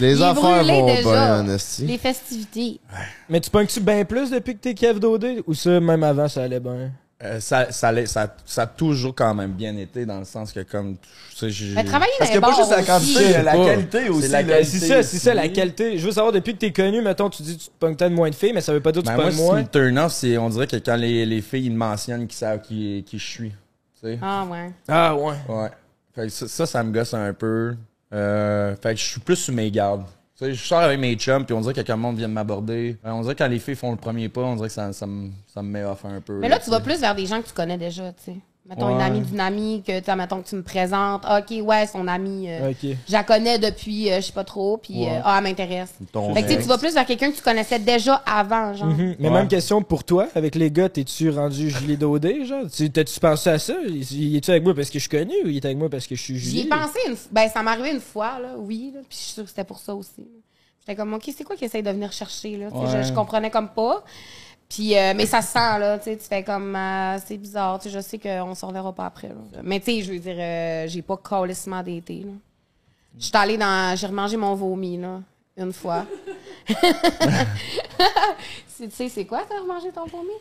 I: Les
C: Il est
I: affaires
C: brûlé
I: vont
C: déjà.
I: bien, en esti.
C: Les festivités.
B: Mais tu pognes-tu bien plus depuis que t'es Kev Dodé ou ça, même avant, ça allait bien?
G: euh, ça, ça, allait- ça, ça a toujours quand même bien été dans le sens que comme tu sais j'ai
C: Mais Ben, travailler dans
D: Parce
C: les
D: que pas
C: bars
D: juste la
C: aussi.
D: quantité, il y a la
G: Ouais.
D: qualité aussi.
G: la
D: là.
B: Ben,
G: qualité.
B: c'est ça, c'est ça, la
G: aussi.
B: qualité. Je veux savoir, depuis que t'es connu, mettons, tu dis que tu te pognes peut-être moins de filles, mais ça veut pas dire que tu
G: Ben,
B: te
G: moi
B: pognes
G: ce qui
B: moins.
G: me turn off c'est on dirait que quand les, les filles ils me mentionnent qu'ils savent qui qui je suis tu sais
C: Ah, ouais.
B: Ah, ouais.
G: Ouais. Fait que ça, ça, ça me gosse un peu. Euh, fait que je suis plus sous mes gardes. Tu sais, je sors avec mes chums, puis on dirait que quand le monde vient de m'aborder, euh, on dirait que quand les filles font le premier pas, on dirait que ça, ça, me, ça me met off un peu.
C: Mais là, tu
G: sais.
C: vas plus vers des gens que tu connais déjà, tu sais. Mettons une
G: Ouais.
C: amie dynamique, tu sais, mettons que tu me présentes. Ah, OK, ouais, son amie. euh,
B: Ok.
C: Je la connais depuis, euh, je sais pas trop, puis euh, ah, elle m'intéresse.
D: Ton
C: Fait que tu sais,
D: ex.
C: tu vas plus vers quelqu'un que tu connaissais déjà avant, genre.
B: Mhm. Mais
G: Ouais.
B: même question pour toi, avec les gars, t'es-tu rendu Gilet Dodé, genre? Tu- T'as-tu pensé à ça? Il est tu avec moi parce que je suis connu ou il est avec moi parce que je suis
C: J'y
B: Gilet?
C: ai pensé une fois. Ben, ça m'est arrivé une fois, là, oui, là, puis je suis sûre que c'était pour ça aussi. J'étais comme, OK, c'est quoi qu'il essaye de venir chercher, là? Tu sais, Je, je comprenais comme pas. Puis, euh, mais ça se sent, là, tu sais, tu fais comme, euh, c'est bizarre, tu sais, je sais qu'on se reverra pas après, là. Mais, tu sais, je veux dire, euh, j'ai pas calissement d'été, là. Je suis allée dans, j'ai remangé mon vomi, là, une fois. C'est- tu sais, c'est quoi, t'as remangé ton vomi?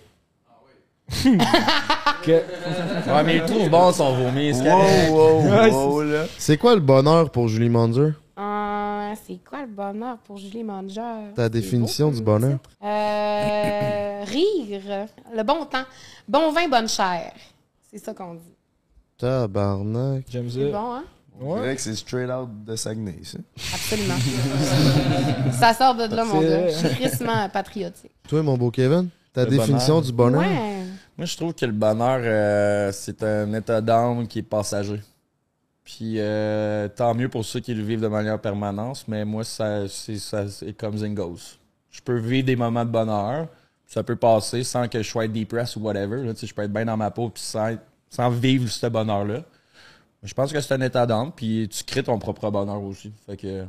G: Ouais, mais il trouve bon son vomi. c'est correct.
D: Wow, wow, wow, là.
I: C'est quoi le bonheur pour Julie Mandur?
C: Euh, c'est quoi le bonheur pour Julie Manger?
I: Ta définition du bonheur?
C: Euh, rire, le bon temps, bon vin, bonne chair. C'est ça qu'on dit.
I: Tabarnak.
B: J'aime ça.
C: C'est bon, hein?
D: C'est vrai que c'est straight out de Saguenay, ça.
C: Absolument. ça sort de là, mon
B: C'est
C: gars.
B: vrai.
C: Je suis crissement patriotique.
I: Toi, mon beau Kevin, ta
G: Le
I: définition
G: bonheur.
I: du bonheur?
C: Ouais.
G: Moi, je trouve que le bonheur, euh, c'est un état d'âme qui est passager. Puis euh, tant mieux pour ceux qui le vivent de manière permanente, mais moi, ça, c'est, ça, c'est comme goes. Je peux vivre des moments de bonheur, ça peut passer sans que je sois depressed ou whatever. Là, tu sais, je peux être bien dans ma peau puis sans, être- sans vivre ce bonheur-là. Mais Je pense que c'est un état d'âme, puis tu crées ton propre bonheur aussi. Fait que,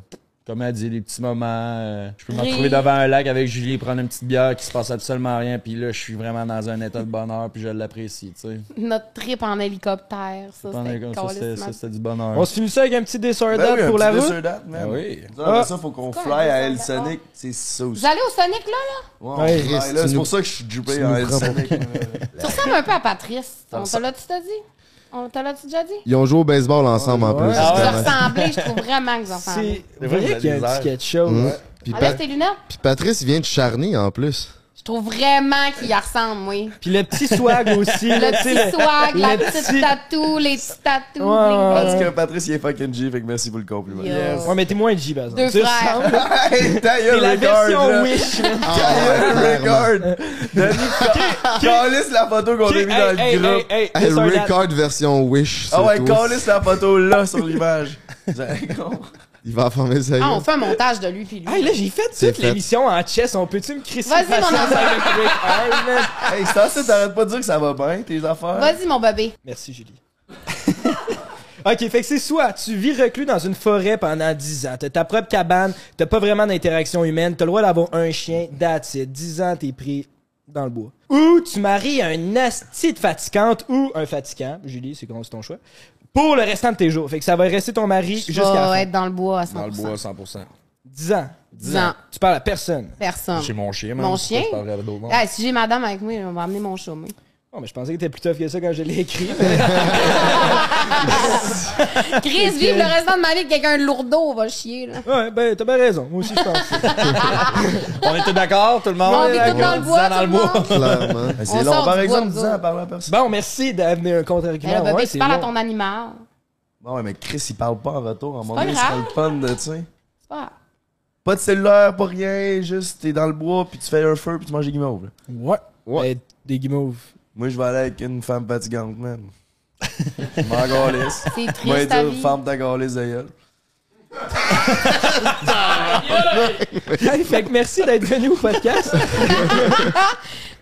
G: comme elle dit, les petits moments, euh, je peux me
C: Rire.
G: retrouver devant un lac avec Julie, prendre une petite bière qui se passe absolument rien, puis là, je suis vraiment dans un état de bonheur, puis je l'apprécie, tu sais.
C: Notre trip en hélicoptère, ça,
G: Pendant
C: c'était
G: que ça, c'est-
C: calissement.
G: ça, c'était du bonheur.
B: On se finit ça avec un petit dessert
D: Ben oui,
B: date
D: un
B: pour
D: petit
B: la route.
D: dessert date, man.
G: Ah oui.
D: Nous, après
B: Ah.
D: Ben ça, faut qu'on
C: quoi,
D: fly
C: un dessert
D: à El
C: date?
D: Sonic. C'est ça aussi.
C: Vous allez au Sonic, là, là?
D: Ouais, on
B: Ouais.
D: fly, là,
I: Christ, tu
D: c'est
I: nous-
D: pour ça que je suis
I: tu
D: juppé
I: nous
D: à El
I: prends pour-
D: Sonic.
C: Tu ressembles un peu à Patrice. On te
D: ressemble-
C: l'a-tu déjà dit? On te l'a-tu déjà dit?
I: Ils ont joué au baseball ensemble en
B: Ouais.
I: plus.
B: Ah
C: Vous
B: ouais.
C: ressemblez, je trouve vraiment que vous ressemblez.
B: C'est
G: C'est vrai, vous
B: vrai qu'il y a
G: avez
B: un
G: des
B: petit quelque chose.
I: Mhm. Puis, Pa-
C: Enlève tes lunettes.
I: puis Patrice vient de Charny en plus.
C: Je trouve vraiment qu'il y ressemble, oui.
B: Puis le petit swag aussi.
C: Le
B: là, tu sais,
C: petit swag,
B: le
C: la petite
B: petit-
C: tatou, les petits tatous.
B: Ouais,
C: les-
D: En tout cas, Patrice, il est fucking G, fait que merci pour le compliment.
C: Yo.
B: Ouais, mais t'es moins G, par exemple.
C: Deux
B: Tu
C: frères.
B: ressembles-
D: Hey, ta
B: T'es
D: gueule,
B: la version
D: regarde, là.
B: Wish.
D: Ta gueule, regarde. Denis, calisse la photo qu'on a
B: Ok,
D: mis dans
B: hey, hey,
D: le groupe.
B: hey, hey,
I: Hey,
B: dessert date.
I: Record version Wish. c'est
D: Ah ouais,
I: tout.
D: calisse la photo là sur l'image. Vous avez compris?
I: Il va former ça.
C: Ah, on fait un montage de lui puis lui.
B: Hey, là, j'ai fait
I: C'est
B: toute
I: fait.
B: l'émission en chess. On peut-tu me crisser
C: Vas-y,
B: de façon
C: mon enfant.
B: avec Rick Hard, man?
D: Hey, c'est assez, t'arrêtes pas de dire que ça va bien, tes affaires.
C: Vas-y, mon bébé.
B: Merci, Julie. ok, fait que c'est soit tu vis reclus dans une forêt pendant 10 ans, t'as ta propre cabane, t'as pas vraiment d'interaction humaine, t'as le droit d'avoir un chien, that's it. 10 ans, t'es pris dans le bois. Ou tu maries un asti de fatigante ou un fatigant, Julie, c'est quand c'est ton choix, pour le restant de tes jours. Fait que ça va rester ton mari
C: Je
B: jusqu'à la
C: vais
B: fin.
C: être dans le bois à 100%.
G: Dans le bois, 100%.
B: 10 ans.
C: 10 ans.
B: Tu parles à personne.
C: Personne.
G: Chez mon chien, man.
C: Mon
G: Pourquoi
C: chien?
G: je parlerais à d'autres mondes?
C: Ah, si j'ai madame avec moi, on va amener mon chum. hein.
B: Oh, mais je pensais que t'étais plus tough que ça quand je l'ai écrit.
C: Chris, vive le restant de ma vie avec quelqu'un de lourdeau, va chier, là.
B: ouais, ben, t'as bien raison. Moi aussi, je pense.
G: On est tous d'accord, tout le monde?
C: on vit tout dans le bois,
G: Dans le
C: tout le monde.
I: Clairement.
D: Ben,
C: On
D: C'est long,
C: sort
D: par
C: du
D: exemple,
C: bois,
D: 10 ans à parler à personne.
B: Bon, merci d'amener un
C: Mais le
B: contre-argument.
C: bébé,
B: Ouais,
C: Eh ben, tu
B: c'est
C: parles à
B: long.
C: ton animal.
D: Bon, Bah ouais, mais Chris, il parle pas en retour. À un moment
C: pas
D: donné, c'est
C: grave.
D: le fun de, tu sais.
C: C'est pas-
D: Pas de cellulaire, pas rien, juste t'es dans le bois, puis tu fais un feu, puis tu manges des guimauves. là.
B: Ouais. ouais. des guimauves.
D: Moi, je vais aller avec une femme fatigante, man. Je M'en galisse.
C: C'est
D: Moi,
C: triste, ta
D: dire,
C: vie.
D: femme ta galisse de gueule.
B: Hey, fait que merci d'être venu au podcast.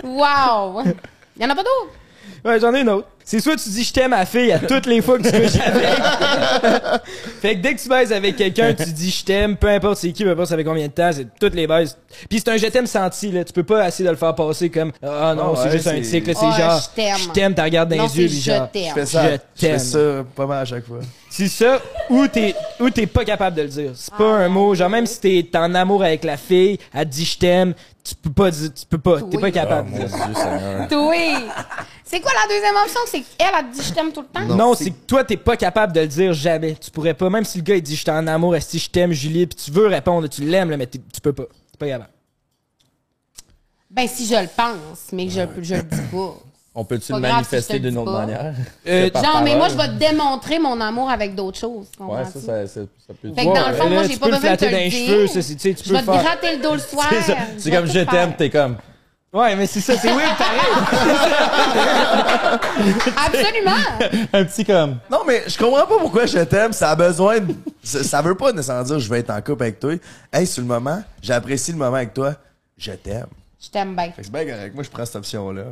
C: Wow! Il y en a pas d'autres?
B: Ouais, j'en ai une autre. C'est soit tu dis je t'aime à la fille à toutes les fois que tu couches avec. fait que dès que tu baises avec quelqu'un, tu dis je t'aime, peu importe c'est qui, peu importe ça fait combien de temps, c'est toutes les baises. Puis c'est un je t'aime senti, là. Tu peux pas essayer de le faire passer comme ah non,
D: Ah ouais,
B: c'est juste un
D: c'est-
B: cycle, c'est
C: Ouais,
B: genre
C: Ah, je t'aime.
B: je t'aime, t'en regardes dans
C: Non,
B: les yeux,
C: c'est hein.
B: puis
C: je
B: genre.
C: t'aime.
D: Je fais ça,
B: Je
D: je fais
B: t'aime.
D: ça pas mal à chaque fois.
B: C'est ça ou t'es ou t'es pas capable de le dire. C'est pas un mot. Genre même si t'es en amour avec la fille, elle te dit je t'aime, tu peux pas dire, tu peux pas, t'es
C: Oui.
B: pas
G: Ah,
B: capable. de
G: mon
B: dire ça.
G: Dieu, Seigneur.
C: Oui! C'est quoi la deuxième option? C'est qu'elle a dit je t'aime tout le temps?
B: Non, c'est que toi t'es pas capable de le dire jamais. Tu pourrais pas. Même si le gars il dit je t'en en amour, si je t'aime Julie, puis tu veux répondre, tu l'aimes là, mais t'es- tu peux pas. T'es pas capable.
C: Ben, si je le pense, mais que je, je le dis pas.
G: On peut-tu
C: Pas
G: le
C: grave si
G: manifester
C: je te
G: d'une
C: le dis
G: autre
C: pas.
G: manière?
B: Euh,
G: Que par
C: Genre, mais moi,
G: parole?
C: je vais te démontrer mon amour avec d'autres choses.
G: Ouais,
C: comprends-tu?
G: ça, ça, ça, ça peut
C: Fait que dans le fond,
B: Ouais,
C: moi,
B: là,
C: j'ai
B: tu
C: pas
B: peux le
C: besoin de te
B: flatter dans
C: le
B: les cheveux, ça,
C: dire.
B: c'est- tu sais, tu
C: Je
B: peux
C: vais te
B: le faire.
C: gratter le dos le soir.
G: C'est ça. C'est comme je t'aime, t'es comme.
B: Ouais, mais c'est ça, c'est weird pareil.
C: Absolument!
G: Un petit comme.
D: Non, mais je comprends pas pourquoi je t'aime. Ça a besoin de... ça, ça veut pas nécessairement dire je vais être en couple avec toi. Hey, sur le moment, j'apprécie le moment avec toi. Je t'aime.
C: Je t'aime bien.
D: Fait que c'est bien correct. Moi, je prends cette option-là.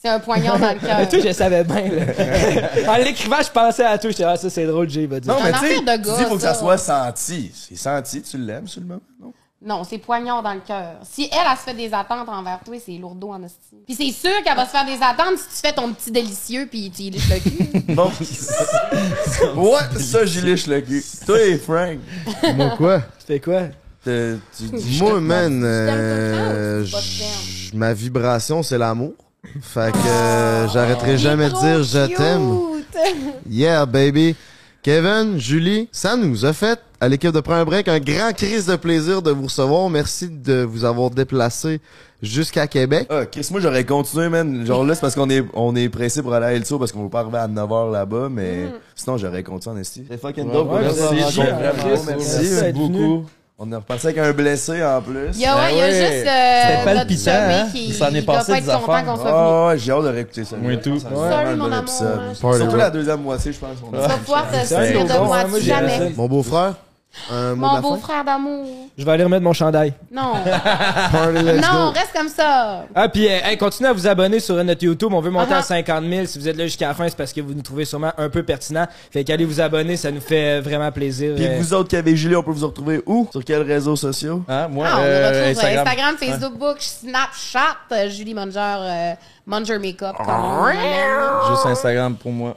C: C'est un poignard dans le
B: Mais toi,
C: cœur.
B: je savais bien. là. en l'écrivant, je pensais à toi. J'étais ah ça c'est drôle, Jay va dire.
D: Non,
C: C'est
D: mais
C: un
D: tu sais,
C: affaire de
D: tu
C: gars,
D: dis faut que ça
C: ça.
D: soit senti. C'est senti, tu l'aimes sur le moment, non?
C: Non, c'est poignard dans le cœur. Si elle, elle se fait des attentes envers toi, c'est lourdeau en hostie. Puis c'est sûr qu'elle va se faire des attentes si tu fais ton petit délicieux puis tu y liches le cul.
D: Bon. ouais, ça, j'y liche le cul. Toi, Frank,
I: Moi, quoi?
B: Tu fais quoi?
D: te- tu dis.
I: Moi, man, euh,
C: Je t'aime tout le temps ou tu
I: j-
C: pas
I: ma vibration, c'est l'amour. Fait que
C: Ah.
I: euh, j'arrêterai jamais de dire je t'aime.
C: t'aime.
I: Yeah, baby. Kevin, Julie, ça nous a fait à l'équipe de Prends un break un grand crise de plaisir de vous recevoir. Merci de vous avoir déplacé jusqu'à Québec.
D: Ah, Chris, moi, j'aurais continué, man. Genre là, c'est parce qu'on est, on est pressé pour aller à El Tour parce qu'on veut pas arriver à 9h là-bas,
C: Mm.
D: mais sinon, j'aurais continué en esti. C'est fucking dope.
B: ouais,
D: merci.
B: merci,
D: Merci,
B: vraiment,
D: merci,
B: merci d'être venu.
D: beaucoup. On est reparti avec un blessé en plus.
C: Il y a, ouais, il y a
G: ouais.
C: juste euh,
G: Ben C'était pas
C: notre
G: le pitant,
C: chummy
G: hein?
C: qui,
G: Il s'en est
C: qui doit
G: passé
C: pas être
G: des
C: content
G: affaires. Oh,
C: qu'on soit venu.
D: Ah ouais, j'ai hâte de réécouter ça.
G: Moi et tout.
D: Ça,
C: Sorry,
D: c'est vraiment
C: mon
D: un bon
C: amour,
D: épisode.
C: hein.
I: Party
D: Surtout
I: rock.
D: la deuxième moitié, je pense. qu'on
C: Tu
D: a-
C: vas pouvoir te
B: vrai,
C: sortir
B: on-
C: de moi
B: moi, j'ai-
C: jamais.
I: Mon beau-frère,
C: Euh,
I: un mot de
C: Mon
I: la fin?
C: beau-frère d'amour.
B: Je vais aller remettre mon chandail.
C: Non.
I: Party, let's
C: non,
I: go.
C: reste comme ça.
B: Ah, puis euh, hey, continuez à vous abonner sur euh, notre YouTube. On veut monter
C: Ah
B: à
C: ah.
B: 50 000. Si vous êtes là jusqu'à la fin, c'est parce que vous nous trouvez sûrement un peu pertinent. Fait qu'allez vous abonner, ça nous fait euh, vraiment plaisir.
D: Puis
B: Euh,
D: vous autres qui avez Julie, on peut vous retrouver où? Sur quels réseaux sociaux?
G: Hein, moi,
C: Ah, on
G: euh,
C: me retrouve Instagram,
G: Instagram.
I: Hein?
C: Instagram Facebook, Snapchat, euh, Julie Munger, euh, Munger Makeup. comme
I: Ah.
C: on l'appelle.
G: Juste Instagram pour moi.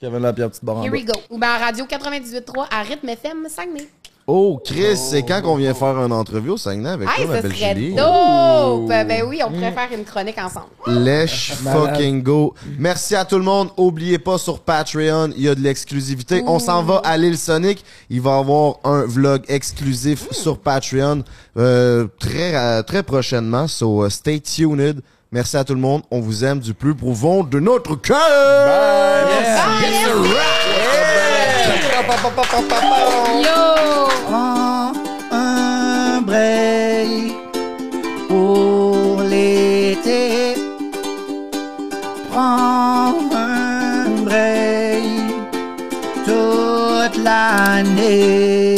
G: Kevin Lapierre, petite barre en
C: Here
G: bas.
C: we go.
I: ben-
C: Ou bien Radio 98.3 à Rythme FM Saguenay.
I: Oh, Chris, c'est quand qu'on vient faire une entrevue au Saguenay avec
C: Hey,
I: toi, ma
C: ça
I: belle
C: serait
I: Julie? Oh.
C: dope!
I: Mm.
C: Ben oui, on pourrait faire une chronique ensemble.
I: Lèche fucking go. Merci à tout le monde. Oubliez pas sur Patreon, il y a de l'exclusivité. On s'en va à l'île Sonic. Il va y avoir un vlog exclusif sur Patreon euh, très euh, très prochainement. So euh, stay tuned. Merci à tout le monde. On vous aime du plus profond de notre cœur.
C: Ah, merci! Yo!
F: prends un break pour l'été. Prends un break toute l'année.